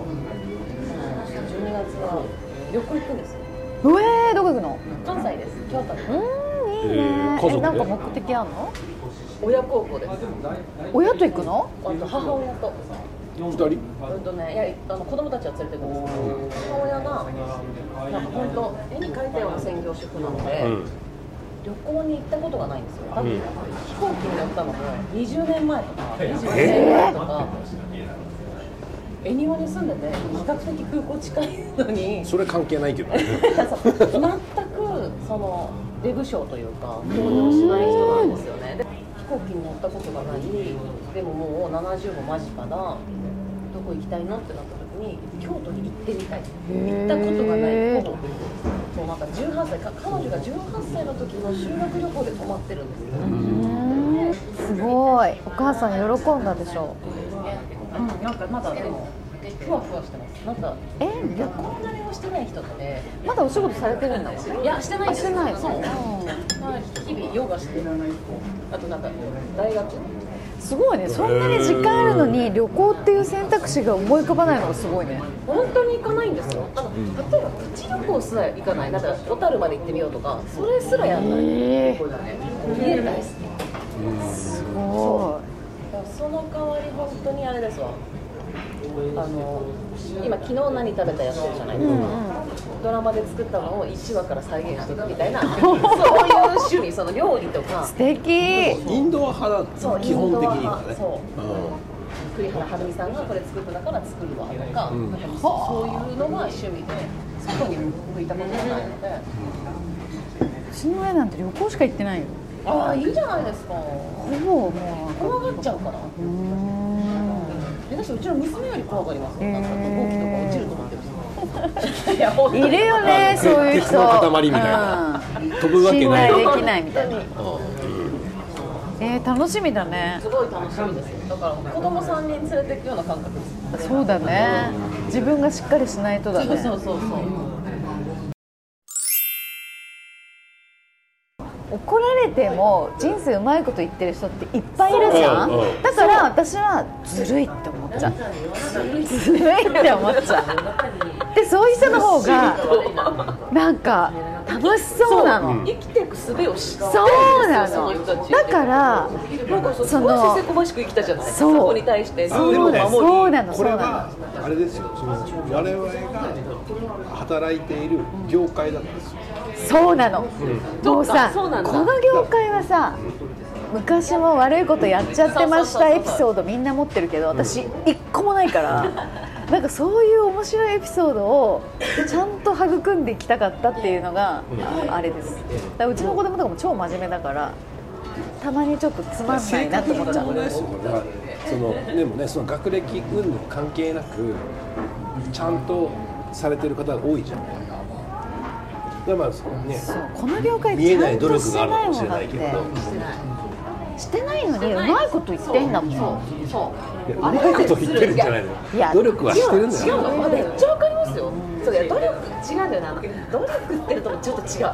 Speaker 16: は旅行行くんです
Speaker 2: うえー、どこ行くの
Speaker 16: 関西です京都です
Speaker 2: うーんいいね、
Speaker 11: えー家族で
Speaker 2: えなんか目的あんの
Speaker 16: 親孝行です
Speaker 2: 親と行くの
Speaker 16: あと母親と
Speaker 11: 二人
Speaker 16: うんとね、いやあの子供たちは連れてくんですけど母親がなんか本当絵に描いたような専業主婦なので、
Speaker 11: うん
Speaker 16: 旅行に行ったことがないんですよ多分、飛行機に乗ったのも20年前とか25年前とか 恵庭に住んでて比較的空港近いのに
Speaker 11: それ関係ないけど
Speaker 16: そう全くその出不精というか行動しない人なんですよねで
Speaker 3: 行機に乗ったことがないでももう70も間近だどこ行きたいのってなった時に京都に行ってみたい行ったことがないほぼそうなんか18歳か彼女が18歳の時の修学旅行で泊まってるんですよ
Speaker 2: すごいお母さん喜んだでしょ
Speaker 3: うん、なんかまだでもふわふわしてますなんか
Speaker 2: え
Speaker 3: 旅行慣れをしてない人って
Speaker 2: まだお仕事されてるんだよ
Speaker 3: いやしてないんですよ
Speaker 2: あしてない
Speaker 3: そう、まあ日々ヨガしてあとなんか大学
Speaker 2: すごいねそんなに時間あるのに旅行っていう選択肢が思い浮かばないのがすごいね
Speaker 3: 本当に行かないんですよあの、例えばプチ旅行すら行かないなんか小樽まで行ってみようとかそれすらやんない、
Speaker 2: え
Speaker 3: 家大好き
Speaker 2: すご
Speaker 3: その代わり本当にあれですわあの今昨日何食べたやつじゃないですか、ドラマで作ったのを1話から再現していくみたい なそういう趣味その料理とか
Speaker 2: い素敵
Speaker 11: インドア派なんです
Speaker 3: そう
Speaker 11: 基本的には
Speaker 3: インドア派
Speaker 11: ね
Speaker 3: そう
Speaker 11: う
Speaker 3: 栗原はるみさんがこれ作ったから作るわとか,、なんかそういうのが趣味で外に向いたことがないので、
Speaker 2: うちの親なんて旅行しか行ってないよ
Speaker 3: ああいいじゃないですか
Speaker 2: ほぼも
Speaker 3: 怖がっちゃうから
Speaker 2: ううーん
Speaker 3: 下手してうちの娘より怖がりますよなんか飛行機とか落ちると思ってますい
Speaker 2: いるよねそういう人
Speaker 11: 鉄の塊みたいな
Speaker 2: うん
Speaker 11: ん飛ぶわけ
Speaker 2: 信
Speaker 11: ない
Speaker 2: 頼できないみたいな
Speaker 11: ああいいね
Speaker 2: えー、楽しみだね
Speaker 3: すごい楽しみですだから子供3人連れていくような感覚です
Speaker 2: そうだね自分がしっかりしないとだね
Speaker 3: そうそうそう
Speaker 2: 怒られても人生うまいこと言ってる人っていっぱいいるじゃんだから私はずるいって思っちゃうずるいって思っちゃうでそういう人の方がなんか楽しそうなの
Speaker 3: 生きていく術を知ってるんですよ
Speaker 2: そうな
Speaker 3: その
Speaker 2: の
Speaker 3: 人たち
Speaker 2: だから
Speaker 3: なんかそうす
Speaker 2: そ
Speaker 3: ごい
Speaker 2: の
Speaker 3: せせこましく生きたじゃない
Speaker 2: そう
Speaker 3: こに対して
Speaker 2: そうなのそうなの
Speaker 17: こ
Speaker 2: そう
Speaker 17: れ
Speaker 2: な
Speaker 17: は
Speaker 2: の
Speaker 17: あれですよその我々が働いている業界だったんですよ
Speaker 2: そうなのもうさ
Speaker 3: そうなんだ
Speaker 2: この業界はさ昔も悪いことやっちゃってましたエピソードみんな持ってるけど私一個もない からなんかそういう面白いエピソードをちゃんと育んでいきたかったっていうのがあれですだからうちの子供とかも超真面目だからたまにちょっとつまんないなと思っちゃう
Speaker 11: ですよだからそのでもねその学歴云々関係なくちゃんとされてる方が多いじゃんだからまあそのね
Speaker 2: そうこの業界
Speaker 11: 見え
Speaker 2: ち
Speaker 11: な
Speaker 2: ゃ
Speaker 11: い
Speaker 2: ん
Speaker 11: 努
Speaker 2: と
Speaker 11: 力
Speaker 2: し
Speaker 11: があるか
Speaker 2: てない
Speaker 11: も
Speaker 2: も
Speaker 11: しれ
Speaker 2: んだ
Speaker 11: な
Speaker 2: っ
Speaker 11: いけど
Speaker 2: てしてないのにうまいこと言ってんだもん
Speaker 11: いやうまいこと言ってるんじゃないの
Speaker 2: いや
Speaker 11: 努力はしてるんだ
Speaker 3: 違う
Speaker 11: よ
Speaker 3: のあめっちゃわかりますよそういや努力違うんだよな努力ってるともちょっと違う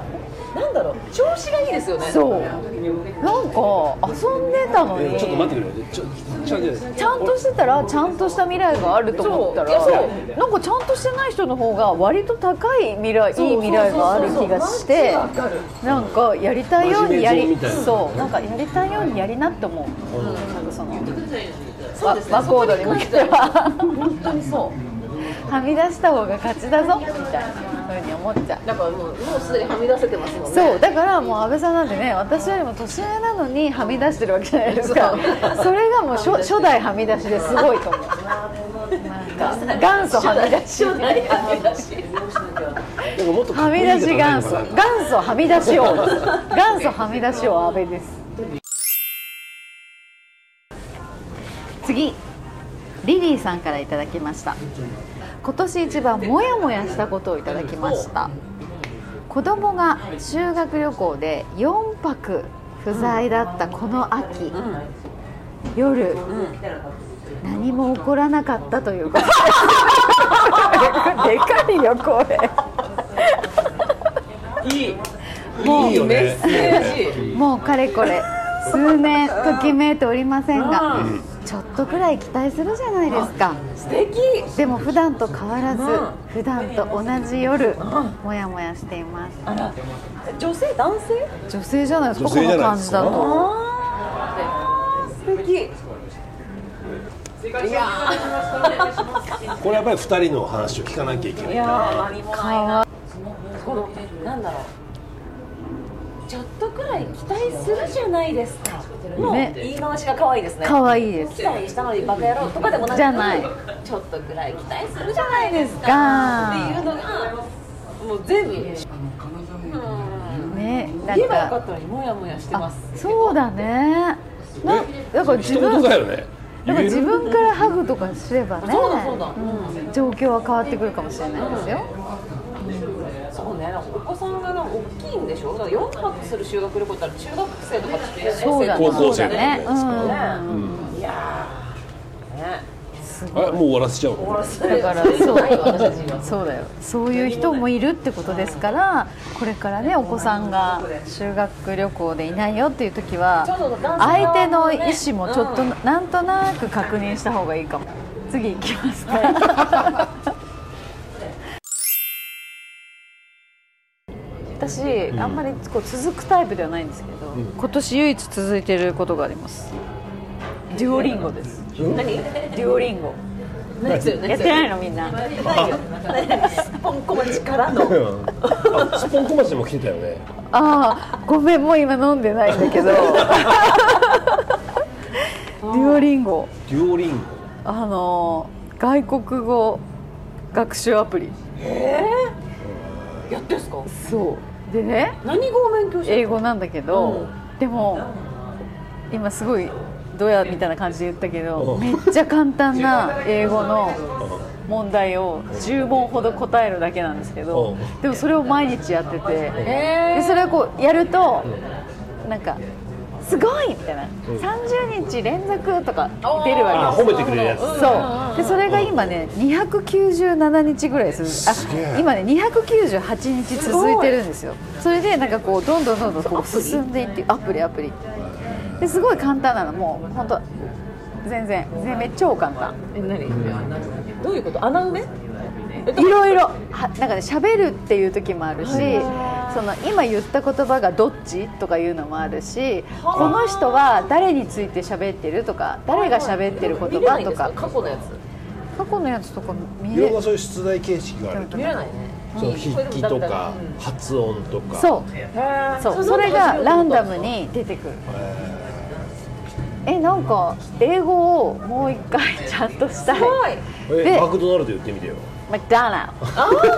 Speaker 3: なんだろう調子がいいですよね
Speaker 2: そうなんか遊んでたの
Speaker 11: い
Speaker 2: に
Speaker 11: やちょっと待ってくれよちょちょちょ
Speaker 2: ちゃんとしてたらちゃんとした未来があると思ったら
Speaker 3: そういや
Speaker 2: なんかちゃんとしてない人の方が割と高い未来いい未来がある気がしてなんかやりたいようにや
Speaker 11: 真面目像み
Speaker 2: り
Speaker 11: たいな
Speaker 2: そうなんかやりたいようにやりなって思う、なんかその
Speaker 3: そうですね
Speaker 2: 和コードに向けては
Speaker 3: 本当にそう
Speaker 2: はみ出した方が勝ちだぞみたいなふうに思っちゃう
Speaker 3: だからもうもうすでにはみ出せてますもんね
Speaker 2: そうだからもう安倍さんなんてね私よりも年上なのにはみ出してるわけじゃないですかそれがもう初初代はみ出しですごいと思うなんか元祖はみ出し
Speaker 3: 初代はみ出し
Speaker 11: なんかもっとか
Speaker 2: は
Speaker 11: っこい
Speaker 2: み
Speaker 11: い
Speaker 2: 出し
Speaker 11: じゃないの
Speaker 2: 元祖
Speaker 11: かな
Speaker 2: 元祖はみ出し王です元祖はみ出し王安倍です次リリーさんからいただきました今年一番モヤモヤしたことをいただきました子供が修学旅行で4泊不在だったこの秋、夜、何も起こらなかったというこ とですでかいよこれ
Speaker 11: いいよね
Speaker 2: もうかれこれ数年ときめいておりませんが、ちょっとくらい期待するじゃないですか素敵でも普段と変わらず、普段と同じ夜、もやもやしています
Speaker 18: 女性男性
Speaker 2: 女性じゃないですか
Speaker 11: 女性じ
Speaker 2: こ
Speaker 11: ゃな
Speaker 2: の
Speaker 11: い
Speaker 2: 感
Speaker 11: で
Speaker 2: じ
Speaker 11: すか
Speaker 2: だと
Speaker 18: 素敵
Speaker 11: これやっぱり二人の話を聞かなきゃいけない
Speaker 18: いやー何もないな
Speaker 3: このなんだろうちょっとくらい期待するじゃないですかもう
Speaker 2: ね
Speaker 3: 言い回しが可愛いですね
Speaker 2: 可愛いです
Speaker 3: 期待したのにバカ野郎とかでもなく
Speaker 2: じゃない
Speaker 3: ちょっとくらい期待するじゃないですか
Speaker 2: が
Speaker 3: っていうのがもう全部
Speaker 2: ねな
Speaker 3: 言えばよか
Speaker 2: んか
Speaker 3: ったのにモヤモヤしてます
Speaker 2: そうだねなだから自
Speaker 5: 人
Speaker 2: 分
Speaker 5: 事だよね
Speaker 2: だから
Speaker 5: 言え
Speaker 2: 自
Speaker 5: る
Speaker 2: 分からハグとかすればね
Speaker 3: そうだそうだ
Speaker 2: ん状況は変わってくるかもしれないですよ、
Speaker 3: そうね、お子さんがなんか大きいんでしょだから4泊する修学旅行だったら中学生とかって
Speaker 2: そうだね
Speaker 5: 高校生とかね
Speaker 2: そうだねうん
Speaker 5: うん
Speaker 3: いやーね
Speaker 5: あもう終わらせちゃうの
Speaker 3: 終わらせ
Speaker 2: だから
Speaker 3: そ
Speaker 2: そうう
Speaker 3: 私たちは
Speaker 2: そうだよそういう人もいるってことですからこれからねお子さんが修学旅行でいないよっていう時は
Speaker 3: ちょっと男性側もね
Speaker 2: 相手の意思もちょっと
Speaker 3: うん
Speaker 2: なんとなく確認した方がいいかも次行きます か、私あんまりこう続くタイプではないんですけど、今年唯一続いてることがありますデュオリンゴです
Speaker 3: 何
Speaker 2: デュオリンゴ
Speaker 3: 何する何
Speaker 2: やっ
Speaker 3: す
Speaker 2: て
Speaker 3: る
Speaker 2: ないのみんな
Speaker 3: ないよスポンコマ力の
Speaker 5: あスポンコ町でも来てたよね
Speaker 2: ああごめんもう今飲んでないんだけ どデュオリンゴ
Speaker 5: デュオリンゴ
Speaker 2: あのー外国語学習アプリ
Speaker 3: やってんすか
Speaker 2: そうでね
Speaker 3: 何語を勉強して
Speaker 2: 英語なんだけど、でも今すごいドヤみたいな感じで言ったけど、
Speaker 5: うん
Speaker 2: めっちゃ簡単な英語の問題を10問ほど答えるだけなんですけど、
Speaker 5: う
Speaker 2: でもそれを毎日やってて、
Speaker 3: え
Speaker 2: でそれをこうやると、なんか「すごい!」みたいな、30日連続とか出る
Speaker 5: あ
Speaker 2: わけ
Speaker 5: 褒
Speaker 2: で
Speaker 5: め
Speaker 2: す
Speaker 5: てくれるやつ
Speaker 2: そうでそれが今ね297日ぐらいですあ今ね298日続いてるんですよそれでなんかこうどんどんどんどんこう進んでいってアプリアプリですごい簡単なのもう本当全然全然超簡単
Speaker 3: どういうこと穴埋め
Speaker 2: いろいろはなんかね喋るっていう時もあるしその今言った言葉がどっちとかいうのもあるしこの人は誰について喋ってるとか誰が喋ってる言
Speaker 3: 見れな
Speaker 2: 葉
Speaker 3: いん
Speaker 2: と
Speaker 3: ですか
Speaker 2: か
Speaker 3: 過去のやつ
Speaker 2: 過去のやつとか見
Speaker 5: いろ
Speaker 2: れ
Speaker 5: んなそういう出題形式があると
Speaker 3: 見れないね
Speaker 5: その筆記とか発音とか
Speaker 2: そう
Speaker 3: へ
Speaker 2: そうそれがランダムに出てくるえなんか英語をもう一回ちゃんとしたい
Speaker 3: すごい
Speaker 5: え
Speaker 2: で
Speaker 5: マクドナルド言ってみてよ
Speaker 2: マクドナル
Speaker 3: ああすごい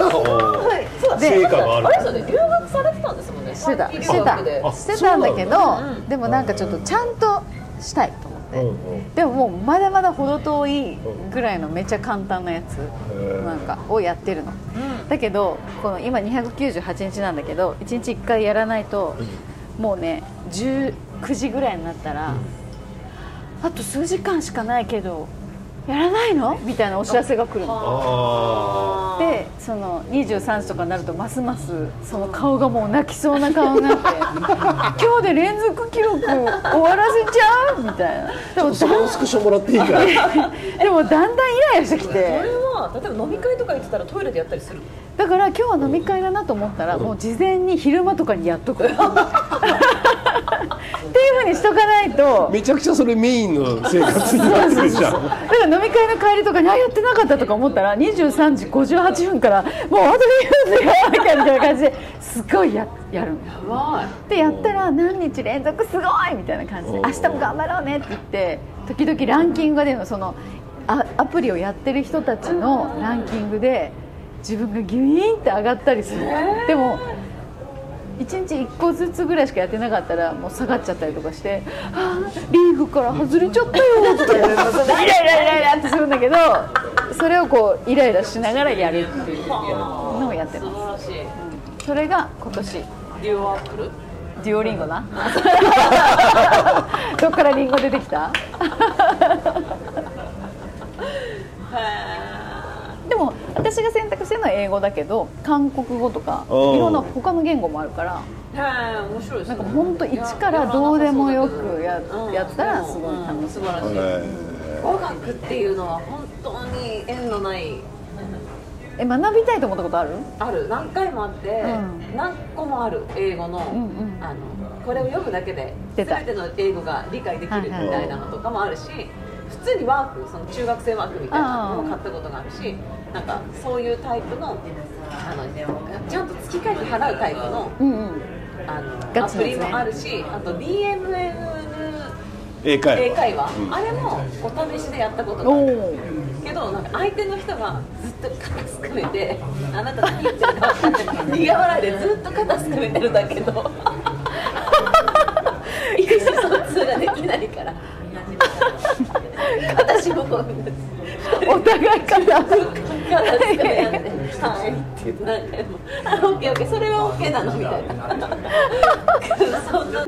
Speaker 3: そうだ
Speaker 5: で成果がある
Speaker 3: あれですよね留学されてたんですもんね
Speaker 2: してた
Speaker 3: 短期
Speaker 2: して
Speaker 3: 留
Speaker 2: た
Speaker 3: 学で
Speaker 5: あ
Speaker 2: してたんだけ
Speaker 5: そう
Speaker 2: どでもなんかちょっとちゃんとしたいと思って、でももうまだまだ程遠いぐらいのめっちゃ簡単なやつなんかをやってるの、だけどこの今298日なんだけど1日1回やらないともうね19時ぐらいになったら、あと数時間しかないけどやらないのみたいなお知らせが来るの
Speaker 5: あ
Speaker 2: でその23時とかになるとますますその顔がもう泣きそうな顔になって 今日で連続記録終わらせちゃうみたいなでも
Speaker 5: あそれのスクショもらっていいから
Speaker 2: でもだんだんイライラしてき
Speaker 3: それ
Speaker 2: て
Speaker 3: は例えば飲み会とか行ってたらトイレでやったりする
Speaker 2: だから今日は飲み会だなと思ったらもう事前に昼間とかにやっとくっていうふうにしとかないと
Speaker 5: めちゃくちゃそれメインの生活になってるじゃ ん
Speaker 2: だから飲み会の帰りとかにあやってなかったとか思ったら23時58分からもうあと2分でやばいかみたいな感じですごいややるのよでやったら何日連続すごいみたいな感じで明日も頑張ろうねって言って時々ランキングが出るのそのあアプリをやってる人たちのランキングで自分がギュイーンって上がったりするのでも1日1個ずつぐらいしかやってなかったらもう下がっちゃったりとかして「あーリーグから外れちゃったよ」ってイライライライラってするんだけどそれをこうイライラしながらやるっていうのをやってま
Speaker 3: 素晴らしい
Speaker 2: すそれが今年
Speaker 3: デュオアップル
Speaker 2: デュオリンゴ などっからリンゴ出てきたでも私が選択してるのは英語だけど韓国語とかい
Speaker 5: うん
Speaker 2: ろんな他の言語もあるから
Speaker 3: はい面白いです
Speaker 2: な
Speaker 3: ね
Speaker 2: んか本当一からどうでもよくややったらすごい楽しい
Speaker 3: 素晴らしい語学っていうのは本当に縁のない
Speaker 2: え学びたいと思ったことある
Speaker 3: ある何回もあって、
Speaker 2: ん
Speaker 3: 何個もある英語の,、
Speaker 2: んうん
Speaker 3: あのこれを読むだけで
Speaker 2: 出
Speaker 3: 全
Speaker 2: た
Speaker 3: ての英語が理解できるみ
Speaker 2: はいはい
Speaker 3: たいなのとかもあるし、普通にワークその中学生ワークみたいなの
Speaker 2: あ
Speaker 3: も
Speaker 2: あ
Speaker 3: 買ったことがあるしなんかそういうタイプのあのちゃんと月会費払うタイプの
Speaker 2: うんうん
Speaker 3: あの
Speaker 2: ガ
Speaker 3: ア
Speaker 2: チ
Speaker 3: プ
Speaker 2: のや
Speaker 3: リ
Speaker 2: つね
Speaker 3: もあるしあと DMN
Speaker 5: 英
Speaker 3: 英
Speaker 5: 会話
Speaker 3: 会話、あれもお試しでやったことがある
Speaker 2: お
Speaker 3: けどなんか相手の人がずっと肩すくめてあなた何言ってるか分かんない苦笑いでずっと肩すくめてるんだけど意思疎通ができないか
Speaker 10: いな形もそうですお互いから
Speaker 3: 形からやって「はい」って言って何回も「あオッケーオッケーそれはオッケーなの」みたいなそんな